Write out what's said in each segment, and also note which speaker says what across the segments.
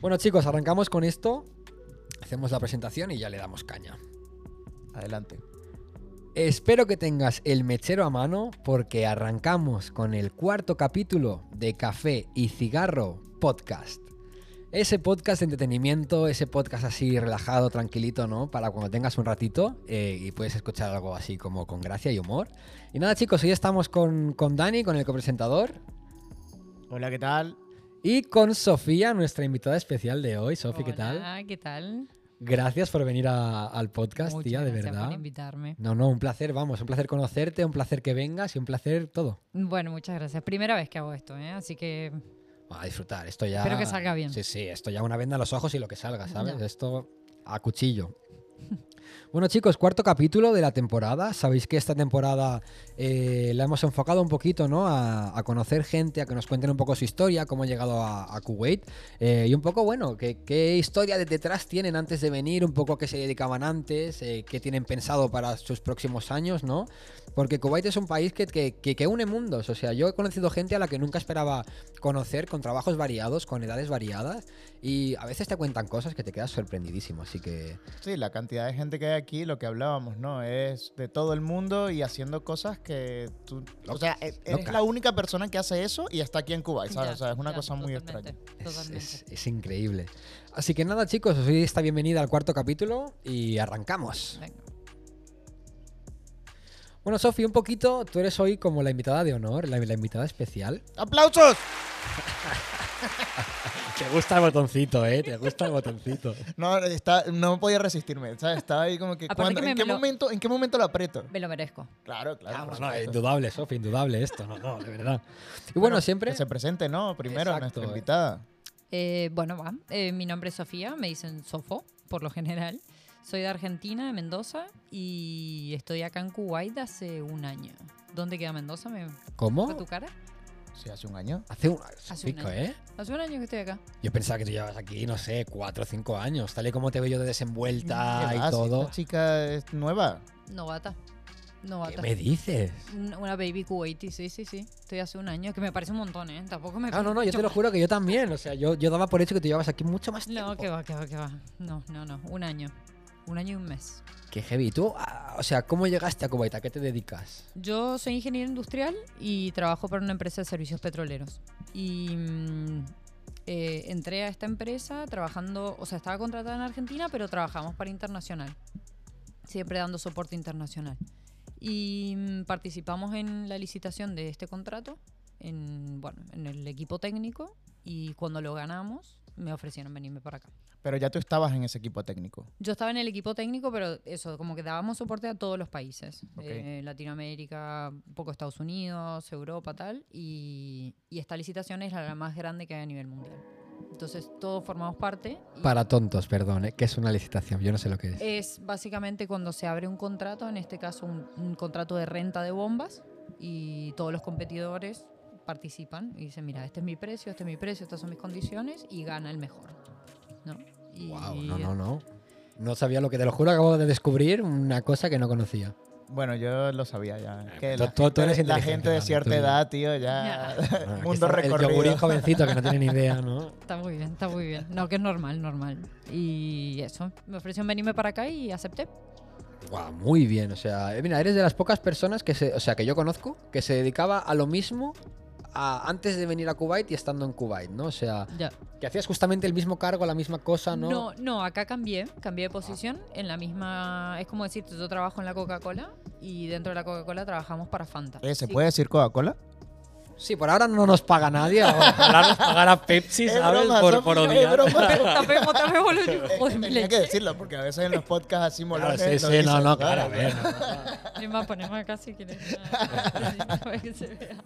Speaker 1: Bueno, chicos, arrancamos con esto. Hacemos la presentación y ya le damos caña.
Speaker 2: Adelante.
Speaker 1: Espero que tengas el mechero a mano porque arrancamos con el cuarto capítulo de Café y Cigarro Podcast. Ese podcast de entretenimiento, ese podcast así relajado, tranquilito, ¿no? Para cuando tengas un ratito eh, y puedes escuchar algo así como con gracia y humor. Y nada chicos, hoy estamos con, con Dani, con el copresentador,
Speaker 2: Hola, ¿qué tal?
Speaker 1: y con Sofía, nuestra invitada especial de hoy. Sofía, ¿qué tal?
Speaker 3: Hola, ¿qué tal?
Speaker 1: Gracias por venir a- al podcast,
Speaker 3: Muchas
Speaker 1: tía, de
Speaker 3: gracias
Speaker 1: verdad.
Speaker 3: por invitarme.
Speaker 1: No, no, un placer, vamos, un placer conocerte, un placer que vengas y un placer todo.
Speaker 3: Bueno, muchas gracias. Primera vez que hago esto, ¿eh? Así que
Speaker 1: A disfrutar, esto ya.
Speaker 3: Espero que salga bien.
Speaker 1: Sí, sí, esto ya una venda a los ojos y lo que salga, ¿sabes?
Speaker 3: Ya.
Speaker 1: Esto a cuchillo. Bueno chicos, cuarto capítulo de la temporada. Sabéis que esta temporada eh, la hemos enfocado un poquito ¿no? a, a conocer gente, a que nos cuenten un poco su historia, cómo han llegado a, a Kuwait eh, y un poco, bueno, qué, qué historia de detrás tienen antes de venir, un poco a qué se dedicaban antes, eh, qué tienen pensado para sus próximos años, ¿no? Porque Kuwait es un país que, que- que- que une mundos. O sea, yo he conocido gente a la que nunca esperaba conocer, con trabajos variados, con edades variadas, y a veces te cuentan cosas que te quedas sorprendidísimo. Así que,
Speaker 2: Sí, la cantidad de gente que hay aquí, lo que hablábamos, ¿no? Es de todo el mundo y haciendo cosas que tú... o sea, e- eres
Speaker 1: Loca.
Speaker 2: la única persona que hace eso y está aquí en Cuba, ¿sabes?
Speaker 3: ya,
Speaker 2: o sea, es una
Speaker 3: ya,
Speaker 2: cosa muy
Speaker 3: totalmente,
Speaker 2: extraña.
Speaker 1: Es,
Speaker 3: Totalmente.
Speaker 1: es- es increíble. Así que nada, chicos, os doy esta bienvenida al cuarto capítulo y arrancamos.
Speaker 3: Venga.
Speaker 1: Bueno, Sofi, un poquito, tú eres hoy como la invitada de honor, la, la invitada especial.
Speaker 2: ¡Aplausos!
Speaker 1: Te gusta el botoncito, ¿eh? Te gusta el botoncito.
Speaker 2: No, está, no podía resistirme, ¿sabes? Estaba ahí como que...
Speaker 3: Aparte
Speaker 2: ¿cuándo-
Speaker 3: que me-
Speaker 2: ¿en, qué
Speaker 3: me lo- Ah,
Speaker 2: momento, ¿En qué momento lo aprieto?
Speaker 3: Me lo merezco.
Speaker 2: Claro, claro. por
Speaker 1: no,
Speaker 2: supuesto.
Speaker 1: indudable, Sofi, indudable esto, no, no, de verdad. Y bueno,
Speaker 2: Bueno,
Speaker 1: siempre...
Speaker 2: Que se presente, ¿no? Primero,
Speaker 1: Exacto,
Speaker 2: nuestra
Speaker 1: eh.
Speaker 2: invitada.
Speaker 3: Eh, bueno, va. Eh, mi nombre es Sofía, me dicen Sofo, por lo general. Soy de Argentina, de Mendoza, y estoy acá en Kuwait hace un año. ¿Dónde queda Mendoza? ¿Me fue
Speaker 1: ¿Cómo?
Speaker 3: tu cara?
Speaker 2: Sí, hace un año.
Speaker 1: Hace un
Speaker 3: Hace un
Speaker 1: pico,
Speaker 3: año.
Speaker 1: ¿eh?
Speaker 3: Hace un año que estoy acá.
Speaker 1: Yo pensaba que tú llevabas aquí, no sé, cuatro o cinco años, tal y como te veo yo de desenvuelta
Speaker 2: Mm, ¿Qué
Speaker 1: y
Speaker 2: va? Si
Speaker 1: todo.
Speaker 2: Esta chica es nueva.
Speaker 3: Novata. Novata.
Speaker 1: ¿Qué me dices?
Speaker 3: Un- Una baby Kuwaiti, sí, sí, sí. Estoy hace un año, que me parece un montón, ¿eh? Tampoco me
Speaker 1: Ah, no, no, yo te lo juro que yo también. O sea, yo, yo daba por hecho que tú llevabas aquí mucho más tiempo.
Speaker 3: No, que va, que va, que va. No, no, no. Un año. Un año y un mes.
Speaker 1: Qué heavy. ¿Y ¿Tú, ah, o sea, cómo llegaste a Kuwait? ¿A qué te dedicas?
Speaker 3: Yo soy ingeniero industrial y trabajo para una empresa de servicios petroleros. Y mm, eh, entré a esta empresa trabajando, o sea, estaba contratada en Argentina, pero trabajamos para internacional. Siempre dando soporte internacional. Y mm, participamos en la licitación de este contrato, en, bueno, en el equipo técnico, y cuando lo ganamos, me ofrecieron venirme para acá.
Speaker 2: Pero ya tú estabas en ese equipo técnico.
Speaker 3: Yo estaba en el equipo técnico, pero eso, como que dábamos soporte a todos los países.
Speaker 2: Ok.
Speaker 3: Eh, Latinoamérica, un poco Estados Unidos, Europa, tal. Y, y esta licitación es la más grande que hay a nivel mundial. Entonces, todos formamos parte. y
Speaker 1: Para tontos, perdón, ¿eh? que es una licitación, yo no sé lo que
Speaker 2: Eh,
Speaker 1: es.
Speaker 3: Es básicamente cuando se abre un contrato, en este caso un, un contrato de renta de bombas, y todos los competidores participan y dicen, mira, este es mi precio, este es mi precio, estas son mis condiciones, y gana el mejor. ¿no? Y-
Speaker 1: Wow, no,
Speaker 2: eh.
Speaker 1: no, no. No sabía lo que te lo juro, acabo de descubrir una cosa que no conocía.
Speaker 2: Bueno, yo lo sabía ya. Que
Speaker 1: tú-
Speaker 2: la,
Speaker 1: tú- tú eres
Speaker 2: gente, la
Speaker 1: inteligente,
Speaker 2: gente de
Speaker 1: Dani,
Speaker 2: cierta
Speaker 1: tú-
Speaker 2: edad, tío, ya.
Speaker 1: Ah, aquí
Speaker 2: mundo
Speaker 1: está El
Speaker 2: recorrido.
Speaker 1: yogurín jovencito que no tiene ni idea, ¿no?
Speaker 3: Está muy bien, está muy bien. No, que es normal, normal. Y eso, me ofrecieron venirme para acá y acepté.
Speaker 1: Guau, muy bien. O sea, eh, mira, eres de las pocas personas que se, o sea, que yo conozco que se dedicaba a lo mismo a- antes de venir a Kuwait y estando en Kuwait, ¿no? O sea,
Speaker 3: Ya.
Speaker 1: que hacías justamente el mismo cargo, la misma cosa, ¿no?
Speaker 3: No, no, acá cambié, cambié de posición en la misma, es como decir, yo trabajo en la Coca-Cola y dentro de la Coca-Cola trabajamos para Fanta.
Speaker 2: Eh, ¿Se
Speaker 3: Sí.
Speaker 2: puede decir Coca-Cola?
Speaker 1: Sí, por ahora no nos paga nadie. Ojalá nos pagara Pepsi,
Speaker 2: Es
Speaker 1: ¿sabes?
Speaker 2: broma,
Speaker 1: por,
Speaker 2: Sofi,
Speaker 1: por
Speaker 2: no, es
Speaker 1: odiar.
Speaker 2: broma.
Speaker 3: Tapemos, tapemos los
Speaker 2: Eh,
Speaker 3: yujos de mi
Speaker 2: Tenía
Speaker 3: leche.
Speaker 2: que decirlo, porque a veces en los podcasts así
Speaker 1: Claro,
Speaker 2: molones
Speaker 1: sí,
Speaker 2: lo
Speaker 1: sí, no,
Speaker 2: dicen,
Speaker 1: no,
Speaker 2: ¿sabes?
Speaker 1: claro, a ver. no.
Speaker 3: Es más, ponemos acá si quieres. Ah, para que se vea.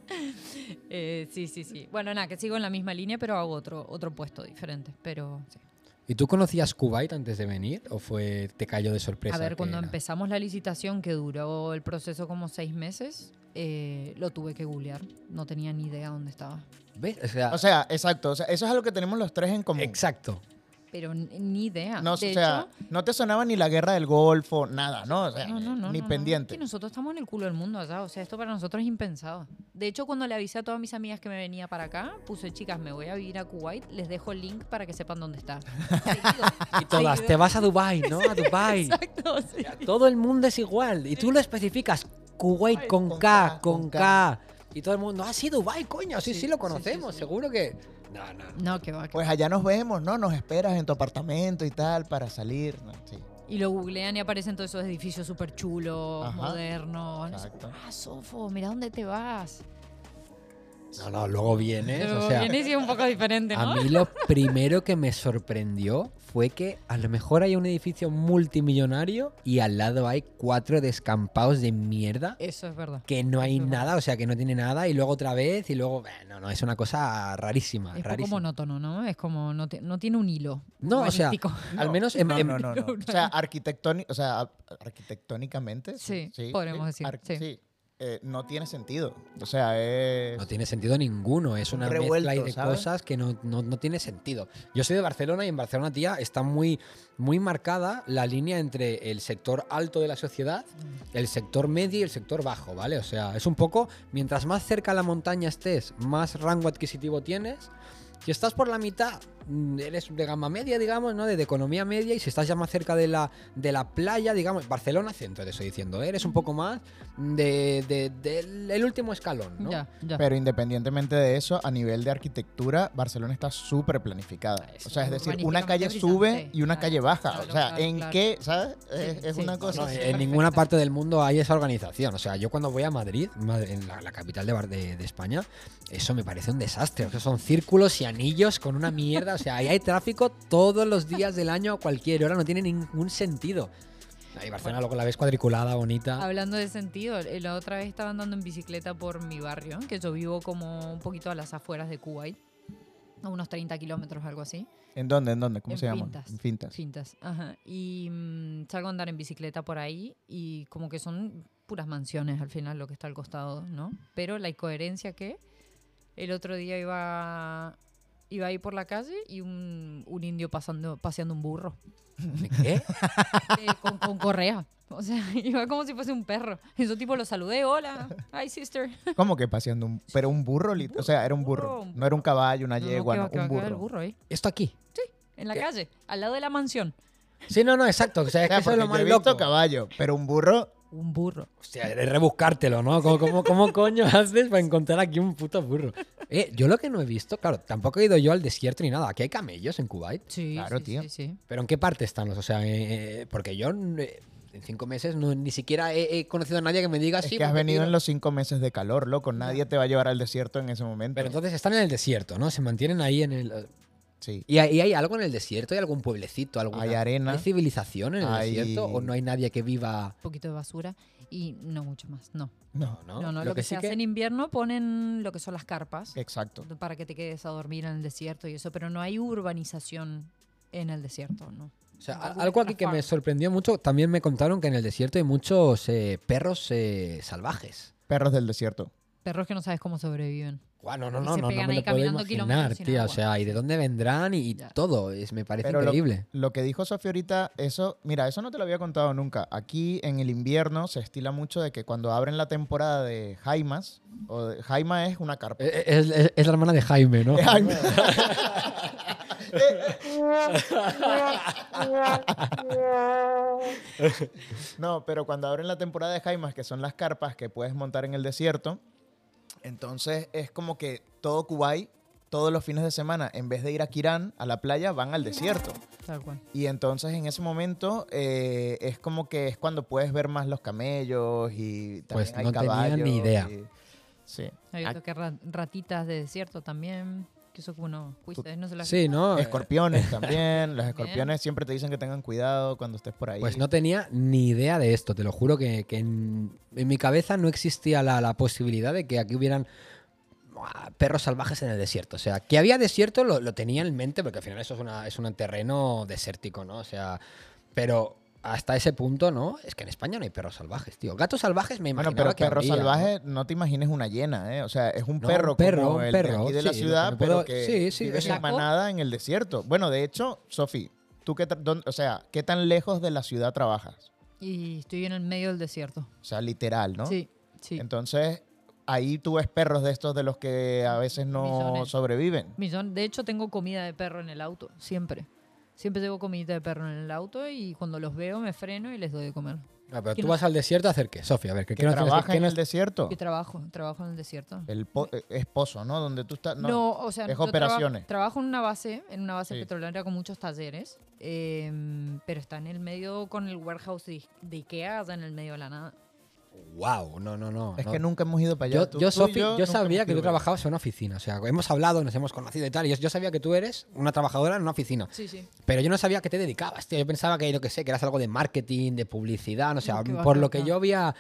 Speaker 3: Eh, sí, sí, sí. Bueno, nada, que sigo en la misma línea, pero hago otro, otro puesto diferente. Pero sí.
Speaker 1: ¿Y tú conocías Kuwait antes de venir o fue te cayó de sorpresa?
Speaker 3: A ver,
Speaker 1: que
Speaker 3: cuando
Speaker 1: era?
Speaker 3: empezamos la licitación, que duró el proceso como seis meses, eh, lo tuve que googlear. No tenía ni idea dónde estaba.
Speaker 1: ¿Ves? O sea,
Speaker 2: O sea, exacto. o sea, eso es algo que tenemos los tres en común.
Speaker 1: exacto.
Speaker 3: pero n- ni idea.
Speaker 2: No, o
Speaker 3: De
Speaker 2: sea,
Speaker 3: hecho,
Speaker 2: no te sonaba ni la guerra del Golfo, nada, ¿no? O sea,
Speaker 3: No, no, no,
Speaker 2: ni
Speaker 3: no, no.
Speaker 2: pendiente.
Speaker 3: Es que nosotros estamos en el culo del mundo allá. O sea, esto para nosotros es impensado. De hecho, cuando le avisé a todas mis amigas que me venía para acá, puse, chicas, me voy a vivir a Kuwait, les dejo el link para que sepan dónde está. Seguido.
Speaker 1: Y todas,
Speaker 3: Seguido.
Speaker 1: te vas a Dubai, ¿no? A Dubai.
Speaker 3: Exacto, sí.
Speaker 1: Todo el mundo es igual. Y tú lo especificas. Kuwait con, K,
Speaker 2: Con K,
Speaker 1: con
Speaker 2: con
Speaker 1: K. Y todo el mundo, ah, sí, Dubai, coño. Sí, sí,
Speaker 3: Sí,
Speaker 1: lo
Speaker 3: sí, sí,
Speaker 1: conocemos.
Speaker 3: sí.
Speaker 1: Seguro que. No, no. no.
Speaker 3: No, que va. que va.
Speaker 2: Pues allá nos vemos, ¿no? Nos esperas en tu apartamento y tal para salir. ¿no? Sí.
Speaker 3: Y lo googlean y aparecen todos esos edificios súper chulos,
Speaker 2: Ajá.
Speaker 3: modernos.
Speaker 2: Exacto.
Speaker 3: Ah, Sofo, mira dónde te vas.
Speaker 1: No, no, luego vienes.
Speaker 3: Pero
Speaker 1: o sea,
Speaker 3: viene y es un poco diferente, ¿no?
Speaker 1: a mí lo primero que me sorprendió fue que a lo mejor hay un edificio multimillonario y al lado hay cuatro descampados de mierda.
Speaker 3: Eso es verdad.
Speaker 1: Que no hay
Speaker 3: Ujú.
Speaker 1: nada, o sea, que no tiene nada, y luego otra vez, y luego, no, no, es una cosa rarísima,
Speaker 3: Es poco
Speaker 1: rarísima.
Speaker 3: monótono, ¿no? Es como, no, te- no tiene un hilo.
Speaker 1: No, o sea,
Speaker 3: urbanístico.
Speaker 1: Al menos en,
Speaker 2: No,
Speaker 1: en-
Speaker 2: no, no, no. O sea, arquitectóni- o sea, a- arquitectónicamente.
Speaker 3: Sí, podríamos decir, sí.
Speaker 2: Eh, no tiene sentido. O sea, es.
Speaker 1: No tiene sentido ninguno, es una
Speaker 2: pues Revuelto,
Speaker 1: mezcla ahí de
Speaker 2: ¿sabes?
Speaker 1: cosas que no, no- no tiene sentido. Yo soy de Barcelona y en Barcelona, tía, está muy, muy marcada la línea entre el sector alto de la sociedad,
Speaker 2: Mm.
Speaker 1: el sector medio y el sector bajo, ¿vale? O sea, es un poco, mientras más cerca a la montaña estés, más rango adquisitivo tienes. Si estás por la mitad, mm, eres de gama media, digamos, ¿no? De, de economía media. Y si estás ya más cerca de la, de la playa, digamos, Barcelona centro, te estoy diciendo, ¿eh? eres un poco más de, de- del el último escalón, ¿no?
Speaker 3: Ya, ya.
Speaker 2: Pero independientemente de eso, a nivel de arquitectura, Barcelona está súper planificada.
Speaker 3: Es
Speaker 2: O sea, es decir, una
Speaker 3: urbanísticamente
Speaker 2: calle
Speaker 3: brillante.
Speaker 2: sube y una
Speaker 3: Claro,
Speaker 2: calle baja.
Speaker 3: claro,
Speaker 2: o sea,
Speaker 3: claro,
Speaker 2: ¿en
Speaker 3: claro.
Speaker 2: qué? ¿Sabes? Es,
Speaker 3: Sí,
Speaker 2: es
Speaker 3: sí.
Speaker 2: una cosa.
Speaker 1: No, eh.
Speaker 3: Sí,
Speaker 1: en
Speaker 3: sí, perfecta.
Speaker 1: ninguna parte del mundo hay esa organización. O sea, yo cuando voy a Madrid, Ma- en la, la capital de, Bar- de, de España, eso me parece un desastre. O sea, son círculos y anillos con una mierda. O sea, ahí hay tráfico todos los días del año a cualquier hora. No tiene ningún sentido. Ahí Barcelona luego la ves cuadriculada,
Speaker 2: Ah,
Speaker 1: bonita.
Speaker 3: Hablando de sentido, eh, la otra vez estaba andando en bicicleta por mi barrio, que yo vivo como un poquito a las afueras de Kuwait, a unos 30 kilómetros, algo así.
Speaker 2: ¿En dónde? ¿En dónde? ¿Cómo
Speaker 3: En
Speaker 2: se llama?
Speaker 3: Fintas.
Speaker 2: En Fintas.
Speaker 3: Fintas, ajá. Y mm, salgo a andar en bicicleta por ahí y como que son puras mansiones al final lo que está al costado, ¿no? Pero la incoherencia que el otro día iba iba ahí por la calle y un, un indio pasando paseando un burro
Speaker 1: ¿Qué?
Speaker 3: eh, con, con correa. O sea, iba como si fuese un perro. Y yo tipo lo saludé, hola, hi sister.
Speaker 2: ¿Cómo que paseando un pero un burro, lit- o sea, era un burro,
Speaker 3: burro, un
Speaker 2: no era un caballo, una
Speaker 3: No, no,
Speaker 2: yegua,
Speaker 3: que
Speaker 2: no,
Speaker 3: va, que va,
Speaker 2: un
Speaker 3: que va
Speaker 2: burro.
Speaker 3: el burro ahí,
Speaker 1: ¿Esto aquí?
Speaker 3: en la
Speaker 1: ¿Qué?
Speaker 3: calle, al lado de la mansión.
Speaker 1: Sí, no, no, exacto. O sea,
Speaker 2: O
Speaker 1: es
Speaker 2: sea,
Speaker 1: que eso
Speaker 2: porque
Speaker 1: es lo
Speaker 2: yo
Speaker 1: más
Speaker 2: he visto
Speaker 1: loco.
Speaker 2: caballo, pero un burro
Speaker 3: Un burro.
Speaker 1: Hostia, es rebuscártelo, ¿no? ¿Cómo, cómo, cómo coño haces para encontrar aquí un puto burro? Eh, yo lo que no he visto, claro, tampoco he ido yo al desierto ni nada. Aquí hay camellos en Kuwait.
Speaker 3: Sí,
Speaker 2: Claro,
Speaker 3: sí,
Speaker 2: tío.
Speaker 3: sí, sí.
Speaker 1: ¿Pero en qué parte están los? O sea, eh, eh, porque yo eh, en cinco meses no- ni siquiera he, he conocido a nadie que me diga
Speaker 2: es
Speaker 1: sí. pues,
Speaker 2: que has
Speaker 1: porque
Speaker 2: venido
Speaker 1: quiero".
Speaker 2: en los cinco meses de calor, loco. Nadie te va a llevar al desierto en ese momento.
Speaker 1: Pero entonces están en el desierto, ¿no? Se mantienen ahí en el.
Speaker 2: sí.
Speaker 1: ¿Y hay, y hay algo en el desierto? ¿Hay algún pueblecito? Alguna,
Speaker 2: Hay arena.
Speaker 1: ¿Hay civilización en el
Speaker 2: Hay-
Speaker 1: desierto? ¿O no hay nadie que viva.?
Speaker 3: Un poquito de basura y no mucho más, no.
Speaker 2: No,
Speaker 1: No,
Speaker 3: No, no, lo, que, se hace en invierno ponen lo que son las carpas
Speaker 2: exacto.
Speaker 3: para que te quedes a dormir en el desierto y eso, pero no hay urbanización en el desierto, ¿no?
Speaker 1: O sea, a-
Speaker 3: Alguna
Speaker 1: algo
Speaker 3: que
Speaker 1: aquí
Speaker 3: otra
Speaker 1: que me
Speaker 3: farm.
Speaker 1: sorprendió mucho, también me contaron que en el desierto hay muchos eh, perros eh, salvajes.
Speaker 2: Perros del desierto.
Speaker 3: Perros que no sabes cómo sobreviven.
Speaker 1: Guau, no, no,
Speaker 3: Y
Speaker 1: no,
Speaker 3: se
Speaker 1: no, no
Speaker 3: pegan
Speaker 1: me
Speaker 3: ahí
Speaker 1: lo puedo
Speaker 3: caminando
Speaker 1: imaginar,
Speaker 3: kilómetros sin
Speaker 1: tía. O
Speaker 3: agua.
Speaker 1: sea, y de dónde vendrán y, y
Speaker 3: Ya.
Speaker 1: todo. Es, me parece
Speaker 2: Pero lo-
Speaker 1: increíble.
Speaker 2: Lo que dijo Sofía ahorita, eso, mira, eso no te lo había contado nunca. Aquí en el invierno se estila mucho de que cuando abren la temporada de jaimas, o de- jaima es una carpa.
Speaker 1: Eh, eh, Es, es- es la hermana de Jaime, ¿no?
Speaker 2: Jaime. No, pero cuando abren la temporada de jaimas, que son las carpas que puedes montar en el desierto, entonces es como que todo Kuwait, todos los fines de semana, en vez de ir a Kirán, a la playa, van al desierto.
Speaker 3: Tal cual.
Speaker 2: Y entonces en ese momento eh, es como que es cuando puedes ver más los camellos y también
Speaker 1: Pues
Speaker 2: hay
Speaker 1: no tenía
Speaker 2: caballos.
Speaker 1: ni idea.
Speaker 2: y- sí.
Speaker 3: Hay otro que ra- ratitas de desierto también, que eso como no, juicio, no se las
Speaker 1: Sí, ¿no? eh.
Speaker 2: Escorpiones también. Los escorpiones siempre te dicen que tengan cuidado cuando estés por ahí.
Speaker 1: Pues no tenía ni idea de esto, te lo juro que, que en, en mi cabeza no existía la, la posibilidad de que aquí hubieran ah, perros salvajes en el desierto. O sea, que había desierto lo, lo tenía en mente, porque al final eso es, una, es un terreno desértico, ¿no? O sea, pero hasta ese punto, ¿no? Es que en España no hay perros salvajes, tío. Gatos salvajes me imagino
Speaker 2: Bueno, pero
Speaker 1: que
Speaker 2: perro
Speaker 1: habría,
Speaker 2: salvaje, ¿no? te imagines una hiena, ¿eh? O sea, es un
Speaker 1: No,
Speaker 2: perro,
Speaker 1: un perro,
Speaker 2: como
Speaker 1: un
Speaker 2: el de
Speaker 1: perro,
Speaker 2: aquí de la
Speaker 1: sí, lo que
Speaker 2: ciudad,
Speaker 1: me
Speaker 2: pero
Speaker 1: puedo-
Speaker 2: que
Speaker 1: sí, sí,
Speaker 2: vive
Speaker 1: es
Speaker 2: en
Speaker 1: la-
Speaker 2: manada en el desierto. Bueno, de hecho, Sofi, tú qué, tra- dónde- o sea, ¿qué tan lejos de la ciudad trabajas?
Speaker 3: Y estoy en el medio del desierto.
Speaker 2: O sea, literal, ¿no?
Speaker 3: Sí, sí.
Speaker 2: Entonces, ahí tú ves perros de estos de los que a veces no
Speaker 3: Millones.
Speaker 2: sobreviven.
Speaker 3: Millón- de hecho, tengo comida de perro en el auto, siempre. Siempre tengo comida de perro en el auto y cuando los veo me freno y les doy de comer.
Speaker 1: No, Ah, pero
Speaker 3: que
Speaker 1: tú
Speaker 3: no-
Speaker 1: vas al desierto a hacer qué, Sofía, a ver, ¿qué,
Speaker 2: Que
Speaker 1: qué nos tienes
Speaker 2: trabajan
Speaker 1: que- qué
Speaker 2: en
Speaker 1: nos-
Speaker 2: el desierto.
Speaker 3: Y trabajo, trabajo en el desierto.
Speaker 2: El po- eh, es pozo, ¿no? Donde tú estás.
Speaker 3: No,
Speaker 2: No,
Speaker 3: o sea,
Speaker 2: es
Speaker 3: yo traba-
Speaker 2: operaciones.
Speaker 3: trabajo en una base, en una base
Speaker 2: Sí.
Speaker 3: petrolera con muchos talleres, em, pero está en el medio con el warehouse de, de Ikea, allá en el medio de la nada.
Speaker 1: Wow, no, no, no.
Speaker 2: Es
Speaker 1: no.
Speaker 2: que nunca hemos ido para allá.
Speaker 1: Yo,
Speaker 2: Tú-
Speaker 1: yo,
Speaker 2: tú y
Speaker 1: Sofi, yo,
Speaker 2: nunca
Speaker 1: sabía
Speaker 2: hemos
Speaker 1: que tú
Speaker 2: ido para allá.
Speaker 1: trabajabas en una oficina. O sea, hemos hablado, nos hemos conocido y tal. y yo, yo sabía que tú eres una trabajadora en una oficina.
Speaker 3: Sí, sí.
Speaker 1: Pero yo no sabía que te dedicabas, tío. Yo pensaba que, yo qué sé, que eras algo de marketing, de publicidad, no sé.
Speaker 3: No, qué va,
Speaker 1: por
Speaker 3: qué
Speaker 1: lo
Speaker 3: va, qué
Speaker 1: que
Speaker 3: va.
Speaker 1: yo había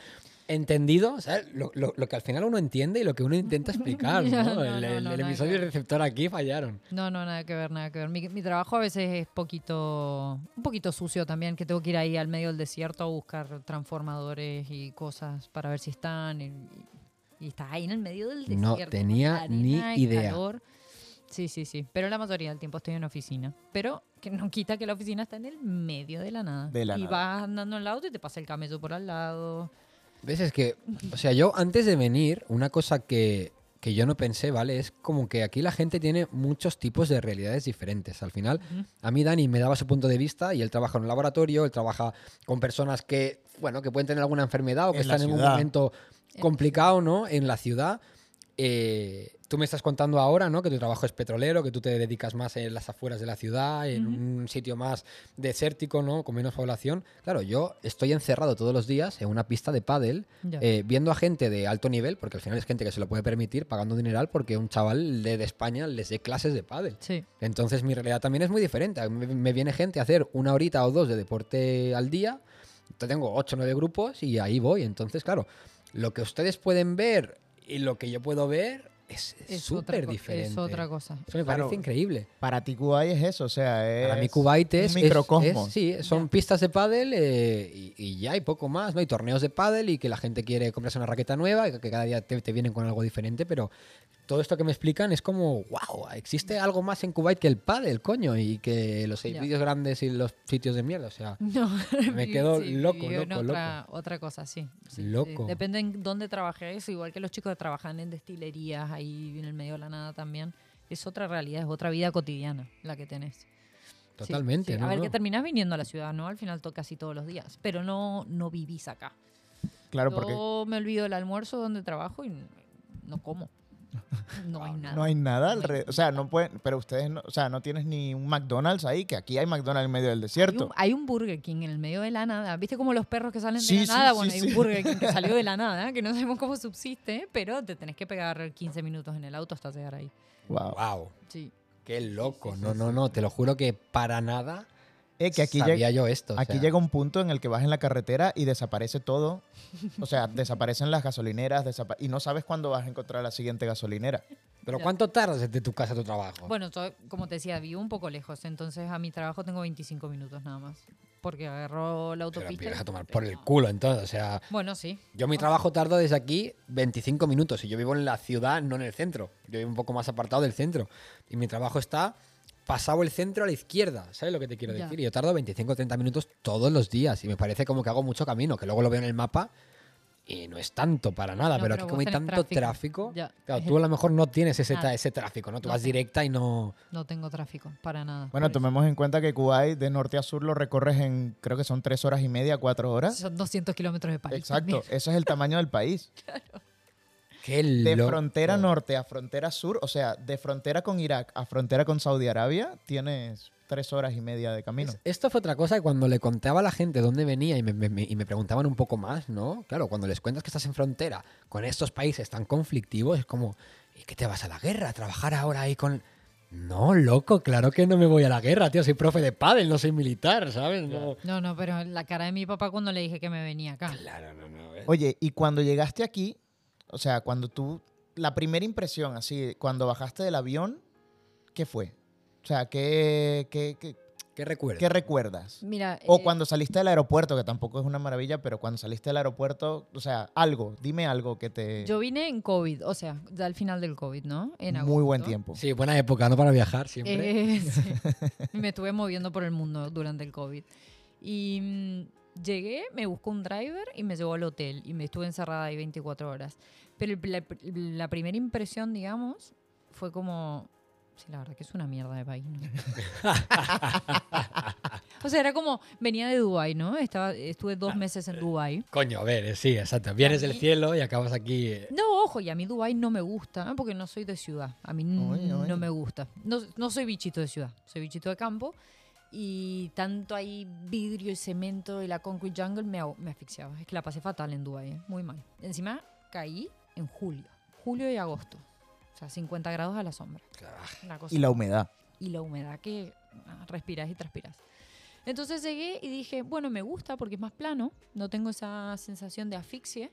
Speaker 1: entendido, ¿sabes? Lo, lo- lo que al final uno entiende y lo que uno intenta explicar, ¿no?
Speaker 3: No, no,
Speaker 1: el, el-
Speaker 3: no,
Speaker 1: el
Speaker 3: nada
Speaker 1: episodio
Speaker 3: que
Speaker 1: y el
Speaker 3: ver.
Speaker 1: receptor aquí fallaron.
Speaker 3: No, no, nada que ver, nada que ver. Mi, mi trabajo a veces es poquito, un poquito sucio también, que tengo que ir ahí al medio del desierto a buscar transformadores y cosas para ver si están. Y, y estás ahí en el medio del desierto.
Speaker 1: No
Speaker 3: con
Speaker 1: tenía
Speaker 3: arena
Speaker 1: ni
Speaker 3: y
Speaker 1: idea.
Speaker 3: calor. Sí, sí, sí. Pero la mayoría del tiempo estoy en oficina. Pero que no quita que la oficina está en el medio de la nada.
Speaker 2: De la
Speaker 3: y
Speaker 2: nada.
Speaker 3: vas andando al lado y te pasa el camello por al lado.
Speaker 1: ¿Ves? Es que, o sea, yo antes de venir, una cosa que, que yo no pensé, ¿vale? Es como que aquí la gente tiene muchos tipos de realidades diferentes. Al final,
Speaker 3: Ujú.
Speaker 1: a mí Dani me daba su punto de vista y él trabaja en un laboratorio, él trabaja con personas que, bueno, que pueden tener alguna enfermedad o que
Speaker 2: En la
Speaker 1: están en un
Speaker 2: ciudad.
Speaker 1: momento
Speaker 3: En la
Speaker 1: complicado, ¿no? En la ciudad. Eh, tú me estás contando ahora, ¿no? Que tu trabajo es petrolero, que tú te dedicas más en las afueras de la ciudad, en
Speaker 3: Ujú.
Speaker 1: un sitio más desértico, ¿no? Con menos población. Claro, yo estoy encerrado todos los días en una pista de pádel
Speaker 3: Ya.
Speaker 1: eh, viendo a gente de alto nivel, porque al final es gente que se lo puede permitir pagando dineral porque un chaval de, de España les dé clases de pádel.
Speaker 3: Sí.
Speaker 1: Entonces mi realidad también es muy diferente. A mí Me, me viene gente a hacer una horita o dos de deporte al día. Entonces, Tengo 8 o 9 grupos y ahí voy. Entonces, claro, lo que ustedes pueden ver y lo que yo puedo ver es es
Speaker 3: Es otra
Speaker 1: súper
Speaker 3: co-
Speaker 1: diferente.
Speaker 3: Es otra cosa.
Speaker 1: Eso me
Speaker 2: Claro.
Speaker 1: parece increíble.
Speaker 2: Para ti Kuwait es eso, o sea, es
Speaker 1: Para mí Kuwait es,
Speaker 2: un
Speaker 1: es-
Speaker 2: microcosmo.
Speaker 1: es- sí, son pistas de pádel eh, y, y ya hay poco más, ¿no? Hay torneos de pádel y que la gente quiere comprarse una raqueta nueva y que cada día te, te vienen con algo diferente, pero todo esto que me explican es como, wow, existe algo más en Kuwait que el pádel, coño, y que los
Speaker 3: Ya.
Speaker 1: edificios grandes y los sitios de mierda, o sea,
Speaker 3: No,
Speaker 1: Me
Speaker 3: vi-
Speaker 1: quedo
Speaker 3: sí,
Speaker 1: loco,
Speaker 3: vivió en
Speaker 1: loco,
Speaker 3: otra, otra cosa, sí. sí, sí.
Speaker 1: Loco.
Speaker 3: Depende en dónde trabajes, igual que los chicos que trabajan en destilerías, ahí en el medio de la nada también. Es otra realidad, es otra vida cotidiana la que tenés. Sí,
Speaker 1: totalmente.
Speaker 3: sí.
Speaker 1: ¿no?
Speaker 3: A ver,
Speaker 1: ¿no?
Speaker 3: que terminás viniendo a la ciudad, ¿no? Al final to- casi todos los días, pero no, no vivís acá.
Speaker 2: Claro, porque
Speaker 3: Yo me olvido del almuerzo donde trabajo y n- no como. No hay nada.
Speaker 2: no hay nada
Speaker 3: No hay
Speaker 2: alrededor, o sea, no pueden, pero ustedes no, o sea, no tienes ni un McDonald's ahí, que aquí hay McDonald's en medio del
Speaker 3: Hay
Speaker 2: desierto.
Speaker 3: un, hay un Burger King en el medio de la nada. ¿Viste como los perros que salen
Speaker 2: Sí,
Speaker 3: de
Speaker 2: sí,
Speaker 3: la nada?
Speaker 2: sí,
Speaker 3: bueno, hay un
Speaker 2: sí.
Speaker 3: Burger King que salió de la nada, que no sabemos cómo subsiste, pero te tenés que pegar 15 minutos en el auto hasta llegar ahí.
Speaker 2: Wow.
Speaker 1: Wow,
Speaker 3: Sí.
Speaker 1: qué loco.
Speaker 3: sí,
Speaker 1: No,
Speaker 3: sí,
Speaker 1: no, no, te lo juro que para nada
Speaker 2: Eh, que aquí
Speaker 1: sabía
Speaker 2: llega
Speaker 1: yo esto. o
Speaker 2: aquí
Speaker 1: sea.
Speaker 2: llega un punto en el que vas en la carretera y desaparece todo. O sea, desaparecen las gasolineras, desapa- y no sabes cuándo vas a encontrar la siguiente gasolinera.
Speaker 1: Pero ¿cuánto tardas desde tu casa a tu trabajo?
Speaker 3: Bueno, yo, como te decía, vivo un poco lejos, entonces a mi trabajo tengo 25 minutos nada más. Porque agarró la
Speaker 1: Pero
Speaker 3: autopista.
Speaker 1: empiezas
Speaker 3: y-
Speaker 1: a tomar por el culo entonces, o sea...
Speaker 3: Bueno, sí.
Speaker 1: Yo mi trabajo tardo desde aquí 25 minutos y yo vivo en la ciudad, no en el centro. Yo vivo un poco más apartado del centro. Y mi trabajo está pasado el centro a la izquierda, ¿sabes lo que te quiero
Speaker 3: Ya.
Speaker 1: decir? Y yo tardo 25 o 30 minutos todos los días y me parece como que hago mucho camino, que luego lo veo en el mapa y no es tanto para nada,
Speaker 3: No,
Speaker 1: pero,
Speaker 3: pero
Speaker 1: aquí
Speaker 3: vos
Speaker 1: como hay
Speaker 3: tenés
Speaker 1: tanto tráfico,
Speaker 3: tráfico. Ya.
Speaker 1: claro,
Speaker 3: Es
Speaker 1: tú a
Speaker 3: el-
Speaker 1: lo mejor no tienes ese, tra-
Speaker 3: Nada.
Speaker 1: ese tráfico, ¿no? Tú
Speaker 3: No
Speaker 1: vas
Speaker 3: tengo.
Speaker 1: directa y no...
Speaker 3: No tengo tráfico, para nada.
Speaker 2: Bueno,
Speaker 3: por eso.
Speaker 2: tomemos en cuenta que Kuwait de norte a sur lo recorres en, creo que son tres horas y media, cuatro horas.
Speaker 3: Son 200 kilómetros de país.
Speaker 2: Exacto,
Speaker 3: también.
Speaker 2: eso es el tamaño del país.
Speaker 1: ¡Qué
Speaker 2: De
Speaker 1: loco!
Speaker 2: frontera norte a frontera sur, o sea, de frontera con Irak a frontera con Saudi Arabia, tienes tres horas y media de camino.
Speaker 1: Es- Esto fue otra cosa que cuando le contaba a la gente dónde venía y me, me- me- y me preguntaban un poco más, ¿no? Claro, cuando les cuentas que estás en frontera con estos países tan conflictivos, es como, ¿y qué te vas a la guerra? ¿A trabajar ahora ahí con...? No, loco, claro que no me voy a la guerra, tío. Soy profe de pádel, no soy militar, ¿sabes? No.
Speaker 3: No, no, pero la cara de mi papá cuando le dije que me venía acá.
Speaker 1: Claro, no, no. eh.
Speaker 2: Oye, y cuando llegaste aquí, o sea, cuando tú, la primera impresión, así, cuando bajaste del avión, ¿qué fue? O sea, ¿qué, qué, qué-
Speaker 1: ¿Qué recuerdo?
Speaker 2: ¿Qué recuerdas?
Speaker 3: Mira,
Speaker 2: O
Speaker 3: eh,
Speaker 2: cuando saliste del aeropuerto, que tampoco es una maravilla, pero cuando saliste del aeropuerto, o sea, algo, dime algo que te...
Speaker 3: yo vine en COVID, o sea, ya al final del COVID, ¿no? En
Speaker 2: Muy buen
Speaker 3: agosto.
Speaker 2: tiempo.
Speaker 1: Sí, buena época, ¿no? Para viajar siempre.
Speaker 3: Eh, sí. Y Me estuve moviendo por el mundo durante el COVID. Y mm, llegué, me buscó un driver y me llevó al hotel. Y me estuve encerrada ahí 24 horas. Pero el- la, la primera impresión, digamos, fue como... Sí, la verdad que es una mierda de país, ¿no? o sea, era como... Venía de Dubai ¿no? Estaba, estuve dos meses en Dubai
Speaker 1: Coño, a ver, eh, sí, exacto. Vienes del cielo y acabas aquí. eh.
Speaker 3: No, ojo, y a mí Dubái no me gusta, ¿eh? porque no soy de ciudad. A mí n-
Speaker 2: Oye, oye.
Speaker 3: no me gusta. No, no soy bichito de ciudad, soy bichito de campo. Y tanto ahí vidrio y cemento y la concrete jungle me, aho- me asfixiaba. Es que la pasé fatal en Dubái, ¿eh? muy mal. Encima caí en julio, julio y agosto. O sea, 50 grados a la sombra. Una cosa
Speaker 2: Y la humedad.
Speaker 3: y la humedad que ah, respiras y transpiras. Entonces llegué y dije, bueno, me gusta porque es más plano, no tengo esa sensación de asfixia,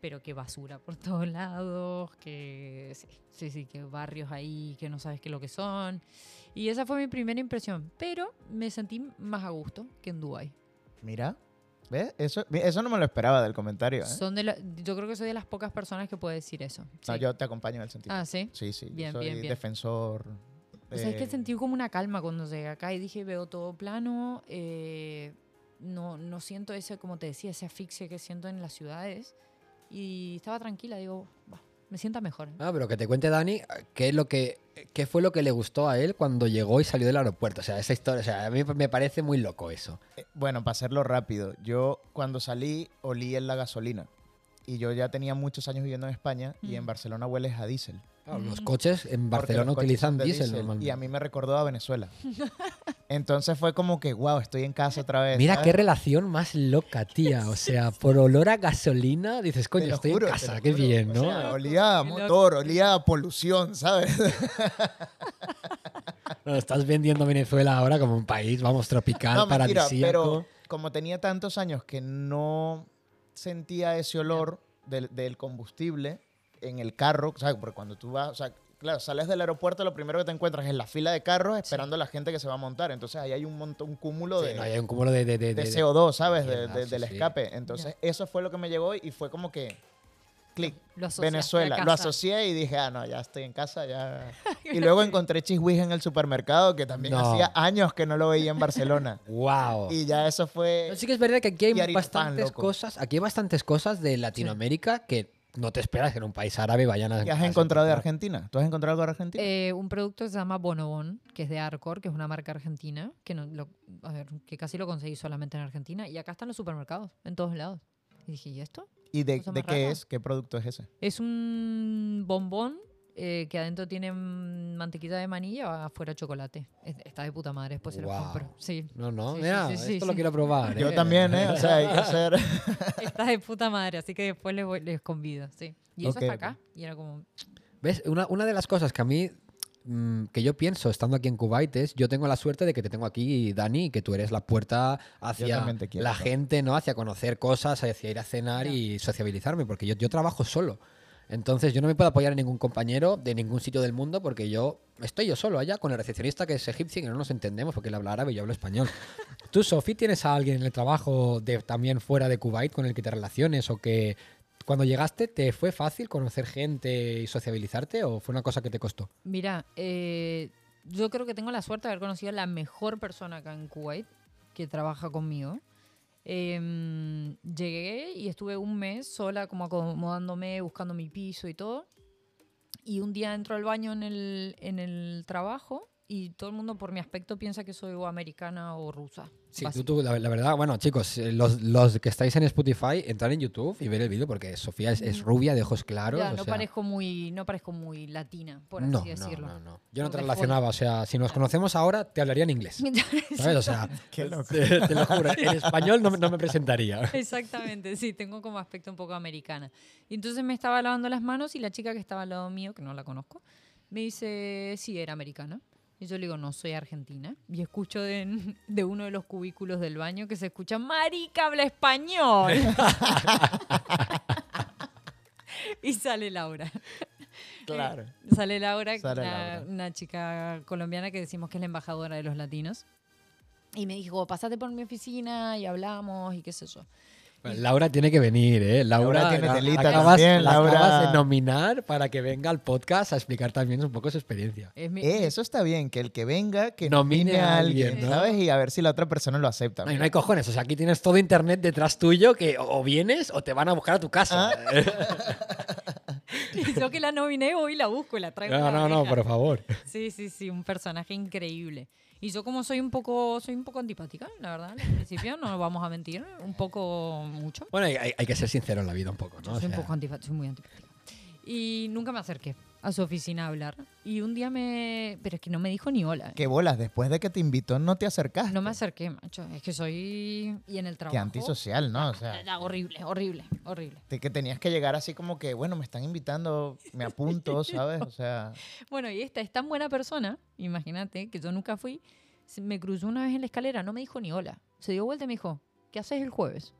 Speaker 3: pero que basura por todos lados, que sí, sí, sí, que barrios ahí que no sabes qué lo que son. Y esa fue mi primera impresión, pero me sentí más a gusto que en Dubái.
Speaker 2: Mira, ¿ves? Eso, eso no me lo esperaba del comentario. ¿eh?
Speaker 3: Son de la- yo creo que soy de las pocas personas que puede decir eso.
Speaker 2: No,
Speaker 3: Sí.
Speaker 2: yo te acompaño en el sentido.
Speaker 3: ah, sí.
Speaker 2: sí, sí, yo
Speaker 3: bien,
Speaker 2: soy
Speaker 3: bien, bien.
Speaker 2: defensor.
Speaker 3: O sea, es que
Speaker 2: eh,
Speaker 3: sentí como una calma cuando llegué acá y dije, veo todo plano, eh, no, no siento ese, como te decía, esa asfixia que siento en las ciudades. Y estaba tranquila, digo, "Buah, me sienta mejor. ¿eh?
Speaker 1: Ah, pero que te cuente Dani qué es lo que qué fue lo que le gustó a él cuando llegó y salió del aeropuerto. O sea, esa historia, o sea, a mí me parece muy loco eso.
Speaker 2: Eh, Bueno, para hacerlo rápido, yo cuando salí olí en la gasolina. Y yo ya tenía muchos años viviendo en España y en
Speaker 3: Mm.
Speaker 2: Barcelona hueles a diésel.
Speaker 1: Claro, los
Speaker 3: Mm.
Speaker 1: coches en
Speaker 2: porque
Speaker 1: Barcelona
Speaker 2: los coches
Speaker 1: utilizan
Speaker 2: son de
Speaker 1: diésel
Speaker 2: diésel,
Speaker 1: normalmente.
Speaker 2: Y a mí me recordó a Venezuela. Entonces fue como que, wow, estoy en casa otra vez.
Speaker 1: Mira
Speaker 2: ¿sabes?
Speaker 1: qué relación más loca, tía. O sea, por olor a gasolina dices,
Speaker 2: Te
Speaker 1: coño,
Speaker 2: lo
Speaker 1: estoy
Speaker 2: juro,
Speaker 1: en
Speaker 2: te
Speaker 1: casa,
Speaker 2: lo
Speaker 1: qué
Speaker 2: juro.
Speaker 1: bien,
Speaker 2: O
Speaker 1: ¿no?
Speaker 2: sea, olía a
Speaker 3: Qué
Speaker 2: motor, olía a polución, ¿sabes?
Speaker 1: Bueno, estás vendiendo Venezuela ahora como un país, vamos, tropical,
Speaker 2: No, mentira,
Speaker 1: paradisíaco.
Speaker 2: pero como tenía tantos años que no sentía ese olor del, del combustible en el carro, ¿sabes? Porque cuando tú vas, o sea, claro, sales del aeropuerto, lo primero que te encuentras es la fila de carros esperando a la gente que se va a montar. Entonces ahí hay un montón, un cúmulo
Speaker 1: Sí,
Speaker 2: de,
Speaker 1: no, hay un cúmulo de, de- de-
Speaker 2: de
Speaker 1: de-
Speaker 2: CO2, ¿sabes? De-
Speaker 1: mierda,
Speaker 2: de-
Speaker 1: sí,
Speaker 2: del
Speaker 1: sí.
Speaker 2: escape. Entonces eso fue lo que me llegó y fue como que, clic,
Speaker 3: Lo asociaste a
Speaker 2: Venezuela. Lo
Speaker 3: casa.
Speaker 2: asocié y dije, ah, no, ya estoy en casa, ya. Y luego encontré chiswis en el supermercado, que también
Speaker 1: No.
Speaker 2: hacía años que no lo veía en Barcelona.
Speaker 1: ¡Wow!
Speaker 2: Y ya eso fue.
Speaker 1: No, sí que es verdad que aquí
Speaker 2: Eh, Y
Speaker 1: hay
Speaker 2: harina pan,
Speaker 1: bastantes
Speaker 2: loco.
Speaker 1: cosas, aquí hay bastantes cosas de Latinoamérica que no te esperas que en un país árabe vayan a...
Speaker 2: ¿Qué has
Speaker 1: a-
Speaker 2: encontrado de Argentina? ¿Tú has encontrado algo de Argentina?
Speaker 3: Eh, un producto que se llama Bonobon, que es de Arcor, que es una marca argentina, que, no, lo- a ver, que casi lo conseguí solamente en Argentina. Y acá están los supermercados, en todos lados. Y dije, ¿y esto?
Speaker 2: ¿Y de,
Speaker 3: cosa
Speaker 2: de
Speaker 3: más
Speaker 2: qué
Speaker 3: rara.
Speaker 2: es? ¿Qué producto es ese?
Speaker 3: Es un bombón eh, que adentro tiene mm, mantequilla de maní y afuera chocolate. Es- Está de puta madre, después se lo
Speaker 1: Guau.
Speaker 3: compro. Sí,
Speaker 1: No, no,
Speaker 3: Sí,
Speaker 1: mira,
Speaker 3: sí, sí, sí,
Speaker 1: esto lo
Speaker 3: sí.
Speaker 1: quiero probar.
Speaker 2: Yo también, ¿eh? O sea, hay que ser.
Speaker 3: está de puta madre, así que después les, voy- les convido, sí. Y eso
Speaker 2: Ok,
Speaker 3: está
Speaker 2: ok.
Speaker 3: acá. Y era como,
Speaker 1: ¿Ves? Una, una de las cosas que a mí, mm, que yo pienso estando aquí en Kuwait es, yo tengo la suerte de que te tengo aquí, Dani, y que tú eres la puerta hacia
Speaker 2: también te quiero,
Speaker 1: la
Speaker 2: ¿no?
Speaker 1: gente, ¿no? Hacia conocer cosas, hacia ir a cenar
Speaker 3: Ya.
Speaker 1: y sociabilizarme, porque yo, yo trabajo solo. Entonces yo no me puedo apoyar en ningún compañero de ningún sitio del mundo porque yo estoy yo solo allá con el recepcionista que es egipcio y que no nos entendemos porque él habla árabe y yo hablo español. ¿Tú, Sofi, tienes a alguien en el trabajo de, también fuera de Kuwait con el que te relaciones o que cuando llegaste, ¿te fue fácil conocer gente y sociabilizarte o fue una cosa que te costó?
Speaker 3: Mira, eh, yo creo que tengo la suerte de haber conocido a la mejor persona acá en Kuwait que trabaja conmigo. Em, llegué y estuve un mes sola, como acomodándome, buscando mi piso y todo. Y un día entro al baño en el, en el trabajo y todo el mundo por mi aspecto piensa que soy o americana o rusa.
Speaker 1: Sí, tú,
Speaker 3: básicamente.
Speaker 1: tú, la, la verdad, bueno, chicos, eh, los, los que estáis en Spotify, entrar en YouTube y ver el vídeo porque Sofía es, es rubia, de ojos claros.
Speaker 3: Ya,
Speaker 1: o
Speaker 3: no,
Speaker 1: sea,
Speaker 3: parezco muy, no parezco muy latina, por así
Speaker 1: no, no,
Speaker 3: decirlo.
Speaker 1: no, no. Yo no
Speaker 3: Por
Speaker 1: te
Speaker 3: default.
Speaker 1: relacionaba, o sea, si nos conocemos ahora, te hablaría en inglés. ¿Sabes? O sea,
Speaker 2: Qué loco.
Speaker 1: te, te lo juro, en español no, me- no me presentaría.
Speaker 3: Exactamente, sí, tengo como aspecto un poco americana. Y entonces me estaba lavando las manos y la chica que estaba al lado mío, que no la conozco, me dice, sí, era americana. Y yo le digo, no, soy argentina. Y escucho de, de uno de los cubículos del baño que se escucha, marica, habla español. y sale Laura.
Speaker 2: Claro.
Speaker 3: Sale Laura,
Speaker 2: Sale
Speaker 3: una,
Speaker 2: Laura.
Speaker 3: una chica colombiana que decimos que es la embajadora de los latinos. Y me dijo, pasate por mi oficina y hablamos y qué sé yo.
Speaker 1: Bueno, Laura tiene que venir, ¿eh? Laura,
Speaker 2: Laura tiene
Speaker 1: la-
Speaker 2: telita
Speaker 1: la
Speaker 2: también,
Speaker 1: la
Speaker 2: Laura.
Speaker 1: acabas de nominar para que venga al podcast a explicar también un poco su experiencia.
Speaker 3: Es mi-
Speaker 2: Eh, eso está bien, que el que venga, que
Speaker 1: Nomine
Speaker 2: nomine,
Speaker 1: a
Speaker 2: a alguien,
Speaker 1: alguien,
Speaker 3: ¿no?
Speaker 2: ¿sabes? Y a ver si la otra persona lo acepta.
Speaker 1: No, y no hay cojones, o sea, aquí tienes todo internet detrás tuyo que o o vienes o te van a buscar a tu casa. Eh,
Speaker 3: yo que la nominé hoy la busco, la traigo.
Speaker 1: No,
Speaker 3: en la
Speaker 1: no, no,
Speaker 3: valija.
Speaker 1: por favor.
Speaker 3: Sí, sí, sí, un personaje increíble. Y yo como soy un poco, soy un poco antipática, la verdad, al principio, no nos vamos a mentir, un poco mucho.
Speaker 1: Bueno, hay, hay- hay que ser sincero en la vida un poco,
Speaker 3: Yo
Speaker 1: ¿no? O
Speaker 3: soy un
Speaker 1: sea,
Speaker 3: poco antifa- soy muy antipática. Y nunca me acerqué a su oficina a hablar. Y un día me... Pero es que no me dijo ni hola. eh.
Speaker 2: Qué bolas, después de que te invitó no te acercaste.
Speaker 3: No me acerqué, macho. Es que soy... Y en el trabajo...
Speaker 2: Qué antisocial, ¿no? O sea,
Speaker 3: Nada, horrible, horrible, horrible.
Speaker 2: de que tenías que llegar así como que, bueno, me están invitando, me apunto, ¿sabes? O sea,
Speaker 3: Bueno, y esta es tan buena persona, imagínate, que yo nunca fui. se- Me cruzó una vez en la escalera, no me dijo ni hola. Se dio vuelta y me dijo, ¿qué haces el jueves?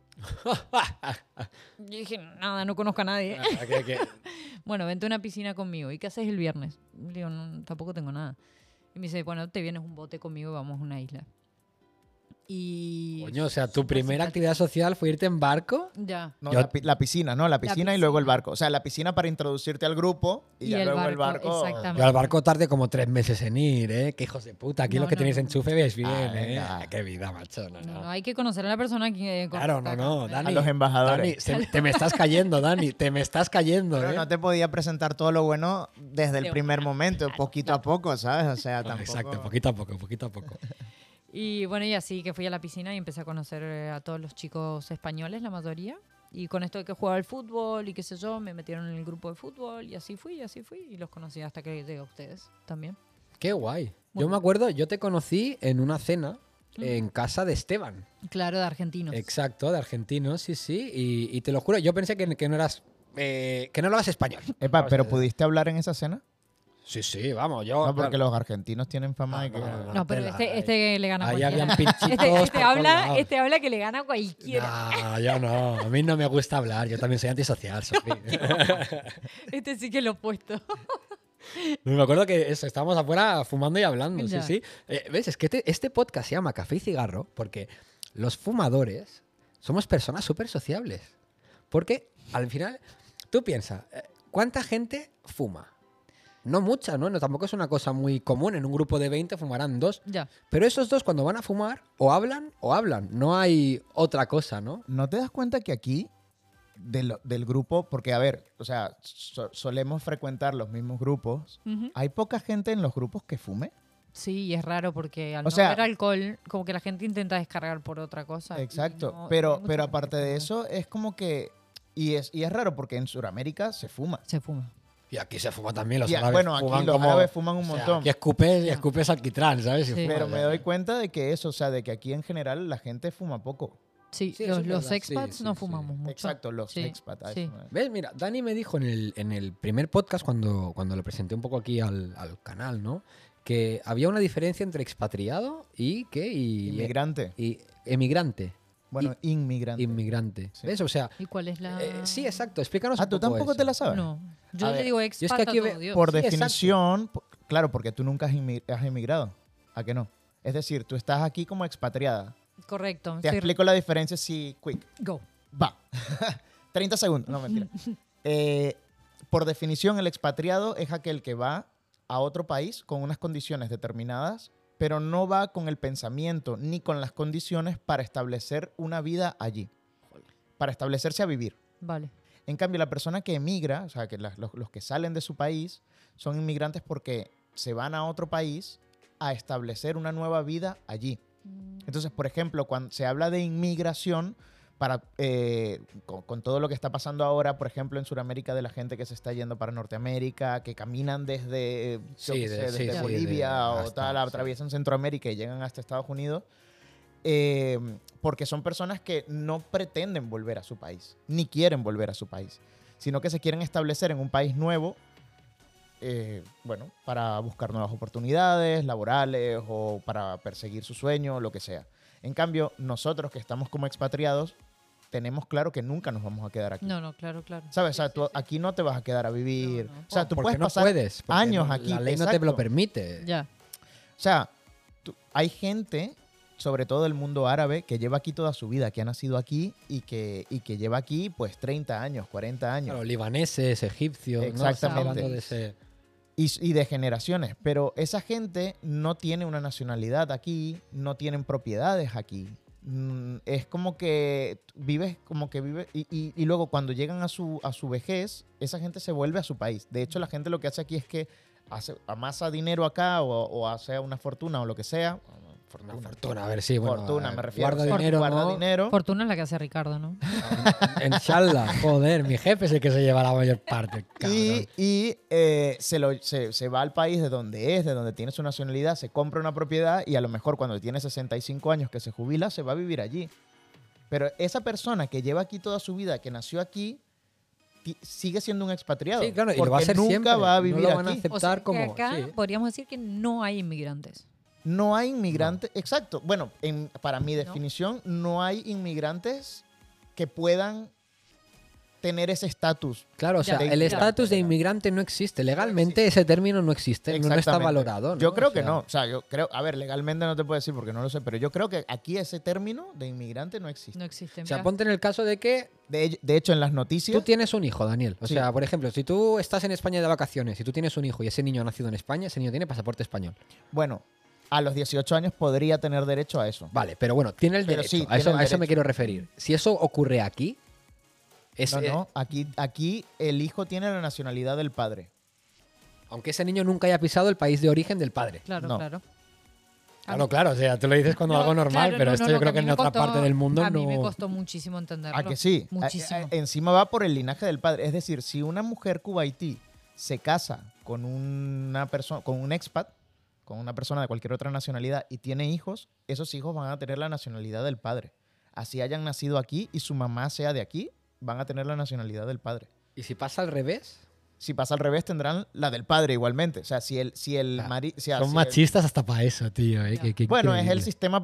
Speaker 3: Yo dije, nada, no conozco a nadie.
Speaker 1: ah, que- que-
Speaker 3: Bueno, vente a una piscina conmigo. ¿Y qué haces el viernes? Le digo, "No, tampoco tengo nada. Y me dice, bueno, te vienes un bote conmigo y vamos a una isla. Y...
Speaker 1: Coño, o sea, tu
Speaker 3: Súper
Speaker 1: primera
Speaker 3: simpático.
Speaker 1: actividad social fue irte en barco.
Speaker 3: Ya.
Speaker 2: no,
Speaker 1: Yo-
Speaker 2: la, pi- la piscina, ¿no? La piscina, y
Speaker 3: piscina.
Speaker 2: luego el barco. O sea, la piscina para introducirte al grupo y,
Speaker 3: Y
Speaker 2: ya
Speaker 3: el
Speaker 2: luego el
Speaker 3: barco,
Speaker 2: barco.
Speaker 3: exactamente.
Speaker 1: Yo al barco tardé como tres meses en ir, ¿eh? Qué hijos de puta. Aquí
Speaker 3: No,
Speaker 1: lo que
Speaker 3: no,
Speaker 1: tenéis
Speaker 3: no,
Speaker 1: enchufe ves bien,
Speaker 2: Ah,
Speaker 1: ¿eh?
Speaker 2: venga.
Speaker 1: Ah, Qué vida, macho. No,
Speaker 3: No,
Speaker 1: no.
Speaker 3: no, hay que conocer a la persona que... eh,
Speaker 1: Claro, no,
Speaker 3: contacta.
Speaker 1: no.
Speaker 3: Eh,
Speaker 1: Dani,
Speaker 2: A los embajadores.
Speaker 1: Dani, se- te me estás cayendo, Dani. Te me estás cayendo,
Speaker 2: Pero
Speaker 1: ¿eh?
Speaker 2: no te podía presentar todo lo bueno desde
Speaker 3: De
Speaker 2: el primer
Speaker 3: una,
Speaker 2: momento,
Speaker 3: claro,
Speaker 2: poquito
Speaker 3: claro.
Speaker 2: a poco, ¿sabes? O sea,
Speaker 1: Ah,
Speaker 2: tampoco.
Speaker 1: Exacto, poquito a poco, poquito a poco.
Speaker 3: Y bueno, y así que fui a la piscina y empecé a conocer eh, a todos los chicos españoles, la mayoría. Y con esto de que jugaba al fútbol y qué sé yo, me metieron en el grupo de fútbol y así fui, y así fui. Y los conocí hasta que llegué a ustedes también.
Speaker 1: Qué guay.
Speaker 3: Muy
Speaker 1: Yo me
Speaker 3: bien.
Speaker 1: acuerdo, yo te conocí en una cena
Speaker 3: Mm.
Speaker 1: en casa de Esteban.
Speaker 3: Claro, de argentinos.
Speaker 1: Exacto, de argentino, sí, sí. Y, y te lo juro, yo pensé que, que no eras. eh, que no hablabas español.
Speaker 2: Epa, pero ¿pudiste hablar en esa cena?
Speaker 1: Sí, sí, vamos, yo.
Speaker 2: No, porque
Speaker 1: claro, Ah,
Speaker 2: los argentinos tienen fama de que.
Speaker 3: no, pero
Speaker 1: tela,
Speaker 3: este,
Speaker 1: ahí.
Speaker 3: este le gana a
Speaker 1: Ahí
Speaker 3: cualquiera.
Speaker 1: habían pinchitos.
Speaker 3: Este, este
Speaker 1: por todos
Speaker 3: habla,
Speaker 1: lados.
Speaker 3: este habla que le gana a cualquiera.
Speaker 1: No, yo no. A mí no me gusta hablar. Yo también soy antisocial, Sofi.
Speaker 3: Este sí que es lo opuesto.
Speaker 1: Pues me acuerdo que eso, estábamos afuera fumando y hablando.
Speaker 3: Ya.
Speaker 1: Sí, sí. Eh, ¿Ves? Es que te- este podcast se llama Café y Cigarro porque los fumadores somos personas súper sociables. Porque al final, tú piensas, ¿cuánta gente fuma? No mucha, ¿no? no Tampoco es una cosa muy común. En un grupo de 20 fumarán dos.
Speaker 3: Ya.
Speaker 1: Pero esos dos cuando van a fumar, o hablan o hablan. No hay otra cosa, ¿no?
Speaker 2: ¿No te das cuenta que aquí, de lo- del grupo, porque a ver, o sea, so- solemos frecuentar los mismos grupos,
Speaker 3: Ujú.
Speaker 2: ¿hay poca gente en los grupos que fume?
Speaker 3: Sí, y es raro porque al
Speaker 2: O
Speaker 3: no
Speaker 2: sea-
Speaker 3: beber alcohol, como que la gente intenta descargar por otra cosa. y
Speaker 2: Exacto,
Speaker 3: no- no hay
Speaker 2: pero,
Speaker 3: mucha
Speaker 2: pero
Speaker 3: gente
Speaker 2: aparte
Speaker 3: que
Speaker 2: de
Speaker 3: fuma.
Speaker 2: eso, es como que... Y es, y es raro porque en Sudamérica se fuma.
Speaker 3: Se fuma.
Speaker 1: Y aquí se fuma también los
Speaker 2: Y a-
Speaker 1: árabes.
Speaker 2: bueno, aquí
Speaker 1: fuman
Speaker 2: los
Speaker 1: como-
Speaker 2: árabes fuman un
Speaker 1: o sea,
Speaker 2: montón.
Speaker 1: Aquí escupes, escupes alquitrán, ¿sabes? Y
Speaker 3: Sí.
Speaker 1: fumas,
Speaker 2: Pero me
Speaker 1: ¿sabes?
Speaker 2: doy cuenta de que eso, o sea, de que aquí en general la gente fuma poco.
Speaker 3: Sí,
Speaker 1: Sí, eso
Speaker 3: los,
Speaker 1: es
Speaker 3: los
Speaker 1: verdad, sí,
Speaker 3: expats
Speaker 1: sí,
Speaker 3: no
Speaker 1: sí.
Speaker 3: fumamos mucho.
Speaker 2: Exacto, los
Speaker 3: Sí,
Speaker 2: expats. a
Speaker 3: sí.
Speaker 2: eso me-
Speaker 1: ¿Ves? Mira, Dani me dijo en el, en el primer podcast, cuando, cuando lo presenté un poco aquí al, al canal, ¿no? Que había una diferencia entre expatriado y ¿qué? Y, eh,
Speaker 2: Inmigrante.
Speaker 1: y emigrante.
Speaker 2: Bueno, inmigrante.
Speaker 1: Inmigrante.
Speaker 2: Sí.
Speaker 1: ¿Ves? O sea,
Speaker 3: ¿Y cuál es la...?
Speaker 1: eh, sí, exacto. Explícanos
Speaker 2: ah,
Speaker 1: un
Speaker 2: tú
Speaker 1: poco
Speaker 2: tampoco
Speaker 1: eso.
Speaker 2: te la sabes.
Speaker 3: No, yo
Speaker 1: A
Speaker 3: le
Speaker 1: ver,
Speaker 3: digo
Speaker 1: es que
Speaker 3: expat a
Speaker 1: aquí ve-
Speaker 3: todo Dios.
Speaker 2: Por
Speaker 1: Sí, exacto.
Speaker 2: definición, po- claro, porque tú nunca has, inmi- has emigrado. ¿A qué no? Es decir, tú estás aquí como expatriada.
Speaker 3: Correcto.
Speaker 2: Te
Speaker 3: sí,
Speaker 2: explico la diferencia si quick.
Speaker 3: Go.
Speaker 2: Va. 30 segundos. No, mentira. Eh, por definición, el expatriado es aquel que va a otro país con unas condiciones determinadas, pero no va con el pensamiento ni con las condiciones para establecer una vida allí, para establecerse a vivir.
Speaker 3: Vale.
Speaker 2: En cambio, la persona que emigra, o sea, que las- los, los que salen de su país, son inmigrantes porque se van a otro país a establecer una nueva vida allí. Entonces, por ejemplo, cuando se habla de inmigración, para, eh, con, con todo lo que está pasando ahora, por ejemplo, en Sudamérica, de la gente que se está yendo para Norteamérica, que caminan desde, eh, yo
Speaker 1: Sí,
Speaker 2: qué
Speaker 1: de-
Speaker 2: sé,
Speaker 1: sí,
Speaker 2: desde
Speaker 1: sí,
Speaker 2: Bolivia
Speaker 1: de-
Speaker 2: o
Speaker 1: hasta-
Speaker 2: tal,
Speaker 1: sí.
Speaker 2: atraviesan Centroamérica y llegan hasta Estados Unidos, eh, porque son personas que no pretenden volver a su país, ni quieren volver a su país, sino que se quieren establecer en un país nuevo eh, bueno, para buscar nuevas oportunidades laborales o para perseguir su sueño, lo que sea. En cambio, nosotros que estamos como expatriados, tenemos claro que nunca nos vamos a quedar aquí.
Speaker 3: No, no, claro, claro.
Speaker 2: ¿Sabes? O sea,
Speaker 3: Sí,
Speaker 2: tú
Speaker 3: sí, sí.
Speaker 2: aquí no te vas a quedar a vivir.
Speaker 3: No, no.
Speaker 2: O sea, tú
Speaker 1: Porque
Speaker 2: puedes
Speaker 1: no
Speaker 2: pasar.
Speaker 1: puedes, porque
Speaker 2: años
Speaker 1: no-
Speaker 2: aquí,
Speaker 1: La ley no te lo
Speaker 2: exacto.
Speaker 1: permite.
Speaker 3: Ya.
Speaker 2: O sea, tú- hay gente sobre todo del mundo árabe, que lleva aquí toda su vida, que ha nacido aquí y que, y que lleva aquí pues 30 años, 40 años.
Speaker 1: Claro, libaneses, egipcios, ¿no?
Speaker 2: Exactamente.
Speaker 1: Estamos hablando de ese-
Speaker 2: y, y de generaciones. Pero esa gente no tiene una nacionalidad aquí, no tienen propiedades aquí. Mm, Es como que vives, como que vive y, y- y luego cuando llegan a su, a su vejez, esa gente se vuelve a su país. De hecho, la gente lo que hace aquí es que hace, amasa dinero acá o, o hace una fortuna o lo que sea.
Speaker 1: Una fortuna, a ver, sí, bueno.
Speaker 2: Fortuna,
Speaker 1: eh,
Speaker 2: me refiero.
Speaker 1: Guarda dinero,
Speaker 2: Guarda
Speaker 1: ¿no?
Speaker 2: dinero.
Speaker 3: Fortuna es la que hace Ricardo, ¿no?
Speaker 1: Inshallah, joder, mi jefe es el que se lleva la mayor parte, cabrón.
Speaker 2: Y, y, eh, se, lo- se- se va al país de donde es, de donde tiene su nacionalidad, se compra una propiedad y a lo mejor cuando tiene 65 años que se jubila, se va a vivir allí. Pero esa persona que lleva aquí toda su vida, que nació aquí, ti- sigue siendo un expatriado.
Speaker 1: Sí, claro, y
Speaker 2: porque
Speaker 1: lo va a hacer
Speaker 2: nunca
Speaker 1: siempre.
Speaker 2: va a
Speaker 1: no
Speaker 2: vivir
Speaker 1: lo van a
Speaker 2: aquí.
Speaker 1: aceptar
Speaker 3: O sea, que
Speaker 1: como.
Speaker 3: acá
Speaker 1: sí.
Speaker 3: podríamos decir que no hay inmigrantes.
Speaker 2: No hay inmigrantes, exacto. Bueno, en- para mi
Speaker 3: No.
Speaker 2: definición, no hay inmigrantes que puedan tener ese estatus
Speaker 1: Claro, o
Speaker 3: Ya.
Speaker 1: sea,
Speaker 2: de
Speaker 1: el
Speaker 2: inmigrante,
Speaker 1: estatus de
Speaker 2: ¿verdad?
Speaker 1: inmigrante no existe. Legalmente ese término no existe, no no está
Speaker 2: Exactamente.
Speaker 1: valorado. ¿no?
Speaker 2: Yo creo
Speaker 1: O
Speaker 2: que
Speaker 1: sea,
Speaker 2: no. O sea, yo creo, a ver, legalmente no te puedo decir porque no lo sé, pero yo creo que aquí ese término de inmigrante no existe.
Speaker 3: No existen.
Speaker 1: O sea,
Speaker 3: mira.
Speaker 1: ponte en el caso de que
Speaker 2: De, de hecho, en las
Speaker 1: tú
Speaker 2: noticias.
Speaker 1: tienes un hijo, Daniel. O
Speaker 2: Sí.
Speaker 1: sea, por ejemplo, si tú estás en España de vacaciones y tú tienes un hijo y ese niño ha nacido en España, ese niño tiene pasaporte español.
Speaker 2: Bueno, a los 18 años podría tener derecho a eso.
Speaker 1: Vale, pero bueno, tiene el
Speaker 2: Pero
Speaker 1: derecho.
Speaker 2: sí,
Speaker 1: a, eso,
Speaker 2: tiene el
Speaker 1: a eso me
Speaker 2: derecho.
Speaker 1: quiero referir. Si eso ocurre aquí, es,
Speaker 2: No,
Speaker 1: eh,
Speaker 2: no. Aquí, aquí el hijo tiene la nacionalidad del padre.
Speaker 1: aunque ese niño nunca haya pisado el país de origen del padre.
Speaker 3: Claro,
Speaker 2: No.
Speaker 3: claro. A
Speaker 1: Claro,
Speaker 3: mí-
Speaker 1: claro, o sea, tú lo dices cuando
Speaker 3: No,
Speaker 1: algo normal,
Speaker 3: claro,
Speaker 1: pero
Speaker 3: no,
Speaker 1: esto
Speaker 3: no,
Speaker 1: yo
Speaker 3: no,
Speaker 1: creo que
Speaker 3: a
Speaker 1: en
Speaker 3: mí me
Speaker 1: otra
Speaker 3: costó-
Speaker 1: parte del mundo
Speaker 3: A mí
Speaker 1: no.
Speaker 3: me costó muchísimo entenderlo.
Speaker 2: ¿A que sí? A-
Speaker 3: Muchísimo.
Speaker 2: a- encima va por el linaje del padre. Es decir, si una mujer cubaití se casa con una persona, con un expat, con una persona de cualquier otra nacionalidad y tiene hijos, esos hijos van a tener la nacionalidad del padre. Así hayan nacido aquí y su mamá sea de aquí, van a tener la nacionalidad del padre.
Speaker 1: ¿Y si pasa al revés?
Speaker 2: Si pasa al revés, tendrán la del padre igualmente. O sea, si el, si el
Speaker 1: Ah,
Speaker 2: mari- o sea,
Speaker 1: Son
Speaker 2: si el-
Speaker 1: machistas hasta para eso, tío. ¿eh?
Speaker 3: Ya.
Speaker 1: Qué- qué
Speaker 2: bueno, es el
Speaker 1: increíble.
Speaker 2: sistema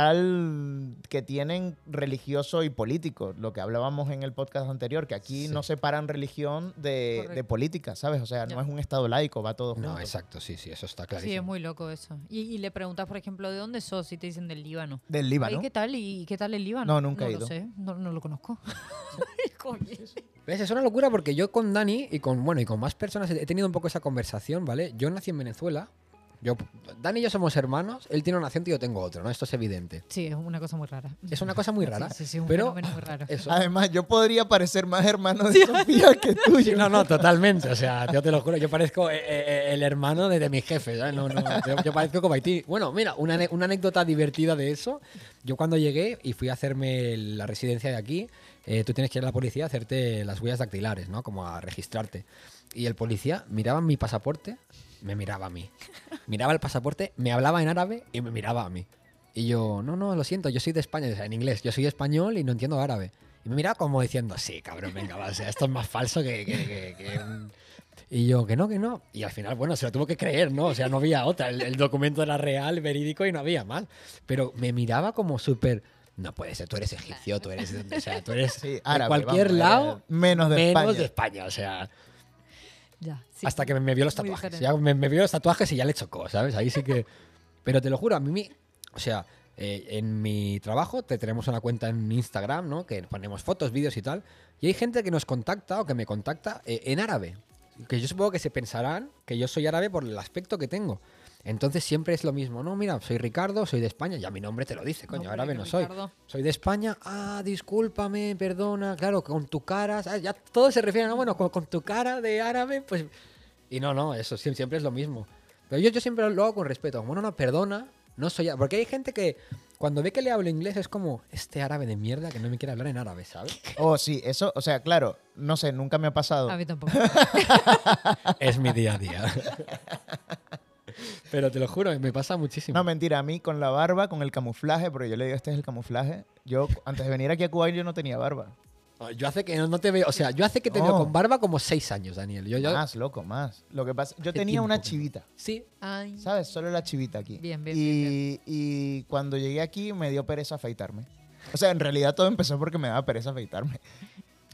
Speaker 2: patriarcal que tienen religioso y político, lo que hablábamos en el podcast anterior, que aquí
Speaker 1: Sí.
Speaker 2: no separan religión de,
Speaker 3: Correcto.
Speaker 2: de política, ¿sabes? O sea,
Speaker 3: Ya.
Speaker 2: no es un estado laico, va todo
Speaker 1: No,
Speaker 2: junto.
Speaker 1: exacto, sí, sí, eso está
Speaker 3: Sí,
Speaker 1: clarísimo.
Speaker 3: es muy loco eso. Y, y le preguntas, por ejemplo, ¿de dónde sos? Y te dicen del Líbano.
Speaker 2: Del
Speaker 3: Ay,
Speaker 2: Líbano.
Speaker 3: ¿Qué tal? ¿Y qué tal el Líbano?
Speaker 2: No, nunca he
Speaker 3: No
Speaker 2: ido.
Speaker 3: lo sé, no, no lo conozco. Coño.
Speaker 1: ¿Ves? Es una locura porque yo con Dani y con, bueno, y con más personas he tenido un poco esa conversación, ¿vale? Yo nací en Venezuela. Yo, Dani y yo somos hermanos, él tiene un acento y yo tengo otro, ¿no? Esto es evidente.
Speaker 3: sí, es una cosa muy rara.
Speaker 1: Es una cosa muy rara.
Speaker 3: Sí, sí, sí, un
Speaker 1: pero
Speaker 3: fenómeno muy raro.
Speaker 1: eso.
Speaker 2: Además, yo podría parecer más hermano de Sofía que tuyo.
Speaker 1: Sí, no, no, totalmente. O sea, yo te lo juro, yo parezco eh, eh, el hermano de, de mi jefe. ¿sabes? No, no, yo, yo parezco como Haití. Bueno, mira, una, ane- una anécdota divertida de eso. Yo cuando llegué y fui a hacerme la residencia de aquí, eh, tú tienes que ir a la policía a hacerte las huellas dactilares, ¿no? Como a registrarte. Y el policía miraba mi pasaporte, me miraba a mí. Miraba el pasaporte, me hablaba en árabe y me miraba a mí. Y yo, no, no, lo siento, yo soy de España, o sea, en inglés, yo soy español y no entiendo árabe. Y me miraba como diciendo, sí, cabrón, venga, va, o sea, esto es más falso que... que- que- que un-". Y yo, que no, que no. Y al final, bueno, se lo tuvo que creer, ¿no? O sea, no había otra. El, el documento era real, verídico y no había más. Pero me miraba como súper... No puede ser, tú eres egipcio, tú eres... O sea, tú eres
Speaker 2: Sí,
Speaker 1: de
Speaker 2: árabe,
Speaker 1: cualquier
Speaker 2: vamos,
Speaker 1: lado,
Speaker 2: árabe. menos de
Speaker 1: menos
Speaker 2: España.
Speaker 1: de España, o sea...
Speaker 3: Ya, sí,
Speaker 1: hasta
Speaker 3: sí.
Speaker 1: que me, me vio los
Speaker 3: Muy
Speaker 1: tatuajes.
Speaker 3: diferente.
Speaker 1: Ya me, me vio los tatuajes y ya le chocó, ¿sabes? Ahí sí que. Pero te lo juro, a mí, me- o sea, eh, en mi trabajo te tenemos una cuenta en Instagram, ¿no? Que ponemos fotos, vídeos y tal. Y hay gente que nos contacta o que me contacta eh, en árabe. Que yo supongo que se pensarán que yo soy árabe por el aspecto que tengo. Entonces siempre es lo mismo, no, mira, soy Ricardo, soy de España, ya mi nombre te lo dice, coño,
Speaker 3: hombre,
Speaker 1: árabe
Speaker 3: que
Speaker 1: no soy.
Speaker 3: Ricardo.
Speaker 1: Soy de España. Ah, discúlpame, perdona. Claro, con tu cara. ¿sabes? Ya todo se refiere, ¿no? Bueno, con, con tu cara de árabe, pues. Y no, no, eso sie- siempre es lo mismo. Pero yo, yo siempre lo hago con respeto. Bueno, no, perdona. No soy. á- Porque hay gente que cuando ve que le hablo inglés es como este árabe de mierda que no me quiere hablar en árabe, ¿sabes?
Speaker 2: Oh, sí, eso, o sea, claro, no sé, nunca me ha pasado.
Speaker 3: A mí tampoco.
Speaker 1: Es mi día a día. Pero te lo juro, me pasa muchísimo.
Speaker 2: No, mentira, a mí con la barba, con el camuflaje, porque yo le digo, este es el camuflaje. Yo, antes de venir aquí a Cuba, yo no tenía barba.
Speaker 1: Oh, Yo hace que no, no te veo. O sea, yo hace que te
Speaker 2: No.
Speaker 1: veo con barba como seis años, Daniel. Yo, yo-
Speaker 2: Oh. Más, loco, más. Lo que pasa, yo
Speaker 1: Hace
Speaker 2: tenía una
Speaker 1: tiempo que no.
Speaker 2: chivita.
Speaker 1: Sí,
Speaker 3: Ay,
Speaker 2: ¿Sabes? Solo la chivita aquí.
Speaker 3: Bien, bien,
Speaker 2: y,
Speaker 3: bien,
Speaker 2: y cuando llegué aquí me dio pereza afeitarme. O sea, en realidad todo empezó porque me daba pereza afeitarme.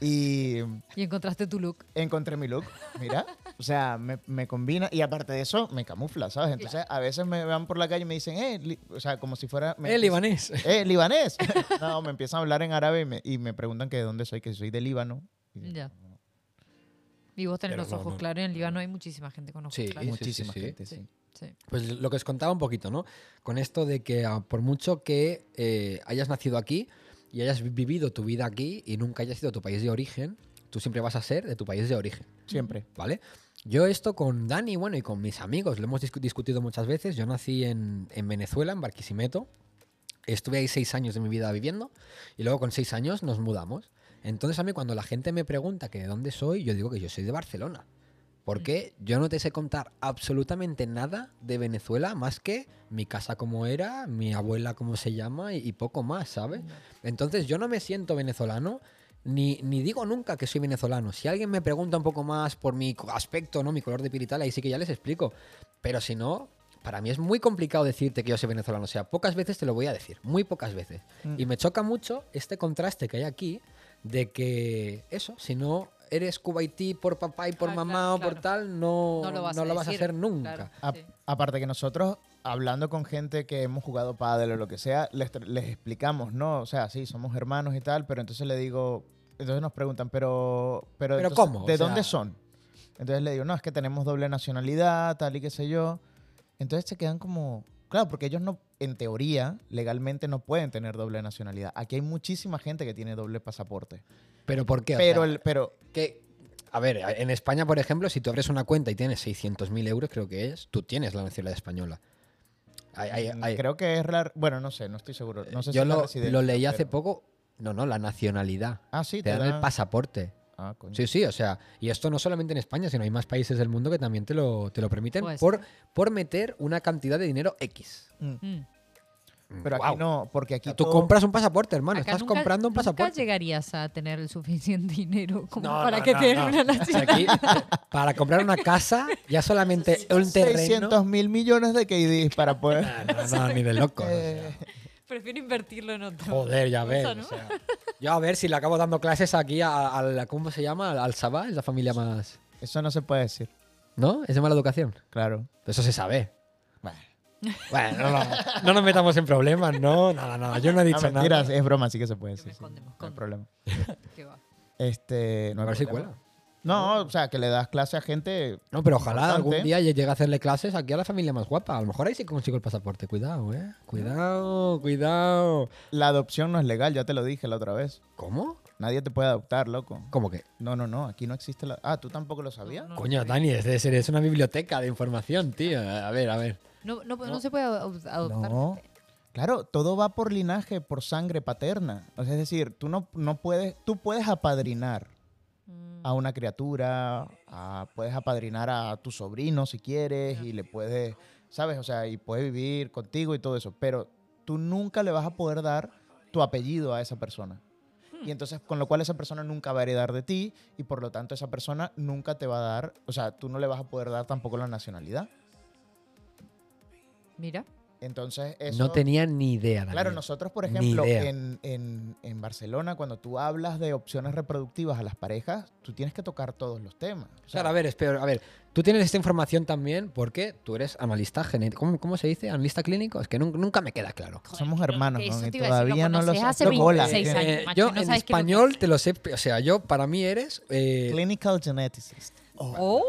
Speaker 2: Y
Speaker 3: Y encontraste tu look.
Speaker 2: encontré mi look, mira. O sea, me, me combina y aparte de eso, me camufla, ¿sabes? Entonces, a veces me van por la calle y me dicen, eh, li-", o sea, como si fuera... me-
Speaker 1: El libanés.
Speaker 2: ¡Eh, libanés! no, me empiezan a hablar en árabe y me, y me preguntan que de dónde soy, que si soy de Líbano. Y-
Speaker 3: Ya. Y vos tenés
Speaker 1: Pero
Speaker 3: los
Speaker 1: no,
Speaker 3: ojos
Speaker 1: no.
Speaker 3: claros. En el Líbano hay muchísima gente con ojos
Speaker 1: Sí,
Speaker 3: claros.
Speaker 2: Muchísima
Speaker 1: sí, sí.
Speaker 2: gente, sí.
Speaker 3: Sí.
Speaker 1: Pues lo que os contaba un poquito, ¿no? Con esto de que ah, por mucho que eh, hayas nacido aquí y hayas vi- vivido tu vida aquí y nunca hayas sido tu país de origen, tú siempre vas a ser de tu país de origen,
Speaker 2: Siempre.
Speaker 1: ¿vale? Yo esto con Dani, bueno, y con mis amigos, lo hemos discu- discutido muchas veces. Yo nací en, en Venezuela, en Barquisimeto. Estuve ahí seis años de mi vida viviendo y luego con seis años nos mudamos. Entonces a mí cuando la gente me pregunta que de dónde soy, yo digo que yo soy de Barcelona. Porque yo no te sé contar absolutamente nada de Venezuela más que mi casa como era, mi abuela cómo se llama y, y poco más, ¿sabes? Entonces yo no me siento venezolano. Ni, ni digo nunca que soy venezolano. Si alguien me pregunta un poco más por mi co- aspecto, ¿no? Mi color de piel y tal, ahí sí que ya les explico. Pero si no, para mí es muy complicado decirte que yo soy venezolano. O sea, pocas veces te lo voy a decir. Muy pocas veces.
Speaker 2: Mm.
Speaker 1: Y me choca mucho este contraste que hay aquí de que eso, si no eres cubaití por papá y por
Speaker 3: Ah,
Speaker 1: mamá
Speaker 3: claro,
Speaker 1: o por
Speaker 3: claro.
Speaker 1: tal, no,
Speaker 3: No lo vas, a, decir,
Speaker 1: hacer nunca.
Speaker 3: claro,
Speaker 2: A-
Speaker 3: sí.
Speaker 2: Aparte que nosotros, hablando con gente que hemos jugado pádel o lo que sea, les, tra- les explicamos, ¿no? O sea, sí, somos hermanos y tal, pero entonces le digo, entonces nos preguntan, pero... ¿Pero,
Speaker 1: ¿Pero
Speaker 2: entonces,
Speaker 1: cómo? O
Speaker 2: ¿De
Speaker 1: sea-
Speaker 2: dónde son? Entonces le digo, no, es que tenemos doble nacionalidad, tal y qué sé yo. Entonces se quedan como... Claro, porque ellos no, en teoría, legalmente no pueden tener doble nacionalidad. Aquí hay muchísima gente que tiene doble pasaporte.
Speaker 1: Pero ¿por qué? O
Speaker 2: Pero,
Speaker 1: sea,
Speaker 2: el, pero
Speaker 1: que, a ver, en España, por ejemplo, si tú abres una cuenta y tienes 600.000 euros, creo que es, tú tienes la nacionalidad española. Hay- hay- hay-
Speaker 2: Mm, creo que es la... Bueno, no sé, no estoy seguro. No sé si
Speaker 1: yo
Speaker 2: es la
Speaker 1: lo,
Speaker 2: residencia,
Speaker 1: lo leí hace
Speaker 2: pero-
Speaker 1: poco. No, no, la nacionalidad.
Speaker 2: Ah, sí,
Speaker 1: Te dan el pasaporte.
Speaker 2: Ah, coño.
Speaker 1: Sí, sí, o sea, y esto no solamente en España, sino hay más países del mundo que también te lo, te lo permiten
Speaker 3: Pues-
Speaker 1: por, por meter una cantidad de dinero X.
Speaker 2: Mm.
Speaker 3: Mm.
Speaker 2: Pero
Speaker 1: Guau.
Speaker 2: aquí no, porque
Speaker 1: O
Speaker 2: aquí
Speaker 1: sea, tú
Speaker 2: todo-
Speaker 1: compras un pasaporte, hermano.
Speaker 3: Acá
Speaker 1: Estás
Speaker 3: nunca-
Speaker 1: comprando un
Speaker 3: Nunca
Speaker 1: pasaporte.
Speaker 3: llegarías a tener el suficiente dinero como
Speaker 1: No,
Speaker 3: para
Speaker 1: no,
Speaker 3: que
Speaker 1: no,
Speaker 3: te den
Speaker 1: no.
Speaker 3: una nacionalidad.
Speaker 1: Aquí, para comprar una casa, ya solamente un terreno.
Speaker 2: 600 mil millones de KDs para poder...
Speaker 1: No, no, ni de loco.
Speaker 2: Eh,
Speaker 3: Prefiero invertirlo en otro.
Speaker 1: Joder, ya ves.
Speaker 3: cosa, ¿no?
Speaker 1: o sea, yo a ver si le acabo dando clases aquí a- al. ¿Cómo se llama? Al, al Sabá, es la familia más.
Speaker 2: eso no se puede decir,
Speaker 1: ¿No? Es de mala educación.
Speaker 2: claro. Ah,
Speaker 1: Eso se sabe.
Speaker 2: Bueno.
Speaker 1: Bueno, no, no, no nos metamos en problemas, no, nada, nada. Yo no he
Speaker 2: Ah,
Speaker 1: dicho
Speaker 2: mentira,
Speaker 1: nada.
Speaker 2: es broma, sí que se puede
Speaker 3: me
Speaker 2: decir. sí,
Speaker 3: esconde, me
Speaker 2: no hay
Speaker 3: esconde.
Speaker 2: problema.
Speaker 3: Qué va.
Speaker 2: Este, no
Speaker 1: A
Speaker 2: hay
Speaker 1: ver si
Speaker 2: problema.
Speaker 1: cuela.
Speaker 2: No, o sea, que le das clase a gente...
Speaker 1: No, pero ojalá
Speaker 2: Importante.
Speaker 1: algún día llegue a hacerle clases aquí a la familia más guapa. A lo mejor ahí sí consigo el pasaporte. Cuidado, eh. Cuidado, cuidado.
Speaker 2: La adopción no es legal, ya te lo dije la otra vez.
Speaker 1: ¿Cómo?
Speaker 2: Nadie te puede adoptar, loco.
Speaker 1: ¿Cómo que?
Speaker 2: No, no, no, aquí no existe la... Ah, ¿tú tampoco lo sabías?
Speaker 3: No, no.
Speaker 1: Coño, Dani, es, de ser- es una biblioteca de información, tío. A ver, a ver.
Speaker 3: No, no, no se puede ad- adoptar.
Speaker 2: No. Claro, todo va por linaje, por sangre paterna. O sea, es decir, tú no, no puedes, tú puedes apadrinar
Speaker 3: Mm.
Speaker 2: a una criatura, a- puedes apadrinar a tu sobrino si quieres y le puedes, ¿sabes? O sea, y puede vivir contigo y todo eso, pero tú nunca le vas a poder dar tu apellido a esa persona. Y entonces, con lo cual esa persona nunca va a heredar de ti y por lo tanto esa persona nunca te va a dar, o sea, tú no le vas a poder dar tampoco la nacionalidad.
Speaker 3: Mira.
Speaker 2: Entonces, eso...
Speaker 1: No tenía ni idea, Dani.
Speaker 2: Claro, nosotros, por
Speaker 1: Ni
Speaker 2: ejemplo,
Speaker 1: idea.
Speaker 2: en, en- en Barcelona, cuando tú hablas de opciones reproductivas a las parejas, tú tienes que tocar todos los temas. O sea,
Speaker 1: Claro, a ver, espera, a ver. Tú tienes esta información también porque tú eres analista genético. ¿Cómo, cómo se dice? ¿Analista clínico? Es que nun- nunca me queda claro.
Speaker 2: Somos hermanos,
Speaker 3: eso
Speaker 2: ¿no? Y
Speaker 3: te iba a decir,
Speaker 2: todavía
Speaker 3: lo
Speaker 2: no lo
Speaker 3: conoces hace
Speaker 2: sabes. Hola.
Speaker 3: 26
Speaker 2: Eh,
Speaker 3: años.
Speaker 1: Eh,
Speaker 3: macho,
Speaker 1: yo
Speaker 3: no
Speaker 1: en
Speaker 3: sabes qué es lo que
Speaker 1: español
Speaker 3: es.
Speaker 1: te lo sé, o sea, yo para mí eres eh,
Speaker 2: Clinical geneticist.
Speaker 3: Oh,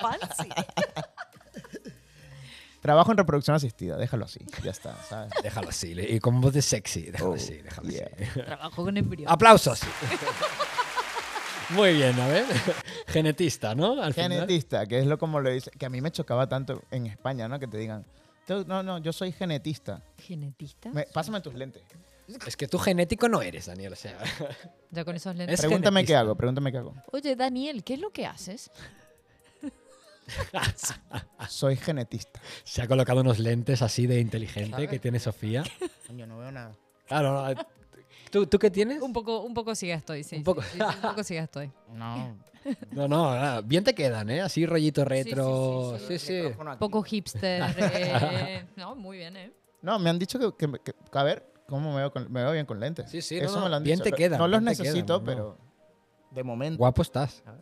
Speaker 3: fancy.
Speaker 2: Trabajo en reproducción asistida, déjalo así, ya está, ¿sabes?
Speaker 1: Déjalo así, le- y con voz de sexy. Déjalo
Speaker 2: Oh,
Speaker 1: así, déjalo
Speaker 2: yeah.
Speaker 1: así.
Speaker 3: Trabajo con embrión.
Speaker 1: Aplausos. Muy bien, a ver. Genetista, ¿no? Al final.
Speaker 2: Genetista, que es lo como lo dice, que a mí me chocaba tanto en España, ¿no? Que te digan, "Tú- no, no, yo soy genetista.
Speaker 3: ¿Genetista?
Speaker 2: Me- pásame tus lentes.
Speaker 1: Es que tú genético no eres, Daniel. O sea,
Speaker 3: Ya con esos lentes.
Speaker 1: Es
Speaker 2: Pregúntame qué
Speaker 1: genetista.
Speaker 2: hago, pregúntame qué hago.
Speaker 3: Oye, Daniel, ¿qué es lo que haces?
Speaker 1: Ah.
Speaker 2: Soy genetista.
Speaker 1: se ha colocado unos lentes así de inteligente que tiene Sofía.
Speaker 2: Yo no veo nada.
Speaker 1: Claro, no, eh, ¿Tú, ¿Tú qué tienes?
Speaker 3: Un poco, un poco siga estoy, sí.
Speaker 1: Un
Speaker 3: sí,
Speaker 1: poco.
Speaker 3: sí, sí, un poco siga estoy.
Speaker 2: No.
Speaker 1: No, no, nada, bien te quedan, ¿eh? Así rollito
Speaker 3: sí, sí,
Speaker 1: retro.
Speaker 3: sí,
Speaker 1: Sí, sí.
Speaker 3: Poco hipster. eh, No, muy bien, ¿eh?
Speaker 2: No, me han dicho que, que- que- a ver, ¿cómo me veo, con- me veo bien con lentes?
Speaker 1: Sí, sí,
Speaker 2: Eso
Speaker 1: no, no,
Speaker 2: me lo han
Speaker 1: bien
Speaker 2: dicho.
Speaker 1: te quedan,
Speaker 2: No los
Speaker 1: bien te quedan,
Speaker 2: necesito,
Speaker 1: no, no.
Speaker 2: pero de momento.
Speaker 1: Guapo estás.
Speaker 2: A ver.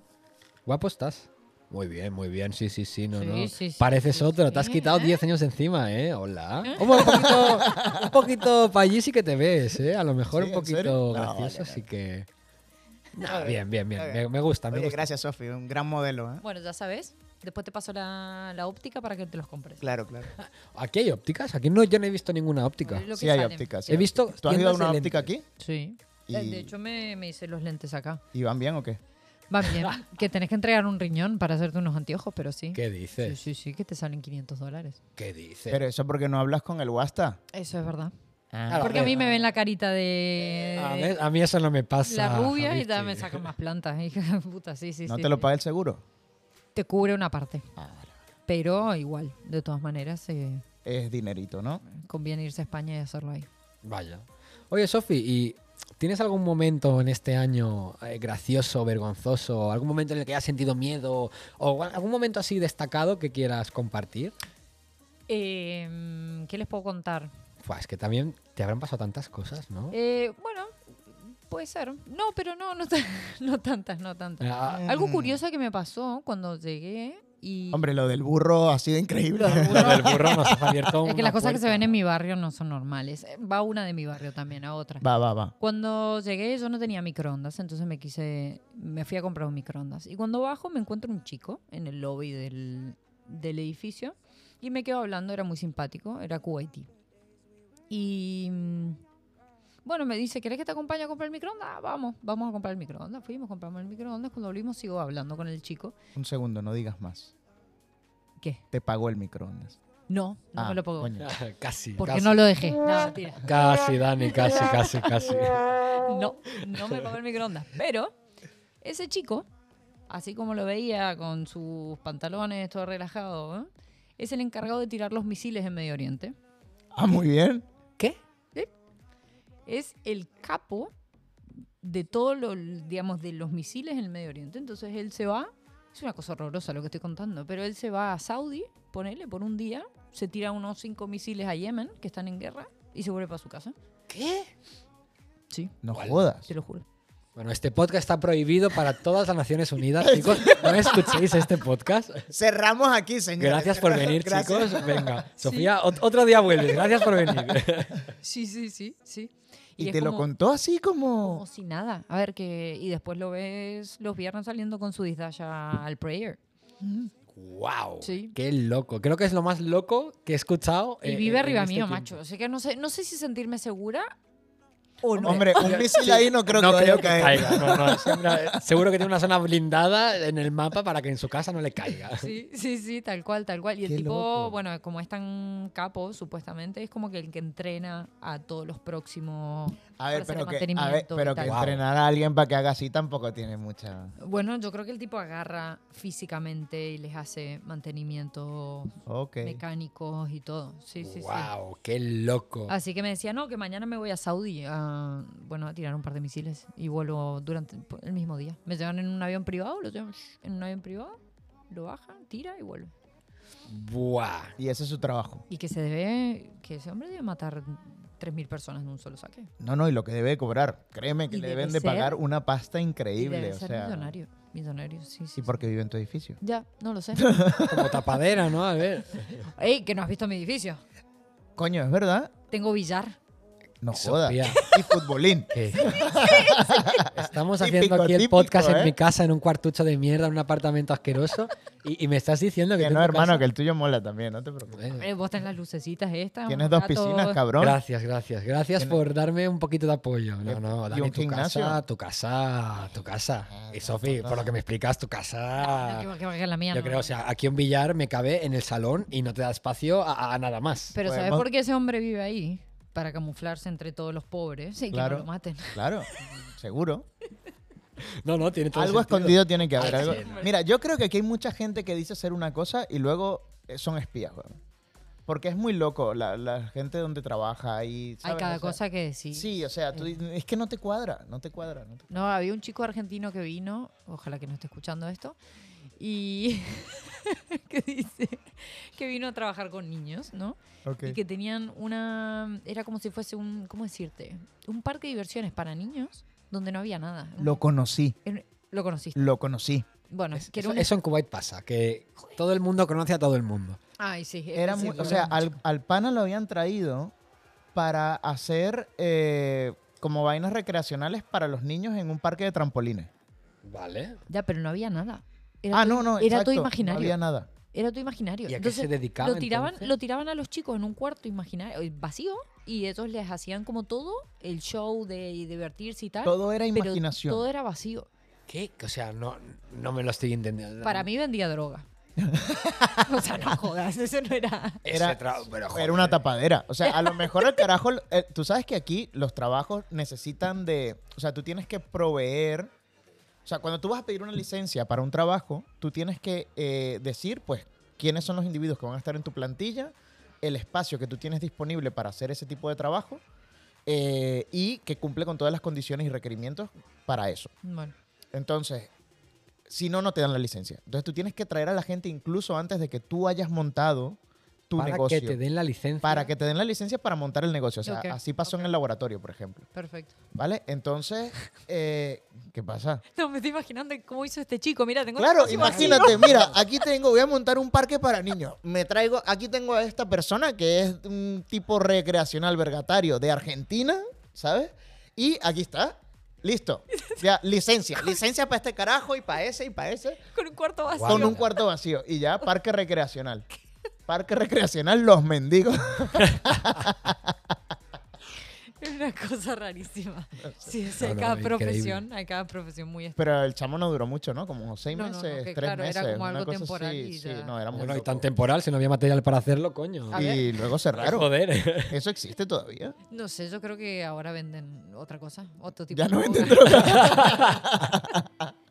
Speaker 1: Guapo estás. Muy bien, muy bien. Sí, sí, sí, no,
Speaker 3: Sí,
Speaker 1: no.
Speaker 3: sí, sí,
Speaker 1: Pareces
Speaker 3: sí,
Speaker 1: otro.
Speaker 3: sí,
Speaker 1: Te has quitado
Speaker 3: ¿eh?
Speaker 1: 10 años encima, ¿eh? Hola. Hombre, un poquito, un poquito para allí sí que te ves, ¿eh? A lo mejor
Speaker 2: ¿Sí?
Speaker 1: un
Speaker 2: ¿En serio?
Speaker 1: poquito
Speaker 2: No,
Speaker 1: gracioso,
Speaker 2: vale,
Speaker 1: así
Speaker 2: vale.
Speaker 1: que.
Speaker 2: Está
Speaker 1: Nah, bien,
Speaker 2: bien,
Speaker 1: bien, bien.
Speaker 2: está
Speaker 1: Me,
Speaker 2: bien.
Speaker 1: me gusta, me
Speaker 2: Oye,
Speaker 1: gusta.
Speaker 2: gracias, Sofi. Un gran modelo. ¿eh?
Speaker 3: Bueno, ya sabes. Después te paso la, la óptica para que te los compres.
Speaker 2: Claro, claro.
Speaker 1: Aquí hay ópticas. Aquí no, yo no he visto ninguna
Speaker 3: A
Speaker 1: óptica.
Speaker 3: ver lo que
Speaker 2: Sí, hay
Speaker 3: sale.
Speaker 2: ópticas.
Speaker 1: He visto
Speaker 2: ¿Tú has ido
Speaker 1: tiendas
Speaker 2: a
Speaker 1: de
Speaker 2: una óptica
Speaker 1: lentes.
Speaker 2: aquí?
Speaker 3: Sí.
Speaker 2: Y-
Speaker 3: Eh, De hecho, me, me hice los lentes acá.
Speaker 2: ¿Y van bien o qué?
Speaker 3: Va bien. que tenés que entregar un riñón para hacerte unos anteojos, pero sí.
Speaker 1: ¿Qué
Speaker 3: Sí,
Speaker 1: dices?
Speaker 3: sí, sí, que te salen 500 dólares.
Speaker 1: ¿Qué dices? Ah,
Speaker 2: Pero eso porque no hablas con el Wasta.
Speaker 3: Eso es verdad.
Speaker 2: Ah,
Speaker 1: Claro,
Speaker 3: Porque a mí me ven la carita
Speaker 1: A ver,
Speaker 3: de
Speaker 1: a mí eso no me pasa.
Speaker 3: la rubia y ya
Speaker 1: Javiste.
Speaker 3: me sacan más plantas. Hija de puta, sí, sí,
Speaker 2: ¿No
Speaker 3: sí,
Speaker 2: te lo
Speaker 3: sí. Ah,
Speaker 2: paga el seguro?
Speaker 3: Te cubre una parte. Pero igual, de todas maneras, eh,
Speaker 2: Es dinerito, ¿no?
Speaker 3: conviene irse a España y hacerlo ahí.
Speaker 1: Vaya. Oye, Sofi, ¿y tienes algún momento en este año eh, gracioso, vergonzoso, algún momento en el que hayas sentido miedo o a- algún momento así destacado que quieras compartir?
Speaker 3: Eh, ¿Qué les puedo contar?
Speaker 1: Fua, es que también te habrán pasado tantas cosas, ¿no?
Speaker 3: Eh, bueno, puede ser. No, pero no, no, tan- no tantas, no tantas.
Speaker 1: Ah,
Speaker 3: Algo
Speaker 2: Mm.
Speaker 3: curioso que me pasó cuando llegué y...
Speaker 2: Hombre, lo del burro ha sido increíble.
Speaker 1: lo del burro nos has abierto
Speaker 3: es que
Speaker 1: una
Speaker 3: las cosas que se
Speaker 1: puerta.
Speaker 3: ven en mi barrio no son normales. Eh, Va una de mi barrio también a otra.
Speaker 2: Va, va, va.
Speaker 3: Cuando llegué yo no tenía microondas, entonces me quise, me fui a comprar un microondas. Y cuando bajo me encuentro un chico en el lobby del, del edificio y me quedo hablando, era muy simpático, era kuwaití. Y mm, bueno, me dice, ¿querés que te acompañe a comprar el microondas? "Ah, Vamos, vamos a comprar el microondas. Fuimos, compramos el microondas. Cuando volvimos sigo hablando con el chico.
Speaker 2: Un segundo, no digas más.
Speaker 3: ¿Qué?
Speaker 2: Te pagó el microondas.
Speaker 3: No, no
Speaker 2: Ah,
Speaker 3: me lo puedo.
Speaker 2: coño.
Speaker 1: casi.
Speaker 3: Porque
Speaker 1: casi.
Speaker 3: no lo dejé. No, mentira.
Speaker 1: Casi, Dani, casi, casi, casi.
Speaker 3: No, no me pagó el microondas. Pero ese chico, así como lo veía con sus pantalones todo relajado, ¿eh? es el encargado de tirar los misiles en Medio Oriente.
Speaker 2: Ah, muy bien.
Speaker 1: ¿Qué?
Speaker 3: Es el capo de todos los, digamos, de los misiles en el Medio Oriente. Entonces él se va, es una cosa horrorosa lo que estoy contando, pero él se va a Saudi, ponele, por un día, se tira unos cinco misiles a Yemen, que están en guerra, y se vuelve para su casa.
Speaker 1: ¿Qué?
Speaker 3: Sí,
Speaker 2: No
Speaker 1: Vale.
Speaker 2: jodas.
Speaker 3: te lo juro.
Speaker 1: Bueno, este podcast está prohibido para todas las Naciones Unidas, chicos. No escuchéis este podcast.
Speaker 2: Cerramos aquí, señor.
Speaker 1: Gracias por venir,
Speaker 2: Gracias.
Speaker 1: chicos. Venga, Sofía, ot- otro día vuelves. Gracias por venir.
Speaker 3: Sí, sí, sí, sí.
Speaker 2: Y,
Speaker 3: es
Speaker 2: te lo
Speaker 3: como-
Speaker 2: contó así
Speaker 3: Como
Speaker 2: como...
Speaker 3: si nada. A ver, que. Y después lo ves los viernes saliendo con su disdaya al prayer.
Speaker 1: ¡Wow!
Speaker 3: Sí.
Speaker 1: ¡Qué loco! Creo que es lo más loco que he escuchado.
Speaker 3: Y
Speaker 1: eh,
Speaker 3: vive
Speaker 1: en
Speaker 3: arriba
Speaker 1: este
Speaker 3: mío,
Speaker 1: tiempo.
Speaker 3: macho. Así que no sé, no sé si sentirme segura o no.
Speaker 2: Hombre, un misil ahí no creo que vaya a caer.
Speaker 1: no, no, siempre- seguro que tiene una zona blindada en el mapa para que en su casa no le caiga.
Speaker 3: Sí, sí, sí, tal cual, tal cual. Y el
Speaker 2: Qué
Speaker 3: tipo,
Speaker 2: loco.
Speaker 3: bueno, como es tan capo, supuestamente, es como que el que entrena a todos los próximos.
Speaker 2: A ver,
Speaker 3: para
Speaker 2: pero
Speaker 3: hacer
Speaker 2: que, a ver,
Speaker 3: mantenimiento y
Speaker 2: pero que
Speaker 3: tal.
Speaker 2: entrenar a alguien para que haga así tampoco tiene mucha...
Speaker 3: Bueno, yo creo que el tipo agarra físicamente y les hace mantenimientos
Speaker 2: Ok.
Speaker 3: mecánicos y todo. Sí, sí, sí.
Speaker 1: ¡Wow! ¡Qué loco!
Speaker 3: Así que me decía, no, que mañana me voy a Saudi a, bueno, a tirar un par de misiles y vuelvo durante el mismo día. Me llevan en un avión privado, lo llevan en un avión privado, lo bajan, tira y vuelve.
Speaker 1: ¡Buah!
Speaker 2: Y ese es su trabajo.
Speaker 3: Y que se debe, que ese hombre debe matar 3.000 personas en un solo saque.
Speaker 2: No, no, y lo que debe cobrar. Créeme que
Speaker 3: Y
Speaker 2: le
Speaker 3: debe
Speaker 2: deben de pagar
Speaker 3: ser-
Speaker 2: una pasta
Speaker 3: Y
Speaker 2: increíble.
Speaker 3: debe
Speaker 2: o
Speaker 3: ser
Speaker 2: sea,
Speaker 3: millonario, millonario, sí, sí.
Speaker 2: Sí, porque vive en tu edificio.
Speaker 3: sí. Ya, no lo sé.
Speaker 1: Como tapadera, ¿no? A ver.
Speaker 3: ¡Ey, que no has visto mi edificio!
Speaker 2: Coño, ¿es verdad?
Speaker 3: Tengo billar.
Speaker 2: No jodas.
Speaker 1: Sofía.
Speaker 2: Y futbolín.
Speaker 1: ¿Qué? Estamos haciendo
Speaker 2: Típico,
Speaker 1: aquí el
Speaker 2: típico,
Speaker 1: podcast en
Speaker 2: ¿eh?
Speaker 1: mi casa, en un cuartucho de mierda, en un apartamento asqueroso, y, y me estás diciendo que,
Speaker 2: Que
Speaker 1: tú en
Speaker 2: no,
Speaker 1: tu
Speaker 2: hermano, que
Speaker 1: casa-
Speaker 2: el tuyo mola también, no te preocupes.
Speaker 1: Eh,
Speaker 3: Eh, vos tenés las lucecitas estas.
Speaker 2: Tienes
Speaker 3: unos
Speaker 2: dos
Speaker 3: gatos.
Speaker 2: piscinas, cabrón.
Speaker 1: Gracias, gracias. Gracias por darme un poquito de apoyo. No, no,
Speaker 2: ¿Y
Speaker 1: Dani,
Speaker 2: un
Speaker 1: tu
Speaker 2: gimnasio? Ah,
Speaker 1: casa, tu casa, tu casa. Y Sofi, por lo que me explicas, tu
Speaker 3: No, que
Speaker 1: casa.
Speaker 3: va- que va- que la mía
Speaker 1: Yo
Speaker 3: no.
Speaker 1: creo, o sea, aquí un billar me cabe en el salón y no te da espacio a, a nada más.
Speaker 3: Pero ¿sabes
Speaker 2: Podemos-
Speaker 3: por qué ese hombre vive ahí? Para camuflarse entre todos los pobres y que
Speaker 2: Claro.
Speaker 3: no lo maten.
Speaker 2: Claro, seguro.
Speaker 1: No, no, tiene todo
Speaker 2: Algo
Speaker 1: sentido.
Speaker 2: escondido tiene que haber.
Speaker 1: Ah,
Speaker 2: algo-
Speaker 1: sí, no.
Speaker 2: Mira, yo creo que aquí hay mucha gente que dice ser una cosa y luego eh, son espías, weón. Porque es muy loco la, la gente donde trabaja y...
Speaker 3: Hay
Speaker 2: ¿sabes?
Speaker 3: cada
Speaker 2: O sea,
Speaker 3: cosa que decir.
Speaker 2: Sí, o sea, tú dices, es que no te cuadra, no te cuadra. no te-
Speaker 3: No, había un chico argentino que vino, ojalá que no esté escuchando esto, y que dice que vino a trabajar con niños, ¿no? Y que tenían una... Era como si fuese un... ¿Cómo decirte? Un parque de diversiones para niños donde no había nada.
Speaker 2: Lo conocí.
Speaker 3: En- Lo conociste.
Speaker 2: lo conocí.
Speaker 3: Bueno,
Speaker 1: Es-
Speaker 3: que era
Speaker 1: eso,
Speaker 3: un...
Speaker 1: eso en Kuwait pasa, que todo el mundo conoce a todo el mundo.
Speaker 3: Ay, sí. es
Speaker 2: Era
Speaker 3: que sí,
Speaker 2: muy- o
Speaker 3: dura
Speaker 2: sea,
Speaker 3: mucho.
Speaker 2: al, al pana lo habían traído para hacer eh, como vainas recreacionales para los niños en un parque de trampolines.
Speaker 1: Vale.
Speaker 3: Ya, pero no había nada. Era
Speaker 2: Ah,
Speaker 3: todo-
Speaker 2: no, no,
Speaker 3: Era
Speaker 2: exacto,
Speaker 3: todo
Speaker 2: No
Speaker 3: imaginario.
Speaker 2: había nada.
Speaker 3: Era todo imaginario.
Speaker 1: ¿Y a qué
Speaker 3: Entonces,
Speaker 1: se dedicaba
Speaker 3: lo tiraban,
Speaker 1: entonces?
Speaker 3: lo tiraban a los chicos en un cuarto imaginario, eh, vacío, y ellos les hacían como todo, el show de y divertirse y tal.
Speaker 2: Todo era
Speaker 3: pero
Speaker 2: imaginación.
Speaker 3: Todo era vacío.
Speaker 1: ¿Qué? O sea, no, no me lo estoy entendiendo.
Speaker 3: Para mí vendía droga. o sea, no jodas, eso no era.
Speaker 1: era,
Speaker 2: era- Era una tapadera. O sea, a lo mejor el carajo. eh, tú sabes que aquí los trabajos necesitan de. O sea, tú tienes que proveer. O sea, cuando tú vas a pedir una licencia para un trabajo, tú tienes que eh, decir, pues, quiénes son los individuos que van a estar en tu plantilla, el espacio que tú tienes disponible para hacer ese tipo de trabajo eh, y que cumple con todas las condiciones y requerimientos para eso.
Speaker 3: Bueno,
Speaker 2: Entonces, si no, no te dan la licencia. Entonces, tú tienes que traer a la gente incluso antes de que tú hayas montado tu
Speaker 1: para
Speaker 2: negocio.
Speaker 1: que te den la licencia.
Speaker 2: Para que te den la licencia para montar el negocio. O sea,
Speaker 3: Ok,
Speaker 2: así pasó en el laboratorio, por ejemplo.
Speaker 3: perfecto.
Speaker 2: ¿Vale? Entonces, eh, ¿qué pasa?
Speaker 3: No, me estoy imaginando cómo hizo este chico. Mira, tengo
Speaker 2: Claro,
Speaker 3: una
Speaker 2: imagínate, mira, aquí tengo, voy a montar un parque para niños. Me traigo, aquí tengo a esta persona que es un tipo recreacional vergatario de Argentina, ¿sabes? Y aquí está. Listo. Ya, licencia. Licencia para este carajo y para ese y para ese.
Speaker 3: con un cuarto vacío.
Speaker 1: Guau.
Speaker 2: Con un cuarto vacío. Y ya, parque recreacional. Parque recreacional, los mendigos.
Speaker 3: Es una cosa rarísima. Sí, o sea,
Speaker 1: No,
Speaker 3: hay
Speaker 1: no,
Speaker 3: cada
Speaker 1: increíble.
Speaker 3: profesión, hay cada profesión muy específica.
Speaker 2: Pero el chamo no duró mucho, ¿no? Como seis
Speaker 3: No, no, no,
Speaker 2: meses,
Speaker 3: que
Speaker 2: tres
Speaker 3: claro,
Speaker 2: meses.
Speaker 3: era como
Speaker 2: una
Speaker 3: algo
Speaker 2: cosa
Speaker 3: temporal
Speaker 2: así,
Speaker 3: y
Speaker 2: sí,
Speaker 3: ya.
Speaker 2: no, era muy
Speaker 1: Bueno, y
Speaker 2: loco.
Speaker 1: tan temporal, si no había material para hacerlo, coño.
Speaker 3: A ver.
Speaker 2: Y luego cerraron.
Speaker 1: Joder.
Speaker 2: Eso existe todavía.
Speaker 3: No sé, yo creo que ahora venden otra cosa, otro tipo
Speaker 2: Ya
Speaker 3: de
Speaker 2: no
Speaker 3: droga.
Speaker 2: venden droga.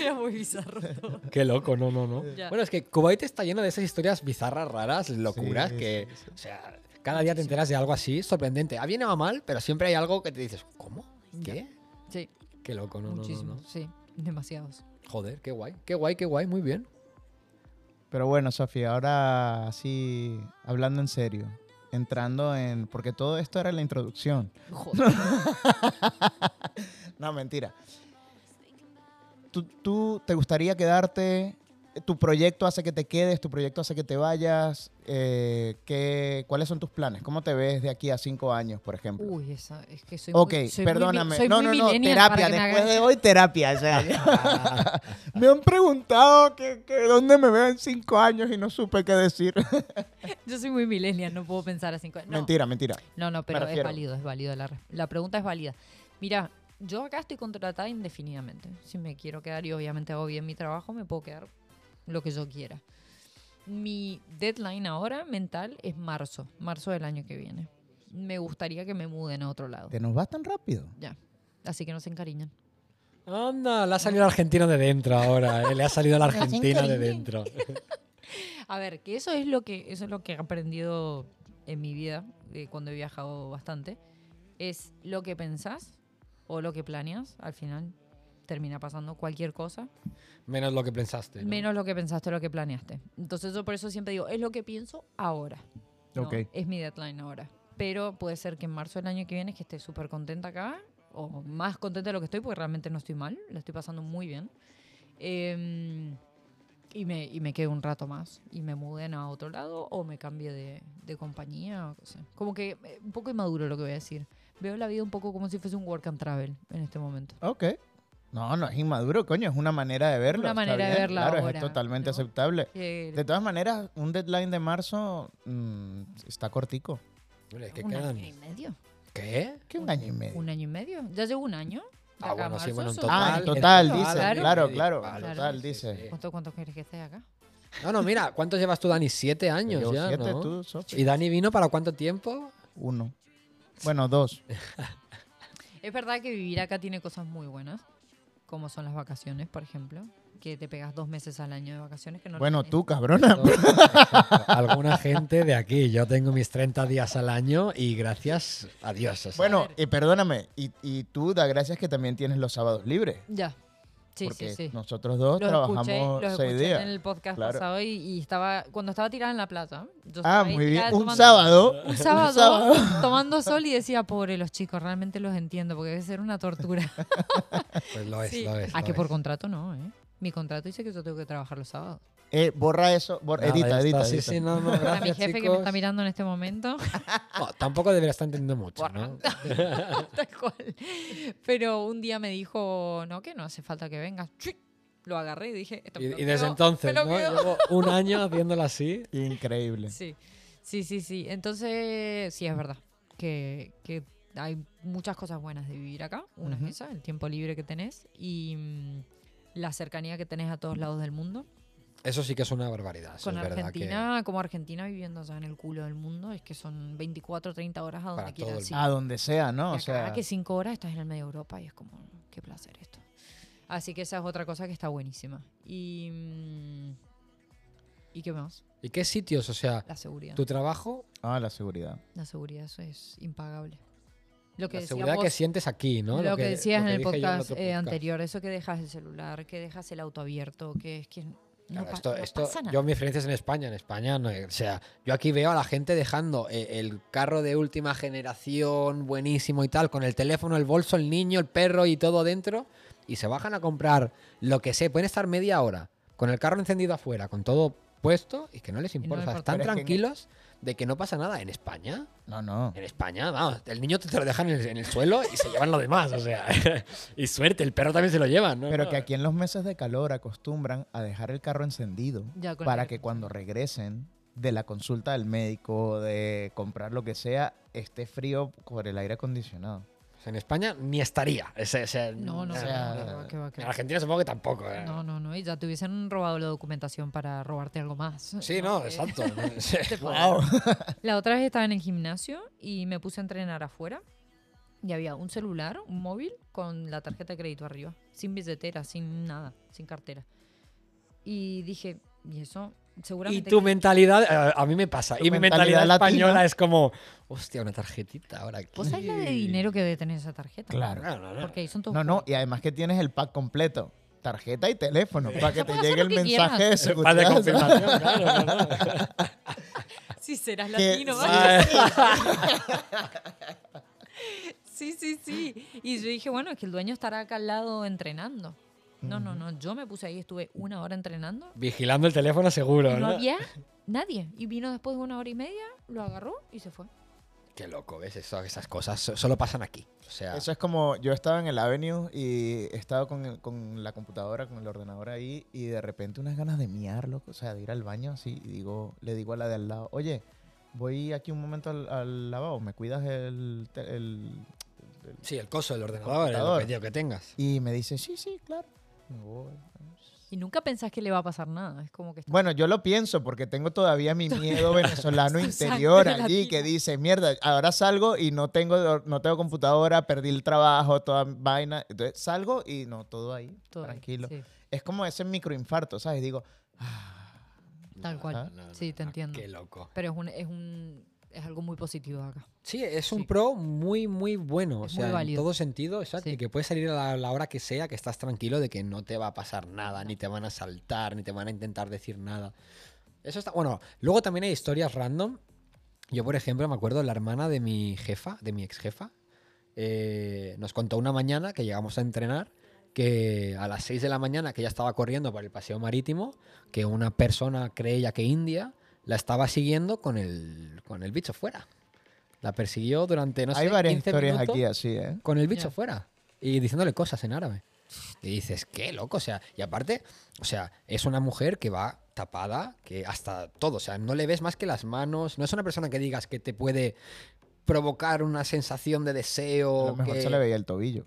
Speaker 3: Era muy bizarro todo.
Speaker 1: Qué loco, no, no, no.
Speaker 3: Ya.
Speaker 1: Bueno, es que Kuwait está lleno de esas historias bizarras, raras, locuras,
Speaker 2: Sí,
Speaker 1: que, o sea, cada día te enteras de algo así, sorprendente. A bien o a mal, pero siempre hay algo que te dices, ¿cómo? ¿Qué?
Speaker 3: Sí,
Speaker 1: Qué loco, no, no, no,
Speaker 3: muchísimos,
Speaker 1: no.
Speaker 3: sí, demasiados.
Speaker 1: Joder, qué guay, qué guay, qué guay, muy bien.
Speaker 2: Pero bueno, Sofía, ahora así, hablando en serio, entrando en... Porque todo esto era la introducción.
Speaker 3: Joder.
Speaker 2: No, mentira. ¿Tú, tú te gustaría quedarte? ¿Tu proyecto hace que te quedes? ¿Tu proyecto hace que te vayas? Eh, ¿qué- ¿Cuáles son tus planes? ¿Cómo te ves de aquí a cinco años, por ejemplo?
Speaker 3: Uy, esa, es que soy
Speaker 2: Ok,
Speaker 3: muy, soy muy mi-
Speaker 2: perdóname.
Speaker 3: soy
Speaker 2: no,
Speaker 3: muy
Speaker 2: no, no,
Speaker 3: millennial para
Speaker 2: terapia.
Speaker 3: que me
Speaker 2: Después
Speaker 3: hagas-
Speaker 2: de hoy, terapia. o sea, ya. me han preguntado que, que dónde me veo en cinco años y no supe qué decir.
Speaker 3: Yo soy muy millennial, no puedo pensar así. No,
Speaker 2: mentira, mentira.
Speaker 3: No, no, pero es
Speaker 2: refiero.
Speaker 3: válido, es válido. La, re- la pregunta es válida. Mira, yo acá estoy contratada indefinidamente. Si me quiero quedar y obviamente hago bien mi trabajo, me puedo quedar lo que yo quiera. Mi deadline ahora mental es marzo, marzo del año que viene. Me gustaría que me muden a otro lado.
Speaker 2: ¿Te nos vas tan rápido?
Speaker 3: Ya. Así que no se encariñan.
Speaker 1: Anda, le ha salido el argentino de dentro ahora, eh, le ha salido la argentina de dentro.
Speaker 3: A ver, que eso es lo que eso es lo que he aprendido en mi vida de cuando he viajado bastante, es lo que pensás o lo que planeas, al final termina pasando cualquier cosa,
Speaker 1: Menos lo que pensaste. ¿no?
Speaker 3: menos lo que pensaste o lo que planeaste. Entonces yo por eso siempre digo, es lo que pienso ahora. No,
Speaker 2: Ok.
Speaker 3: es mi deadline ahora. Pero puede ser que en marzo del año que viene es que esté súper contenta acá, o más contenta de lo que estoy, porque realmente no estoy mal, la estoy pasando muy bien. Em, y, me, y me quede un rato más, y me muden a otro lado, o me cambie de, de compañía. O cosa. Como que eh, un poco inmaduro lo que voy a decir. Veo la vida un poco como si fuese un work and travel en este momento.
Speaker 2: Ok. No, no es inmaduro, coño. Es una manera de verlo.
Speaker 3: Una
Speaker 2: está
Speaker 3: manera de
Speaker 2: bien,
Speaker 3: verla
Speaker 2: Claro,
Speaker 3: ahora,
Speaker 2: es totalmente
Speaker 3: ¿no?
Speaker 2: aceptable.
Speaker 3: Que-
Speaker 2: De todas maneras, un deadline de marzo mm, está cortico.
Speaker 1: Hombre, ¿qué
Speaker 3: un
Speaker 1: quedan?
Speaker 3: año y medio.
Speaker 1: ¿Qué?
Speaker 2: ¿Qué un año y medio?
Speaker 3: Un año y medio. Ya llevo un año. de
Speaker 1: Ah,
Speaker 3: acá a
Speaker 1: bueno, sí,
Speaker 3: marzo
Speaker 1: bueno, en
Speaker 3: son-
Speaker 1: total.
Speaker 2: Ah, en
Speaker 1: en
Speaker 2: total,
Speaker 1: total, año
Speaker 3: dice,
Speaker 1: y
Speaker 2: claro,
Speaker 1: medio,
Speaker 2: claro,
Speaker 3: en
Speaker 1: sí,
Speaker 3: total,
Speaker 1: sí,
Speaker 2: dice.
Speaker 1: sí.
Speaker 3: ¿Cuánto, ¿Cuánto quieres que esté acá?
Speaker 1: No, no, mira, ¿cuántos llevas tú, Dani? Siete años
Speaker 2: Llevo
Speaker 1: ya,
Speaker 2: siete,
Speaker 1: ¿no?
Speaker 2: tú, Sofi.
Speaker 1: ¿Y Dani vino para cuánto tiempo?
Speaker 2: Uno. Bueno, dos.
Speaker 3: Es verdad que vivir acá tiene cosas muy buenas, como son las vacaciones, por ejemplo, que te pegas dos meses al año de vacaciones que no lo
Speaker 2: Bueno,
Speaker 3: tenés.
Speaker 2: tú, cabrona.
Speaker 1: Alguna gente de aquí. Yo tengo mis 30 días al año y gracias a Dios. o sea,
Speaker 2: Bueno, y perdóname, y, y tú da gracias que también tienes los sábados libres.
Speaker 3: Ya. Sí,
Speaker 2: porque
Speaker 3: sí, sí.
Speaker 2: nosotros dos
Speaker 3: Los escuché,
Speaker 2: trabajamos
Speaker 3: los
Speaker 2: seis
Speaker 3: escuché
Speaker 2: días.
Speaker 3: en el podcast
Speaker 2: claro.
Speaker 3: pasado y, y estaba cuando estaba tirada en la playa. yo estaba
Speaker 2: Ah,
Speaker 3: ahí
Speaker 2: muy bien.
Speaker 3: tirada
Speaker 2: Un
Speaker 3: tomando-
Speaker 2: sábado.
Speaker 3: Un sábado,
Speaker 2: sábado.
Speaker 3: tomando sol y decía, pobre los chicos, realmente los entiendo porque debe ser una tortura.
Speaker 1: Pues lo es,
Speaker 3: Sí.
Speaker 1: lo es.
Speaker 3: Ah,
Speaker 1: lo
Speaker 3: que
Speaker 1: es.
Speaker 3: por contrato no, ¿eh? Mi contrato dice que yo tengo que trabajar los sábados.
Speaker 2: Eh, borra eso. borra-
Speaker 1: Nada, ya
Speaker 2: edita,
Speaker 1: está.
Speaker 2: edita,
Speaker 1: Sí,
Speaker 2: edita.
Speaker 1: sí, no, no,
Speaker 3: Para mi
Speaker 1: gracias,
Speaker 3: jefe que me
Speaker 1: chicos.
Speaker 3: está mirando en este momento.
Speaker 1: No, tampoco debería estar entendiendo mucho, ¿no?
Speaker 3: Tal cual. Pero un día me dijo, no, que no hace falta que vengas. Chui. Lo agarré y dije, "Esto me lo
Speaker 1: Y, y
Speaker 3: quedo,
Speaker 1: desde entonces,
Speaker 3: me lo
Speaker 1: ¿no?
Speaker 3: quedo".
Speaker 1: Llevo un año haciéndolo así.
Speaker 2: Increíble.
Speaker 3: Sí, sí, sí, sí. Entonces, sí, es verdad que, que hay muchas cosas buenas de vivir acá. Una
Speaker 2: Ujú.
Speaker 3: es esa, el tiempo libre que tenés y mm, la cercanía que tenés a todos lados del mundo.
Speaker 1: Eso sí que es una barbaridad. eso
Speaker 3: Con
Speaker 1: es verdad que
Speaker 3: Argentina, como Argentina viviendo allá en el culo del mundo, es que son 24, 30 horas a donde
Speaker 1: Para todo el
Speaker 3: quieras ir.
Speaker 2: A donde sea, ¿no? O
Speaker 3: Y acá
Speaker 2: sea,
Speaker 3: que cinco horas estás en el medio de Europa y es como, qué placer esto. Así que esa es otra cosa que está buenísima. Y, mm, ¿y qué más?
Speaker 1: ¿Y qué sitios? O sea,
Speaker 3: La seguridad.
Speaker 1: tu trabajo,
Speaker 2: ah, la seguridad.
Speaker 3: La seguridad, eso es impagable. Lo que
Speaker 1: la
Speaker 3: decías
Speaker 1: seguridad
Speaker 3: vos-
Speaker 1: que sientes aquí, ¿no?
Speaker 3: lo que decías
Speaker 1: lo
Speaker 3: en el
Speaker 1: dije yo en
Speaker 3: podcast,
Speaker 1: otro
Speaker 3: eh,
Speaker 1: podcast.
Speaker 3: anterior, eso que dejas el celular, que dejas el auto abierto, que es que no,
Speaker 1: Claro,
Speaker 3: pa-
Speaker 1: esto,
Speaker 3: no
Speaker 1: esto-
Speaker 3: pasa nada.
Speaker 1: yo mi experiencia es en España, en España, no, eh, o sea, yo aquí veo a la gente dejando eh, el carro de última generación, buenísimo y tal, con el teléfono, el bolso, el niño, el perro y todo dentro, y se bajan a comprar lo que sé, pueden estar media hora con el carro encendido afuera, con todo puesto, y que no les
Speaker 3: no
Speaker 1: importa,
Speaker 3: importa.
Speaker 1: están
Speaker 2: Pero es que en-
Speaker 1: tranquilos de que no pasa nada en España.
Speaker 2: No, no.
Speaker 1: En España, vamos, el niño te te lo dejan en el, en el suelo y se llevan lo demás, o sea, y suerte, el perro también se lo llevan, ¿no?
Speaker 2: Pero que aquí en los meses de calor acostumbran a dejar el carro encendido
Speaker 3: Ya, con el
Speaker 2: para
Speaker 3: aire
Speaker 2: que cuando regresen de la consulta del médico, de comprar lo que sea, esté frío por el aire acondicionado.
Speaker 1: O sea, Pues En España ni estaría. ese- ese-
Speaker 3: No, no,
Speaker 2: O
Speaker 1: eh,
Speaker 2: sea,
Speaker 3: no, que va, que va, que
Speaker 1: En
Speaker 3: va.
Speaker 1: Argentina supongo que tampoco. eh.
Speaker 3: no, no, no, y ya te hubiesen robado la documentación para robarte algo más. Eh,
Speaker 1: Sí, no,
Speaker 3: Que-
Speaker 1: exacto. Sí.
Speaker 3: te puedo- La otra vez estaba en el gimnasio y me puse a entrenar afuera y había un celular, un móvil con la tarjeta de crédito arriba, sin billetera, sin nada, sin cartera. Y dije, ¿y eso?
Speaker 1: Y
Speaker 3: Seguramente
Speaker 1: tu
Speaker 3: que-
Speaker 1: mentalidad, eh, a mí me pasa,
Speaker 2: Tu
Speaker 1: y mi
Speaker 2: mentalidad
Speaker 1: mentalidad
Speaker 2: latina.
Speaker 1: española es como, hostia, una tarjetita ahora aquí.
Speaker 3: ¿Vos sabés la Pues de dinero que debe tener esa tarjeta?
Speaker 2: Claro.
Speaker 1: No, no, no.
Speaker 3: Porque ahí son todos.
Speaker 2: No, no, y además que tienes el pack completo, tarjeta y teléfono, para que te
Speaker 3: puedes
Speaker 2: llegue el
Speaker 3: hacer lo que
Speaker 2: mensaje
Speaker 3: quieras.
Speaker 2: de
Speaker 1: Eso es más de
Speaker 2: seguridad.
Speaker 1: confirmación, claro, no, no.
Speaker 3: Sí, serás
Speaker 2: Que-
Speaker 3: latino,
Speaker 2: sí.
Speaker 3: ¿vale?
Speaker 1: Ah,
Speaker 3: Sí, sí, sí. Y yo dije, bueno, es que el dueño estará acá al lado entrenando. No, no, no. Yo me puse ahí, estuve una hora entrenando.
Speaker 1: Vigilando el teléfono seguro,
Speaker 3: y no
Speaker 1: ¿no?
Speaker 3: había nadie. Y vino después de una hora y media, lo agarró y se fue.
Speaker 1: Qué loco, ¿ves? Eso- esas cosas so- solo pasan aquí. O sea,
Speaker 2: Eso es como, yo estaba en el Avenue y estaba con, el- con la computadora, con el ordenador ahí, y de repente unas ganas de miar, loco, o sea, de ir al baño así, y digo, le digo a la de al lado, oye, voy aquí un momento al, al lavabo, me cuidas el, te- el- el-
Speaker 1: sí, el coso del ordenador,
Speaker 2: Computador.
Speaker 1: el pedido que tengas.
Speaker 2: Y me dice, sí, sí, claro. Me voy.
Speaker 3: Y nunca pensás que le va a pasar nada. Es como que está.
Speaker 2: Bueno, yo lo pienso porque tengo todavía mi miedo venezolano interior
Speaker 3: sangre
Speaker 2: allí que
Speaker 3: latina.
Speaker 2: dice, mierda, ahora salgo y no tengo, no tengo computadora, perdí el trabajo, toda vaina. Entonces salgo y no, todo ahí,
Speaker 3: todo ahí.
Speaker 2: tranquilo.
Speaker 3: Sí,
Speaker 2: Es como ese microinfarto, ¿sabes? Digo,
Speaker 3: tal cual.
Speaker 2: Ajá.
Speaker 1: No, no,
Speaker 3: sí, te
Speaker 1: no,
Speaker 3: entiendo.
Speaker 1: Qué loco.
Speaker 3: Pero es un, es un es algo muy positivo acá.
Speaker 1: Sí, es un
Speaker 3: Sí.
Speaker 1: pro muy, muy bueno. O
Speaker 3: Es
Speaker 1: sea,
Speaker 3: muy
Speaker 1: en
Speaker 3: válido.
Speaker 1: todo sentido, exacto.
Speaker 3: Sí.
Speaker 1: Y que puedes salir a la, la hora que sea, que estás tranquilo de que no te va a pasar nada, ni te van a saltar, ni te van a intentar decir nada. Eso está. Bueno, luego también hay historias random. Yo, por ejemplo, me acuerdo la hermana de mi jefa, de mi ex jefa, eh, nos contó una mañana que llegamos a entrenar que a las 6 de la mañana que ella estaba corriendo por el paseo marítimo, que una persona, cree ella que india, la estaba siguiendo con el, con el bicho fuera. La persiguió durante, no sé,
Speaker 2: hay varias
Speaker 1: 15
Speaker 2: historias
Speaker 1: minutos
Speaker 2: aquí así, ¿eh?
Speaker 1: con el bicho
Speaker 3: Ya.
Speaker 1: fuera y diciéndole cosas en árabe. Y dices, qué loco, o sea, y aparte, o sea, es una mujer que va tapada, que hasta todo, o sea, no le ves más que las manos, no es una persona que digas que te puede provocar una sensación de
Speaker 2: A
Speaker 1: deseo.
Speaker 2: lo mejor
Speaker 1: que-
Speaker 2: se le veía el tobillo.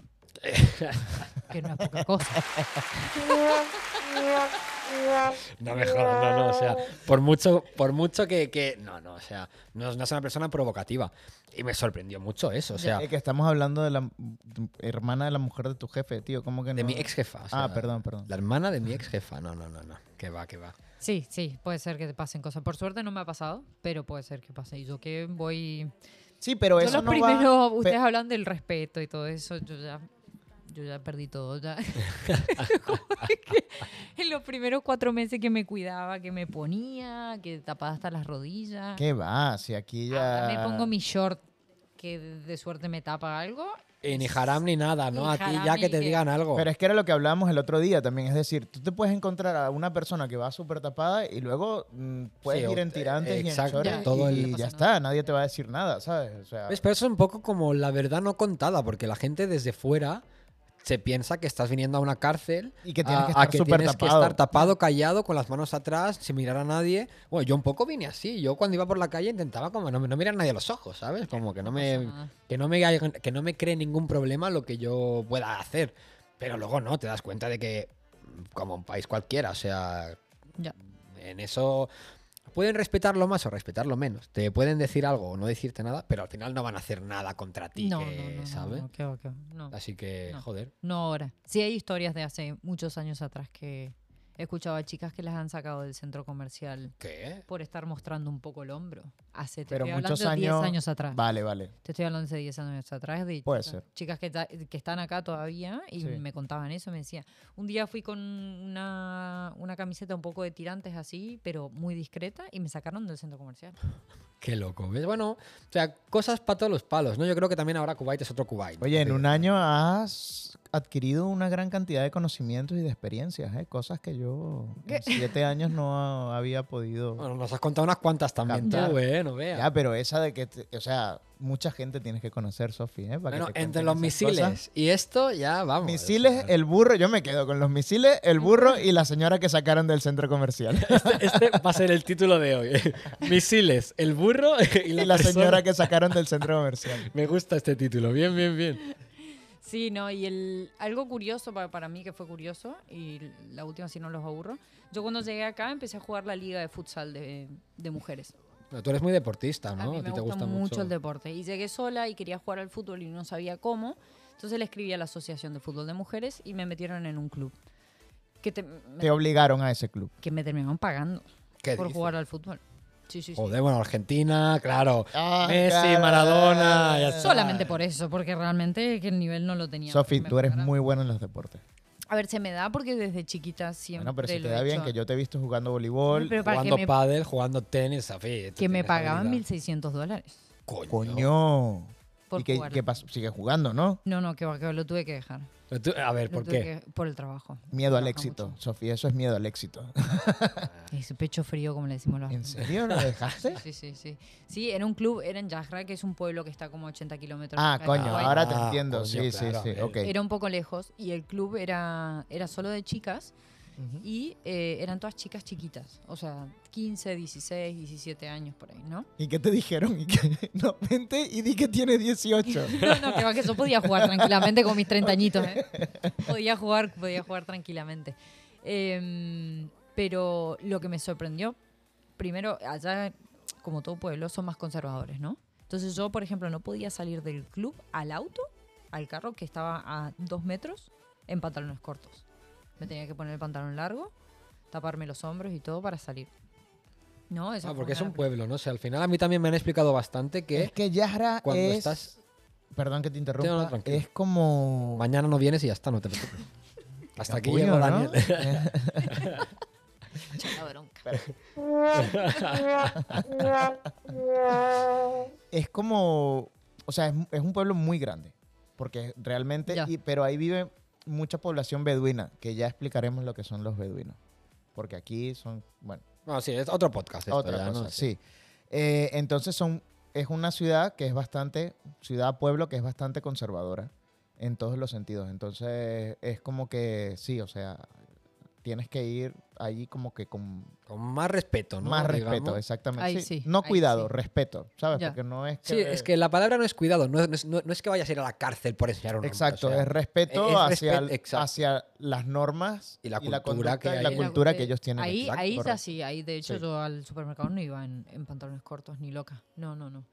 Speaker 3: Que no es poca cosa.
Speaker 1: No me jodas, no, no, o sea, por mucho, por mucho que, que- no, no, o sea, no, no es una persona provocativa. Y me sorprendió mucho eso, o sea,
Speaker 2: Es que estamos hablando de la hermana de la mujer de tu jefe, tío, ¿cómo que no?
Speaker 1: de mi ex jefa. o
Speaker 2: Ah,
Speaker 1: sea,
Speaker 2: perdón, perdón.
Speaker 1: La hermana de mi ex jefa, no, no, no, no, que va, que va.
Speaker 3: Sí, sí, puede ser que te pasen cosas. Por suerte no me ha pasado, pero puede ser que pase. Y yo que voy
Speaker 2: Sí, pero
Speaker 3: Yo
Speaker 2: eso
Speaker 3: los
Speaker 2: no Pues va-
Speaker 3: primeros,
Speaker 2: pe-
Speaker 3: ustedes hablan del respeto y todo eso, yo ya yo ya perdí todo. Ya. Como que en los primeros cuatro meses que me cuidaba, que me ponía, que tapada hasta las rodillas.
Speaker 2: ¿Qué va? Si aquí ya.
Speaker 3: Ahora Ah, me pongo mi short que de suerte me tapa algo.
Speaker 1: Y ni haram ni nada, ¿no? A
Speaker 3: Ni
Speaker 1: ti ya
Speaker 3: haram
Speaker 1: que
Speaker 3: ni
Speaker 1: te
Speaker 3: que-
Speaker 1: digan algo.
Speaker 2: Pero es que era lo que hablábamos el otro día también. Es decir, tú te puedes encontrar a una persona que va súper tapada y luego mm, puedes
Speaker 1: Sí,
Speaker 2: ir en
Speaker 1: o-
Speaker 2: tirantes y en
Speaker 1: exacto,
Speaker 2: shorts
Speaker 1: ya, todo
Speaker 2: y
Speaker 1: el-
Speaker 2: ya
Speaker 3: No pasa
Speaker 2: está. Nadie te va a decir nada, ¿sabes? O sea,
Speaker 1: ¿Ves? Pero eso es un poco como la verdad no contada, porque la gente desde fuera se piensa que estás viniendo a una cárcel
Speaker 2: Y que tienes
Speaker 1: a-
Speaker 2: que
Speaker 1: a
Speaker 2: estar súper
Speaker 1: tienes que
Speaker 2: tapado.
Speaker 1: estar tapado, callado, con las manos atrás, sin mirar a nadie. Bueno, yo un poco vine así. Yo cuando iba por la calle intentaba como no, no mirar a nadie a los ojos, ¿sabes? Como que no
Speaker 3: pasa
Speaker 1: me
Speaker 3: nada.
Speaker 1: que no me hagan- que no me cree ningún problema lo que yo pueda hacer. Pero luego no, te das cuenta de que mm, como un país cualquiera, o sea,
Speaker 3: Ya.
Speaker 1: en eso pueden respetarlo más o respetarlo menos. Te pueden decir algo o no decirte nada, pero al final no van a hacer nada contra ti,
Speaker 3: No, no,
Speaker 1: que-
Speaker 3: no, no,
Speaker 1: ¿sabes?
Speaker 3: no, qué va, qué va, no.
Speaker 1: Así que,
Speaker 3: No.
Speaker 1: joder.
Speaker 3: No ahora. Sí hay historias de hace muchos años atrás que he escuchado a chicas que las han sacado del centro comercial
Speaker 1: ¿Qué?
Speaker 3: por estar mostrando un poco el hombro. Hace, te
Speaker 2: Pero
Speaker 3: estoy hablando
Speaker 2: muchos
Speaker 3: de 10
Speaker 2: años-
Speaker 3: años atrás.
Speaker 2: Vale, vale.
Speaker 3: Te estoy hablando de 10 años atrás de
Speaker 2: Puede
Speaker 3: chicas,
Speaker 2: ser.
Speaker 3: chicas que, ta- que están acá todavía y
Speaker 2: Sí.
Speaker 3: me contaban eso, me decía, un día fui con una, una camiseta un poco de tirantes así, pero muy discreta y me sacaron del centro comercial.
Speaker 1: Qué loco. ¿Ves? Bueno, o sea, cosas para todos los palos, ¿no? Yo creo que también ahora Kuwait es otro Kuwait.
Speaker 2: Oye, en
Speaker 1: Entonces,
Speaker 2: un año has adquirido una gran cantidad de conocimientos y de experiencias, ¿eh? Cosas que yo en siete años no había podido...
Speaker 1: Bueno, nos has contado unas cuantas también
Speaker 2: Captar.
Speaker 1: tú, ¿eh? No veas.
Speaker 2: Ya, pero esa de que, te- o sea, mucha gente tienes que conocer, Sofía, ¿eh? Para que
Speaker 1: Bueno,
Speaker 2: te
Speaker 1: entre
Speaker 2: cuenten
Speaker 1: los
Speaker 2: esas cosas.
Speaker 1: misiles y esto, ya vamos.
Speaker 2: Misiles, eh,
Speaker 1: O sea,
Speaker 2: el burro, yo me quedo con los misiles, el burro y la señora que sacaron del centro comercial.
Speaker 1: Este, este va a ser el título de hoy. Misiles, el burro y la,
Speaker 2: y la señora
Speaker 1: persona.
Speaker 2: que sacaron del centro comercial.
Speaker 1: Me gusta este título. Bien, bien, bien.
Speaker 3: Sí, no, y el, algo curioso pa- para, mí que fue curioso, y la última si no los aburro, yo cuando llegué acá empecé a jugar la liga de futsal de, de mujeres.
Speaker 1: No, tú eres muy deportista,
Speaker 3: a
Speaker 1: ¿no?
Speaker 3: mí
Speaker 1: A
Speaker 3: me
Speaker 1: ti te
Speaker 3: gusta,
Speaker 1: gusta
Speaker 3: mucho,
Speaker 1: mucho.
Speaker 3: el deporte. Y llegué sola y quería jugar al fútbol y no sabía cómo. Entonces le escribí a la Asociación de Fútbol de Mujeres y me metieron en un club. Que, te- me-
Speaker 2: Te obligaron a ese club.
Speaker 3: que me terminaron pagando
Speaker 1: ¿Qué
Speaker 3: por
Speaker 1: dices?
Speaker 3: jugar al fútbol. Sí, sí, sí.
Speaker 1: Joder, bueno, Argentina, claro.
Speaker 2: Ah,
Speaker 1: Messi,
Speaker 2: cara.
Speaker 1: Maradona, ya está.
Speaker 3: Solamente por eso, porque realmente que el nivel no lo tenía.
Speaker 2: Sofi,
Speaker 3: Me
Speaker 2: tú eres
Speaker 3: pagaran.
Speaker 2: muy buena en los deportes.
Speaker 3: A ver, se me da porque desde chiquita siempre
Speaker 2: Bueno, pero si
Speaker 3: lo
Speaker 2: te
Speaker 3: he
Speaker 2: da bien,
Speaker 3: hecho.
Speaker 2: que yo te he visto jugando voleibol.
Speaker 3: Pero para que
Speaker 1: Jugando
Speaker 3: me,
Speaker 1: pádel, jugando tenis, Safi. tú
Speaker 3: que me
Speaker 1: tienes
Speaker 3: pagaban
Speaker 1: habilidad.
Speaker 3: 1.600 dólares.
Speaker 1: Coño.
Speaker 2: Coño.
Speaker 3: Por
Speaker 2: y que,
Speaker 3: jugar.
Speaker 2: que pas- sigue jugando, ¿no?
Speaker 3: No, no, que, va, que lo tuve que dejar.
Speaker 1: Pero tú- a ver,
Speaker 3: Lo
Speaker 1: ¿por
Speaker 3: tuve
Speaker 1: qué?
Speaker 3: que- por el trabajo.
Speaker 2: Miedo al
Speaker 3: Trabaja
Speaker 2: éxito,
Speaker 3: mucho.
Speaker 2: Sofía, eso es miedo al éxito.
Speaker 3: Es pecho frío, como le decimos los
Speaker 2: ¿En serio lo dejaste?
Speaker 3: Sí, sí, sí. Sí, en un club, era en Yajra, que es un pueblo que está como a 80 kilómetros.
Speaker 2: Ah,
Speaker 3: acá de
Speaker 2: coño,
Speaker 3: Hawái.
Speaker 2: ahora te
Speaker 1: Ah,
Speaker 2: entiendo.
Speaker 1: coño,
Speaker 2: sí,
Speaker 1: claro, a
Speaker 2: sí, sí,
Speaker 1: ver.
Speaker 2: ok.
Speaker 3: Era un poco lejos y el club era, era solo de chicas
Speaker 2: Ujú.
Speaker 3: y eh, eran todas chicas chiquitas, o sea, 15, 16, 17 años por ahí, ¿no?
Speaker 2: ¿Y qué te dijeron? Y que- no, vente y di que tiene 18.
Speaker 3: No, no, que va, que yo podía jugar tranquilamente con mis 30 añitos, ¿eh? Podía jugar, podía jugar tranquilamente. Em, pero lo que me sorprendió, primero, allá, como todo pueblo, son más conservadores, ¿no? Entonces yo, por ejemplo, no podía salir del club al auto, al carro que estaba a dos metros, en pantalones cortos. Me tenía que poner el pantalón largo, taparme los hombros y todo para salir. No, esa
Speaker 1: Ah,
Speaker 3: fue
Speaker 1: porque
Speaker 3: una
Speaker 1: es un
Speaker 3: de las
Speaker 1: pueblo, ¿no? O sea, al final a mí también me han explicado bastante que
Speaker 2: Es que Yahra
Speaker 1: cuando
Speaker 2: es...
Speaker 1: estás.
Speaker 2: Perdón que te interrumpa.
Speaker 1: No, no, tranquilo.
Speaker 2: es como...
Speaker 1: Mañana no vienes y ya está, no te preocupes. Hasta aquí
Speaker 2: Capullo,
Speaker 1: llego,
Speaker 2: ¿no?
Speaker 1: Daniel.
Speaker 3: chapa bronca.
Speaker 2: es como... O sea, es, es un pueblo muy grande. Porque realmente...
Speaker 3: Ya.
Speaker 2: y- pero ahí vive mucha población beduina, que ya explicaremos lo que son los beduinos. Porque aquí son... Bueno,
Speaker 1: No, sí, es otro podcast. esto
Speaker 2: otra
Speaker 1: ya,
Speaker 2: cosa,
Speaker 1: ¿no?
Speaker 2: sí. Eh, entonces son... Es una ciudad que es bastante... Ciudad-pueblo que es bastante conservadora en todos los sentidos. Entonces es como que... Sí, o sea... Tienes que ir allí como que con
Speaker 1: Con más respeto, ¿no?
Speaker 2: Más
Speaker 1: Digamos.
Speaker 2: respeto, exactamente.
Speaker 3: Ahí
Speaker 2: Sí,
Speaker 3: sí,
Speaker 2: No
Speaker 3: ahí
Speaker 2: cuidado,
Speaker 3: sí.
Speaker 2: respeto, ¿sabes?
Speaker 3: Ya.
Speaker 2: Porque no es que...
Speaker 1: Sí, es que la palabra no es cuidado, no, no es, no- no es que vayas a ir a la cárcel por enseñar un
Speaker 2: Exacto,
Speaker 1: hombro, o sea,
Speaker 2: es respeto
Speaker 1: es
Speaker 2: hacia,
Speaker 1: respeto, exacto.
Speaker 2: hacia las normas
Speaker 1: Y la cultura
Speaker 2: conducta
Speaker 1: que
Speaker 2: y
Speaker 1: hay
Speaker 2: la
Speaker 1: ahí.
Speaker 2: cultura que ellos tienen.
Speaker 3: Ahí,
Speaker 2: Exacto,
Speaker 3: ahí
Speaker 2: correcto.
Speaker 3: ya sí, ahí de hecho
Speaker 2: Sí.
Speaker 3: yo al supermercado no iba en, en pantalones cortos ni loca. No, no, no.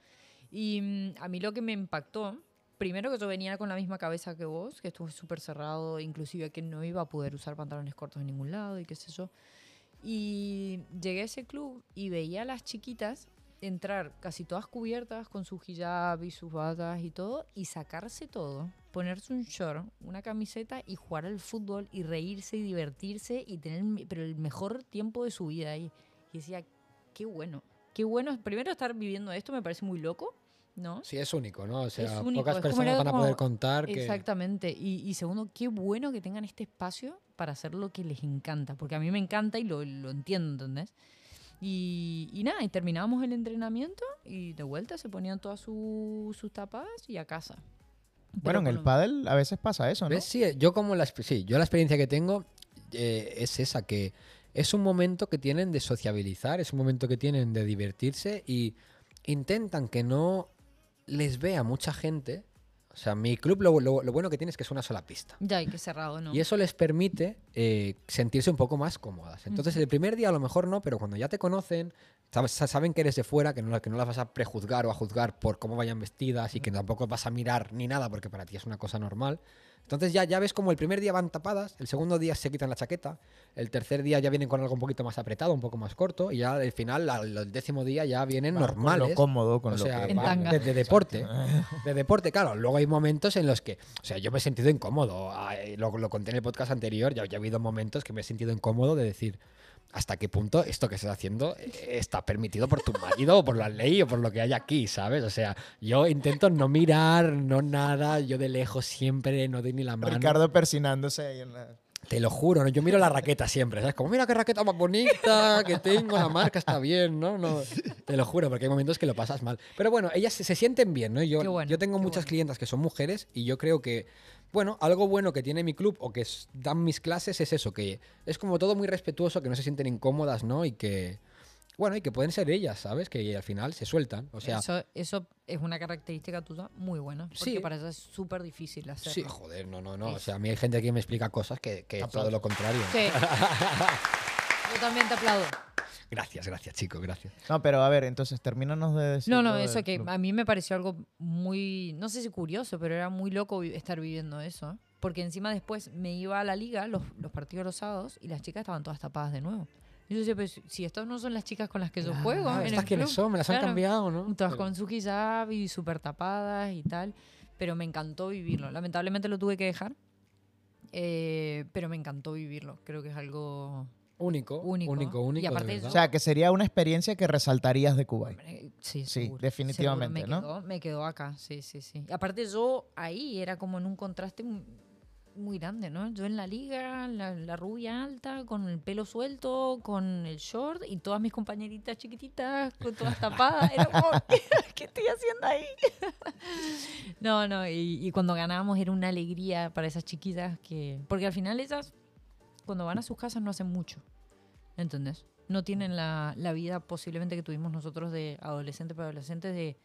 Speaker 3: Y mm, a mí lo que me impactó, primero que yo venía con la misma cabeza que vos, que estuve súper cerrado, inclusive que no iba a poder usar pantalones cortos en ningún lado y qué sé yo. Y llegué a ese club y veía a las chiquitas entrar casi todas cubiertas con su hijab y sus batas y todo y sacarse todo. ponerse un short, una camiseta y jugar al fútbol y reírse y divertirse y tener el me- pero el mejor tiempo de su vida ahí. Y decía, qué bueno, qué bueno. Primero estar viviendo esto me parece muy loco, ¿no?
Speaker 1: Sí, es único, ¿no? O sea,
Speaker 3: Es único,
Speaker 1: pocas
Speaker 3: es como
Speaker 1: personas
Speaker 3: era
Speaker 1: van a
Speaker 3: como-
Speaker 1: poder contar que...
Speaker 3: Exactamente. Y, y segundo, qué bueno que tengan este espacio para hacer lo que les encanta, porque a mí me encanta y lo, lo entiendo, ¿entendés? Y, y nada, y terminábamos el entrenamiento y de vuelta se ponían todas su- sus tapadas y a casa.
Speaker 2: Bueno,
Speaker 3: Pero
Speaker 2: en el
Speaker 3: con-
Speaker 2: pádel a veces pasa eso, ¿no?
Speaker 1: ¿Ves? Sí, eh, yo como la, exp- sí, yo la experiencia que tengo eh, es esa, que es un momento que tienen de sociabilizar, es un momento que tienen de divertirse y intentan que no les vea mucha gente. O sea, mi club lo, lo- lo bueno que tiene es que es una sola pista.
Speaker 3: Ya, y que cerrado, ¿no?
Speaker 1: Y eso les permite eh, sentirse un poco más cómodas. Entonces, el primer día a lo mejor no, pero cuando ya te conocen, sabes- sa- saben que eres de fuera, que no, la- que no las vas a prejuzgar o a juzgar por cómo vayan vestidas y que tampoco vas a mirar ni nada, porque para ti es una cosa normal. Entonces ya, ya ves como el primer día van tapadas, el segundo día se quitan la chaqueta, el tercer día ya vienen con algo un poquito más apretado, un poco más corto, y ya al final, al, al décimo día ya vienen
Speaker 2: Van con
Speaker 1: normales
Speaker 2: Lo cómodo, con
Speaker 1: o
Speaker 2: lo
Speaker 1: sea,
Speaker 2: que-
Speaker 3: En
Speaker 1: va-
Speaker 3: tanga.
Speaker 1: de, de deporte. De deporte, claro. Luego hay momentos en los que, o sea, yo me he sentido incómodo. Ay, Lo, lo conté en el podcast anterior, ya, ya ha habido momentos que me he sentido incómodo de decir hasta qué punto esto que estás haciendo eh, está permitido por tu marido o por la ley o por lo que hay aquí, ¿sabes? O sea, yo intento no mirar, no nada, yo de lejos siempre no doy ni la mano.
Speaker 2: Ricardo persinándose ahí en la...
Speaker 1: Te lo juro, ¿no? yo miro la raqueta siempre, ¿sabes? Como, mira qué raqueta más bonita que tengo, la marca está bien, ¿no? no te lo juro, porque hay momentos que lo pasas mal. Pero bueno, ellas se, se sienten bien, ¿no? Yo,
Speaker 3: Qué bueno,
Speaker 1: yo tengo
Speaker 3: qué
Speaker 1: muchas
Speaker 3: bueno.
Speaker 1: clientas que son mujeres y yo creo que, bueno, algo bueno que tiene mi club o que s- dan mis clases es eso, que es como todo muy respetuoso, que no se sienten incómodas, ¿no? Y que, bueno, y que pueden ser ellas, ¿sabes? Que al final se sueltan, o sea...
Speaker 3: eso, eso es una característica tuya muy buena. Porque
Speaker 1: Sí.
Speaker 3: para ella es súper difícil hacerlo.
Speaker 1: Sí, joder, no, no, no. O sea, a mí hay gente que me explica cosas que, que es todo lo contrario.
Speaker 3: Sí. Yo también te aplaudo.
Speaker 1: Gracias, gracias, chico, gracias.
Speaker 2: No, pero a ver, entonces termínanos de decir.
Speaker 3: No, no,
Speaker 2: lo del
Speaker 3: eso que
Speaker 2: club.
Speaker 3: a mí me pareció algo muy, no sé si curioso, pero era muy loco vi- estar viviendo eso. Porque encima después me iba a la liga, los, los partidos los sábados, y las chicas estaban todas tapadas de nuevo. Y yo decía, pero si- si estas no son las chicas con las que yo juego,
Speaker 1: Ah,
Speaker 3: en
Speaker 1: ¿Estas
Speaker 3: el
Speaker 1: quiénes
Speaker 3: club".
Speaker 1: son? Me las han
Speaker 3: Claro.
Speaker 1: cambiado, ¿no?
Speaker 3: Todas
Speaker 1: Pero-
Speaker 3: con su hijab y súper tapadas y tal. Pero me encantó vivirlo. Lamentablemente lo tuve que dejar. eh, pero me encantó vivirlo. Creo que es algo.
Speaker 1: Único, único,
Speaker 3: Único.
Speaker 1: único,
Speaker 3: Y
Speaker 1: de
Speaker 3: aparte
Speaker 1: verdad.
Speaker 2: O sea, que sería una experiencia que resaltarías de Cuba.
Speaker 3: eh, Sí,
Speaker 2: Sí,
Speaker 3: seguro,
Speaker 2: definitivamente,
Speaker 3: seguro.
Speaker 2: ¿no?
Speaker 3: me Quedó, me quedó acá, sí, sí, sí. Y aparte, yo ahí era como en un contraste mu- muy grande, ¿no? Yo en la liga, la, la rubia alta, con el pelo suelto, con el short y todas mis compañeritas chiquititas, con todas tapadas. Era como, ¿qué estoy haciendo ahí? No, no, y, y cuando ganábamos era una alegría para esas chiquitas que. Porque al final ellas, cuando van a sus casas, no hacen mucho. ¿Entendés? No tienen la, la vida posiblemente que tuvimos nosotros de adolescente para adolescente de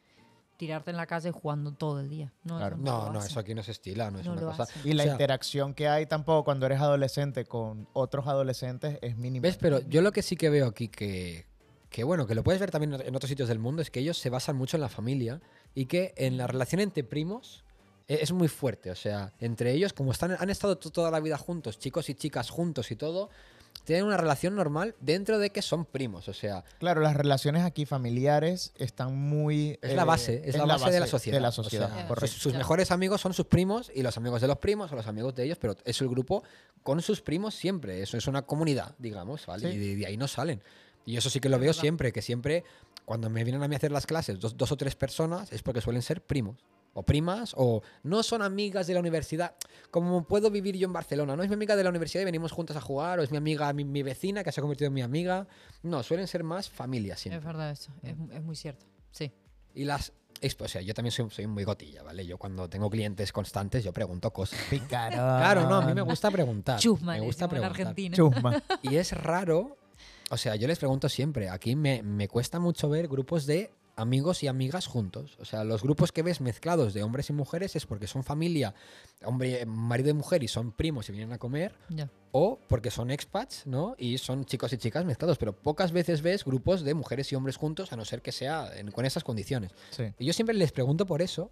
Speaker 3: tirarte en la calle jugando todo el día. No,
Speaker 2: Claro.
Speaker 3: eso
Speaker 1: no,
Speaker 3: lo
Speaker 1: no,
Speaker 3: hacen.
Speaker 1: eso aquí no se estila, no es
Speaker 3: No
Speaker 1: una
Speaker 3: lo
Speaker 1: cosa.
Speaker 3: hacen.
Speaker 2: Y la
Speaker 1: O sea,
Speaker 2: interacción que hay tampoco cuando eres adolescente con otros adolescentes es mínima.
Speaker 1: ¿Ves? Pero yo lo que sí que veo aquí que, que, bueno, que lo puedes ver también en otros sitios del mundo, es que ellos se basan mucho en la familia y que en la relación entre primos e- es muy fuerte. O sea, entre ellos, como están, han estado to- toda la vida juntos, chicos y chicas juntos y todo, tienen una relación normal dentro de que son primos. O sea,
Speaker 2: Claro, las relaciones aquí familiares están muy.
Speaker 1: Es la base, es la base de la sociedad,
Speaker 2: De la
Speaker 1: o sea,
Speaker 2: sociedad,
Speaker 3: Claro.
Speaker 1: Sus,
Speaker 2: correcto.
Speaker 1: sus
Speaker 3: Ya.
Speaker 1: mejores amigos son sus primos y los amigos de los primos son los amigos de ellos, pero es el grupo con sus primos siempre. Eso es una comunidad, digamos, ¿vale?
Speaker 2: Sí.
Speaker 1: Y de, de ahí no salen. Y eso sí que lo veo siempre, que siempre cuando me vienen a mí a hacer las clases dos, dos o tres personas es porque suelen ser primos. O primas, o no son amigas de la universidad, como puedo vivir yo en Barcelona. No es mi amiga de la universidad y venimos juntas a jugar, o es mi amiga, mi, mi vecina que se ha convertido en mi amiga. No, suelen ser más familias siempre.
Speaker 3: Es verdad eso, es, es muy cierto. Sí.
Speaker 1: Y las. exp- O sea, yo también soy, soy muy gotilla, ¿vale? Yo cuando tengo clientes constantes, yo pregunto cosas.
Speaker 2: Picarón.
Speaker 1: Claro, no, a mí me gusta preguntar.
Speaker 3: Chusma,
Speaker 1: Ah, me
Speaker 3: le
Speaker 1: gusta
Speaker 3: decimos en
Speaker 1: preguntar.
Speaker 3: Argentina.
Speaker 2: Chusma.
Speaker 1: Y es raro. O sea, yo les pregunto siempre. Aquí me, me cuesta mucho ver grupos de amigos y amigas juntos. O sea, los grupos que ves mezclados de hombres y mujeres es porque son familia, hombre, marido y mujer y son primos y vienen a comer.
Speaker 3: Ya.
Speaker 1: O porque son expats, ¿no? Y son chicos y chicas mezclados. Pero pocas veces ves grupos de mujeres y hombres juntos, a no ser que sea en- con esas condiciones.
Speaker 2: Sí.
Speaker 1: Y yo siempre les pregunto por eso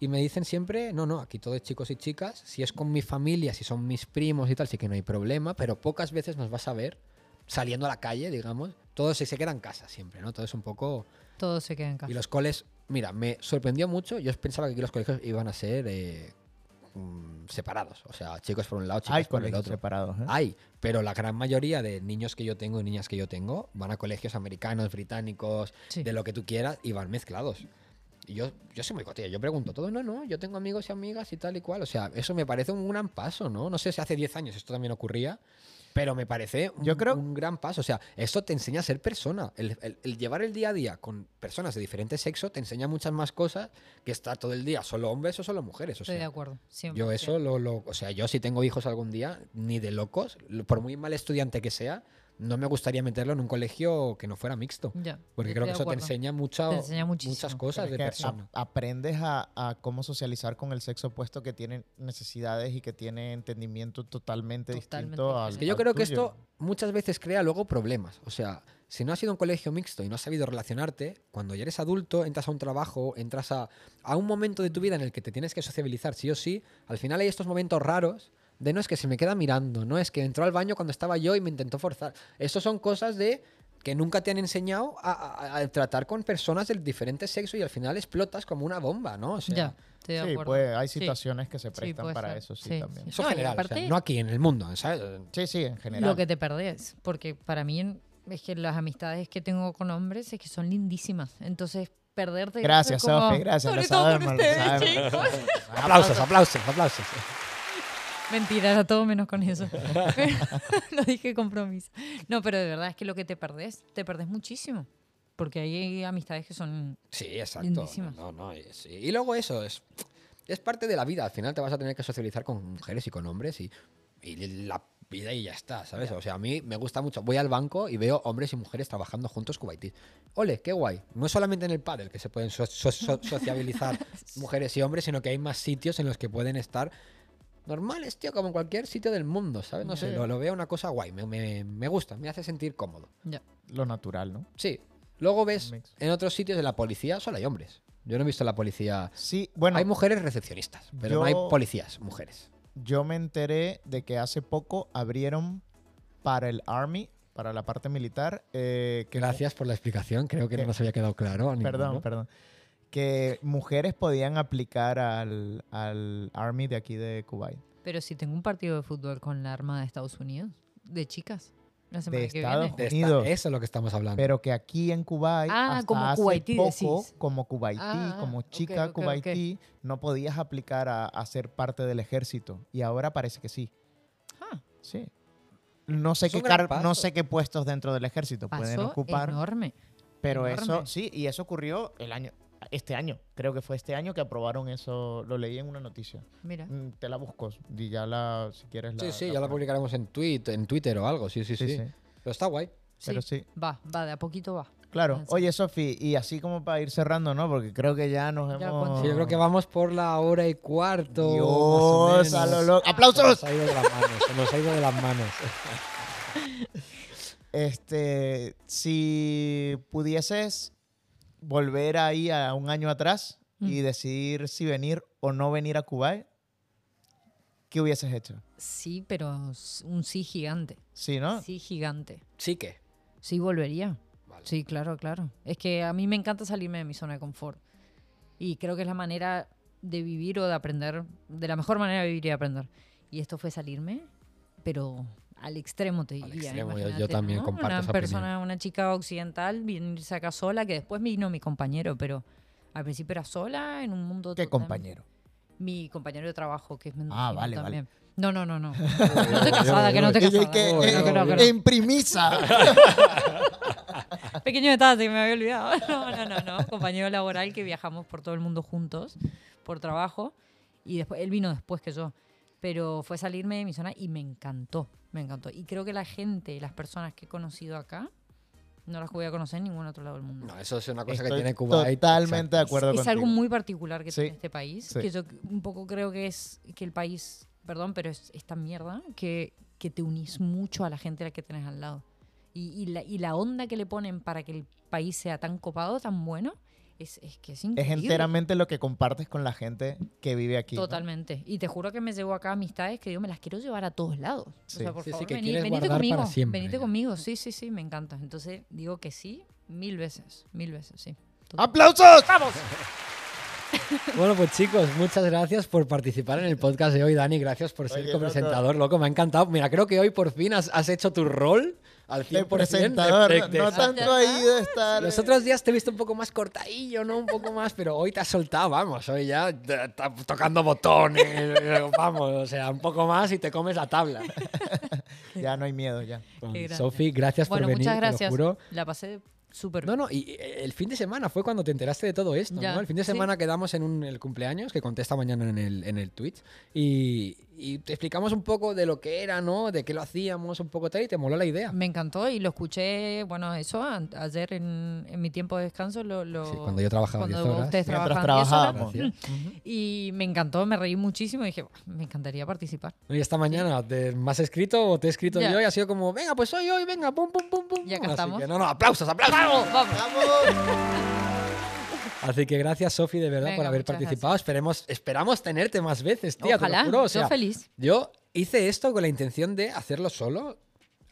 Speaker 1: y me dicen siempre, no, no, aquí todo es chicos y chicas, si es con mi familia, si son mis primos y tal, sí que no hay problema, pero pocas veces nos vas a ver saliendo a la calle, digamos, todos se, se quedan en casa siempre, ¿no? Todo es un poco...
Speaker 3: Todo se queda en
Speaker 1: Y
Speaker 3: casa.
Speaker 1: los coles, mira, me sorprendió mucho, yo pensaba que aquí los colegios iban a ser... eh, mm, separados. O sea, chicos por un lado, chicas
Speaker 2: Hay
Speaker 1: por el
Speaker 2: colegios
Speaker 1: otro.
Speaker 2: separados. ¿eh?
Speaker 1: Hay, pero la gran mayoría de niños que yo tengo y niñas que yo tengo van a colegios americanos, británicos,
Speaker 3: Sí.
Speaker 1: de lo que tú quieras y van mezclados. Y yo, yo soy muy cotilla, yo pregunto todo, no, no, yo tengo amigos y amigas y tal y cual. O sea, eso me parece un gran paso, ¿no? No sé si hace 10 años esto también ocurría, pero me parece un,
Speaker 2: Yo creo-
Speaker 1: un gran paso. O sea, esto te enseña a ser persona. El, el- el llevar el día a día con personas de diferente sexo te enseña muchas más cosas que estar todo el día solo hombres o solo mujeres. O
Speaker 3: Estoy de
Speaker 1: sea,
Speaker 3: acuerdo. siempre.
Speaker 1: yo eso lo, lo- o sea, yo si tengo hijos algún día, ni de locos, lo- por muy mal estudiante que sea, no me gustaría meterlo en un colegio que no fuera mixto.
Speaker 3: Ya,
Speaker 1: Porque creo
Speaker 3: estoy
Speaker 1: que
Speaker 3: de
Speaker 1: eso te
Speaker 3: acuerdo.
Speaker 1: enseña, mucho,
Speaker 3: Te enseña muchísimo.
Speaker 1: muchas
Speaker 2: Pero
Speaker 1: cosas
Speaker 2: es
Speaker 1: de
Speaker 2: que a-
Speaker 1: persona.
Speaker 2: aprendes a, a cómo socializar con el sexo opuesto que tiene necesidades y que tiene entendimiento totalmente,
Speaker 3: Totalmente
Speaker 2: distinto al.
Speaker 3: diferente.
Speaker 1: Que yo
Speaker 2: al
Speaker 1: creo que
Speaker 2: tuyo.
Speaker 1: esto muchas veces crea luego problemas. O sea, si no has ido a un colegio mixto y no has sabido relacionarte, cuando ya eres adulto, entras a un trabajo, entras a, a un momento de tu vida en el que te tienes que sociabilizar sí o sí, al final hay estos momentos raros de no es que se me queda mirando, no es que entró al baño cuando estaba yo y me intentó forzar. Estos son cosas de que nunca te han enseñado a, a- a tratar con personas del diferente sexo y al final explotas como una bomba, ¿no? O sea,
Speaker 3: Ya, estoy de
Speaker 2: Sí,
Speaker 3: acuerdo.
Speaker 2: pues hay
Speaker 3: Sí.
Speaker 2: situaciones que se
Speaker 3: Sí,
Speaker 2: prestan
Speaker 3: puede
Speaker 2: para
Speaker 3: ser.
Speaker 2: eso, sí,
Speaker 3: Sí,
Speaker 2: también.
Speaker 3: sí.
Speaker 1: Eso
Speaker 3: No, y
Speaker 1: general, o sea,
Speaker 3: aparte-
Speaker 1: no aquí en el mundo, ¿sabes?
Speaker 2: Sí, sí, en general.
Speaker 3: Lo que te perdés, porque para mí en- es que las amistades que tengo con hombres es que son lindísimas. Entonces, perderte...
Speaker 2: Gracias,
Speaker 3: eso es como-
Speaker 2: Sofi, gracias. Lo
Speaker 3: Sobre todo con
Speaker 2: sabemos, lo
Speaker 3: ustedes,
Speaker 2: sabemos.
Speaker 3: chicos.
Speaker 1: Aplausos, aplausos, aplausos.
Speaker 3: Mentira, era todo menos con eso. Pero- lo dije compromiso. No, pero de verdad es que lo que te perdés, te perdés muchísimo. Porque hay amistades que son...
Speaker 1: Sí, exacto.
Speaker 3: Lindísimas.
Speaker 1: No, no, y, sí. Y luego eso, es, es parte de la vida. Al final te vas a tener que socializar con mujeres y con hombres y, y la vida y ya está, ¿sabes? O sea, a mí me gusta mucho. Voy al banco y veo hombres y mujeres trabajando juntos cubaitis. Ole, qué guay. No es solamente en el pádel que se pueden so- so- so- sociabilizar mujeres y hombres, sino que hay más sitios en los que pueden estar normales, tío, como en cualquier sitio del mundo, ¿sabes? No sé,
Speaker 2: Sí.
Speaker 1: lo, lo veo una cosa guay. Me- me- me gusta, me hace sentir cómodo.
Speaker 3: Ya.
Speaker 2: Lo natural, ¿no?
Speaker 1: Sí. Luego ves
Speaker 2: Mix.
Speaker 1: en otros sitios de la policía solo hay hombres. Yo no he visto la policía.
Speaker 2: Sí, bueno,
Speaker 1: hay mujeres recepcionistas, pero no hay
Speaker 2: yo-
Speaker 1: policías, mujeres.
Speaker 2: yo me enteré de que hace poco abrieron para el Army, para la parte militar, eh, que
Speaker 1: Gracias por la explicación, creo que no
Speaker 2: que-
Speaker 1: nos había quedado claro. a ninguno.
Speaker 2: Perdón, perdón. Que mujeres podían aplicar al, al Army de aquí de Kuwait.
Speaker 3: Pero si tengo un partido de fútbol con la Armada de Estados Unidos, de chicas, la semana que
Speaker 2: Estados
Speaker 3: viene.
Speaker 1: De esta-
Speaker 2: Unidos.
Speaker 1: eso es lo que estamos hablando.
Speaker 2: Pero que aquí en Kuwait,
Speaker 3: Ah,
Speaker 2: hasta
Speaker 3: como
Speaker 2: hace
Speaker 3: kuwaití
Speaker 2: poco,
Speaker 3: decís.
Speaker 2: como Kuwaití,
Speaker 3: Ah, ah,
Speaker 2: como
Speaker 3: ok,
Speaker 2: chica
Speaker 3: ok, ok.
Speaker 2: Kuwaití, no podías aplicar a, a ser parte del ejército. Y ahora parece que sí.
Speaker 3: Ah.
Speaker 2: Sí. No sé,
Speaker 1: Es un
Speaker 2: qué
Speaker 1: gran
Speaker 2: car-
Speaker 1: paso.
Speaker 2: no sé qué puestos dentro del ejército pueden
Speaker 3: Pasó
Speaker 2: ocupar,
Speaker 3: enorme.
Speaker 2: pero eso
Speaker 3: enorme.
Speaker 2: sí, y eso ocurrió el año, este año, creo que fue este año que aprobaron eso, lo leí en una noticia.
Speaker 3: Mira.
Speaker 2: Mm, Te la busco y ya la, si quieres la...
Speaker 1: sí, sí, ya la
Speaker 2: ponemos.
Speaker 1: publicaremos en, tweet, en Twitter o algo. Sí, sí, sí.
Speaker 2: Sí, sí.
Speaker 1: Pero está guay.
Speaker 2: Pero
Speaker 3: sí.
Speaker 2: sí.
Speaker 3: Va, va, de a poquito va.
Speaker 2: Claro.
Speaker 3: Ah, sí.
Speaker 2: Oye, Sofi, y así como para ir cerrando, ¿no? Porque creo que ya nos
Speaker 3: Ya,
Speaker 2: hemos...
Speaker 3: ¿cuánto?
Speaker 1: Sí, yo creo que vamos por la hora y cuarto.
Speaker 2: Oh.
Speaker 1: más
Speaker 2: Dios,
Speaker 1: o
Speaker 2: a lo
Speaker 1: menos.
Speaker 2: loco.
Speaker 1: Se nos
Speaker 2: ¡Aplausos!
Speaker 1: ha ido de las manos. Se nos ha ido de las manos.
Speaker 2: Este, si pudieses volver ahí a un año atrás y
Speaker 3: Mm.
Speaker 2: decidir si venir o no venir a Kuwait, ¿qué hubieses hecho?
Speaker 3: Sí, pero s- un sí gigante.
Speaker 2: Sí, ¿no?
Speaker 3: Sí gigante.
Speaker 1: Sí que.
Speaker 3: Sí volvería.
Speaker 1: Vale.
Speaker 3: Sí, claro, claro. Es que a mí me encanta salirme de mi zona de confort. Y creo que es la manera de vivir o de aprender, de la mejor manera de vivir y de aprender. Y esto fue salirme, pero al extremo te
Speaker 1: Al
Speaker 3: diría.
Speaker 1: extremo, yo- yo
Speaker 3: imagínate,
Speaker 1: también
Speaker 3: ¿no?
Speaker 1: comparto
Speaker 3: Una
Speaker 1: esa
Speaker 3: persona, una chica occidental, venirse acá sola, que después vino mi compañero, pero al principio era sola en un mundo.
Speaker 2: ¿Qué
Speaker 3: totalmente-
Speaker 2: compañero?
Speaker 3: Mi compañero de trabajo, que es
Speaker 2: Ah,
Speaker 3: mendocino
Speaker 2: vale, vale.
Speaker 3: también. No, no, no, no. No te casada, Ah, que no te
Speaker 2: Y
Speaker 3: casada.
Speaker 2: que,
Speaker 1: Uy,
Speaker 2: eh,
Speaker 1: no,
Speaker 3: que no, que no.
Speaker 2: en primiza.
Speaker 3: Pequeño detalle, me había olvidado. No, no, no, no. Compañero laboral que viajamos por todo el mundo juntos, por trabajo. Y después, él vino después que yo. Pero fue salirme de mi zona y me encantó. Me encantó. Y creo que la gente, las personas que he conocido acá, no las voy a conocer en ningún otro lado del mundo.
Speaker 1: No, eso es una cosa que
Speaker 2: Estoy
Speaker 1: tiene Cuba.
Speaker 2: totalmente de acuerdo
Speaker 3: es,
Speaker 2: contigo.
Speaker 3: es algo muy particular que
Speaker 2: Sí,
Speaker 3: tiene este país.
Speaker 2: sí.
Speaker 3: Que yo un poco creo que es que el país, perdón, pero es esta mierda que, que te unís mucho a la gente a la que tenés al lado. Y, y la, y la onda que le ponen para que el país sea tan copado, tan bueno, es, es que es
Speaker 2: Es
Speaker 3: increíble.
Speaker 2: enteramente lo que compartes con la gente que vive aquí. ¿no?
Speaker 3: Totalmente. Y te juro que me llevo acá amistades que yo me las quiero llevar a todos lados.
Speaker 2: Sí.
Speaker 3: O sea, por
Speaker 1: Sí, sí,
Speaker 3: favor,
Speaker 1: que
Speaker 3: vení-
Speaker 1: quieres
Speaker 3: venite
Speaker 1: guardar para
Speaker 3: conmigo.
Speaker 1: siempre,
Speaker 3: venite
Speaker 1: ya.
Speaker 3: conmigo. Sí, sí, sí, me encanta.
Speaker 2: Ah,
Speaker 3: Entonces digo que sí, mil veces, mil veces, sí.
Speaker 2: ¡Aplausos!
Speaker 3: ¡Vamos!
Speaker 1: Bueno, pues chicos, muchas gracias por participar en el podcast de hoy, Dani. Gracias por ser
Speaker 2: Oye,
Speaker 1: copresentador, loco. Me ha encantado. Mira, creo que hoy por fin has, has hecho tu rol al 100%.
Speaker 2: De presentador,
Speaker 1: de-
Speaker 2: no,
Speaker 1: de-
Speaker 2: no tanto ahí de estar.
Speaker 1: Los otros días te he visto un poco más cortadillo, ¿no? Un poco más, pero hoy te has soltado, vamos. Hoy ya te- ta- tocando botones, eh, vamos, o sea, un poco más y te comes la tabla.
Speaker 2: Ya no hay miedo, ya.
Speaker 3: Qué grande.
Speaker 1: Sofi, gracias
Speaker 3: Bueno,
Speaker 1: por venir,
Speaker 3: muchas
Speaker 1: te lo
Speaker 3: gracias.
Speaker 1: juro.
Speaker 3: La pasé súper
Speaker 1: No,
Speaker 3: bien.
Speaker 1: no, y eh, el fin de semana fue cuando te enteraste de todo esto,
Speaker 3: Ya,
Speaker 1: ¿no? El fin de
Speaker 3: sí.
Speaker 1: semana quedamos en un, el cumpleaños, que contesta mañana en el, en el tweet, y, y te explicamos un poco de lo que era, ¿no? De qué lo hacíamos, un poco tal, y te moló la idea.
Speaker 3: Me encantó y lo escuché, bueno, eso an- ayer en, en mi tiempo de descanso. Lo, lo-
Speaker 1: Sí, cuando yo trabajaba
Speaker 3: cuando
Speaker 1: 10 horas.
Speaker 3: ustedes
Speaker 2: Mientras
Speaker 3: trabajaban 10 horas.
Speaker 2: trabajábamos.
Speaker 1: Gracias.
Speaker 3: Y me encantó, me reí muchísimo y dije, "Buah, me encantaría participar.
Speaker 1: Y esta mañana te, me has escrito o te he escrito
Speaker 3: Ya.
Speaker 1: yo y ha sido como, venga, pues hoy, hoy, venga, pum, pum, pum, pum.
Speaker 3: Y acá
Speaker 1: pum. Así
Speaker 3: estamos.
Speaker 1: que, no, no, aplausos, aplausos.
Speaker 3: Vamos.
Speaker 2: ¡Vamos!
Speaker 1: Así que gracias, Sofi, de verdad, por
Speaker 3: Venga,
Speaker 1: haber
Speaker 3: muchas
Speaker 1: participado. Esperemos, esperamos tenerte más veces, tía. te lo
Speaker 3: Ojalá,
Speaker 1: juro, o
Speaker 3: yo
Speaker 1: sea,
Speaker 3: feliz.
Speaker 1: Yo hice esto con la intención de hacerlo solo.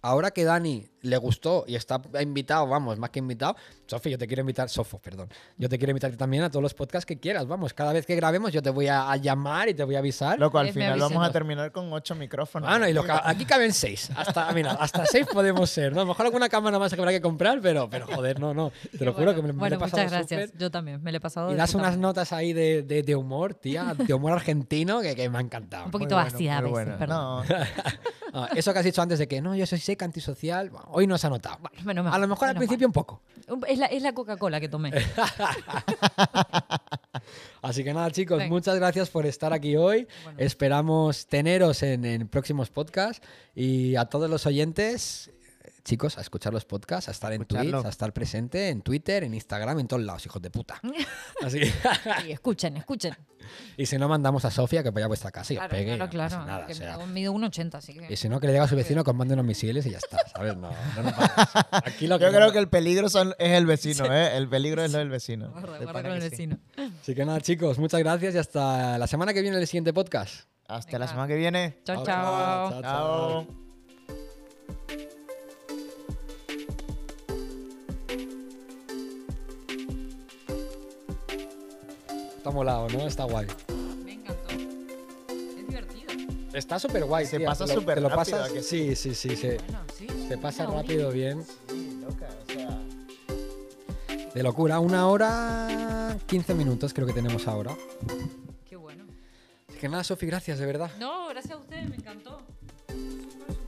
Speaker 1: Ahora que Dani le gustó y está invitado, vamos, más que invitado, Sofi, yo te quiero invitar, Sofo, perdón, yo te quiero invitar también a todos los podcasts que quieras, vamos, cada vez que grabemos yo te voy a, a llamar y te voy a avisar.
Speaker 2: Loco, al
Speaker 3: Me
Speaker 2: final
Speaker 3: avisan.
Speaker 2: vamos a terminar con ocho micrófonos.
Speaker 1: Bueno, y los ca- aquí caben seis. Hasta, mira, hasta seis podemos ser, ¿no? A lo mejor alguna cámara más que habrá que comprar, pero, pero joder, no, no. Te lo juro que me, me lo
Speaker 3: Bueno,
Speaker 1: he pasado
Speaker 3: muchas gracias.
Speaker 1: súper.
Speaker 3: Yo también, me lo he pasado.
Speaker 1: Y
Speaker 3: de
Speaker 1: das
Speaker 3: puta
Speaker 1: unas
Speaker 3: madre.
Speaker 1: notas ahí de, de- de humor, tía, de humor argentino, que, que me ha encantado.
Speaker 3: Un poquito ácida a veces, perdón.
Speaker 2: No,
Speaker 1: Ah, Eso que has dicho antes de que no, yo soy seca, antisocial, bueno, hoy no se ha notado.
Speaker 3: Bueno, menos mal,
Speaker 1: A lo mejor al
Speaker 3: menos
Speaker 1: principio un poco.
Speaker 3: mal. Es la, es la Coca-Cola que tomé.
Speaker 1: Así que nada, chicos,
Speaker 3: Venga.
Speaker 1: muchas gracias por estar aquí hoy.
Speaker 3: Bueno.
Speaker 1: Esperamos teneros en, en próximos podcasts. Y a todos los oyentes, eh, chicos, a escuchar los podcasts, a estar en
Speaker 2: Escucharlo.
Speaker 1: Twitch, a estar presente en Twitter, en Instagram, en todos lados, hijos de puta. Así que-
Speaker 3: Sí, escuchen, escuchen.
Speaker 1: y si no, mandamos a Sofía que vaya a vuestra casa y os pegue. y no pasa nada,
Speaker 3: que
Speaker 1: o sea.
Speaker 3: me- mido 1,80, así que.
Speaker 1: Y si no, que le diga a su vecino que os mande unos misiles y ya está, ¿sabes? No, no nos vamos. Aquí lo
Speaker 2: yo creo que el peligro son- es el vecino, ¿eh? El peligro es lo del vecino.
Speaker 3: Guarda,
Speaker 2: De
Speaker 3: guarda
Speaker 2: pana
Speaker 3: con el
Speaker 2: que sí.
Speaker 3: vecino.
Speaker 1: Así que nada, chicos, muchas gracias y hasta la semana que viene en el siguiente podcast.
Speaker 2: Hasta la
Speaker 3: Venga.
Speaker 2: semana que viene.
Speaker 3: Chao, chao.
Speaker 2: Chao.
Speaker 1: Está molado, ¿no? Está guay.
Speaker 3: Me encantó. Es divertido.
Speaker 1: Está súper guay.
Speaker 2: Se pasa
Speaker 1: te lo-
Speaker 2: súper
Speaker 1: te lo
Speaker 2: rápido,
Speaker 1: pasas-
Speaker 2: ¿a que
Speaker 1: Sí, sí, sí. Se,
Speaker 3: Bueno, sí.
Speaker 1: se pasa
Speaker 3: Una horita.
Speaker 1: rápido, bien.
Speaker 2: Sí, loca, o sea,
Speaker 1: De locura. Una hora, 15 minutos creo que tenemos ahora.
Speaker 3: Qué bueno.
Speaker 1: Así que nada, Sofi, gracias, de verdad.
Speaker 3: No, gracias a ustedes, me encantó. Súper, súper.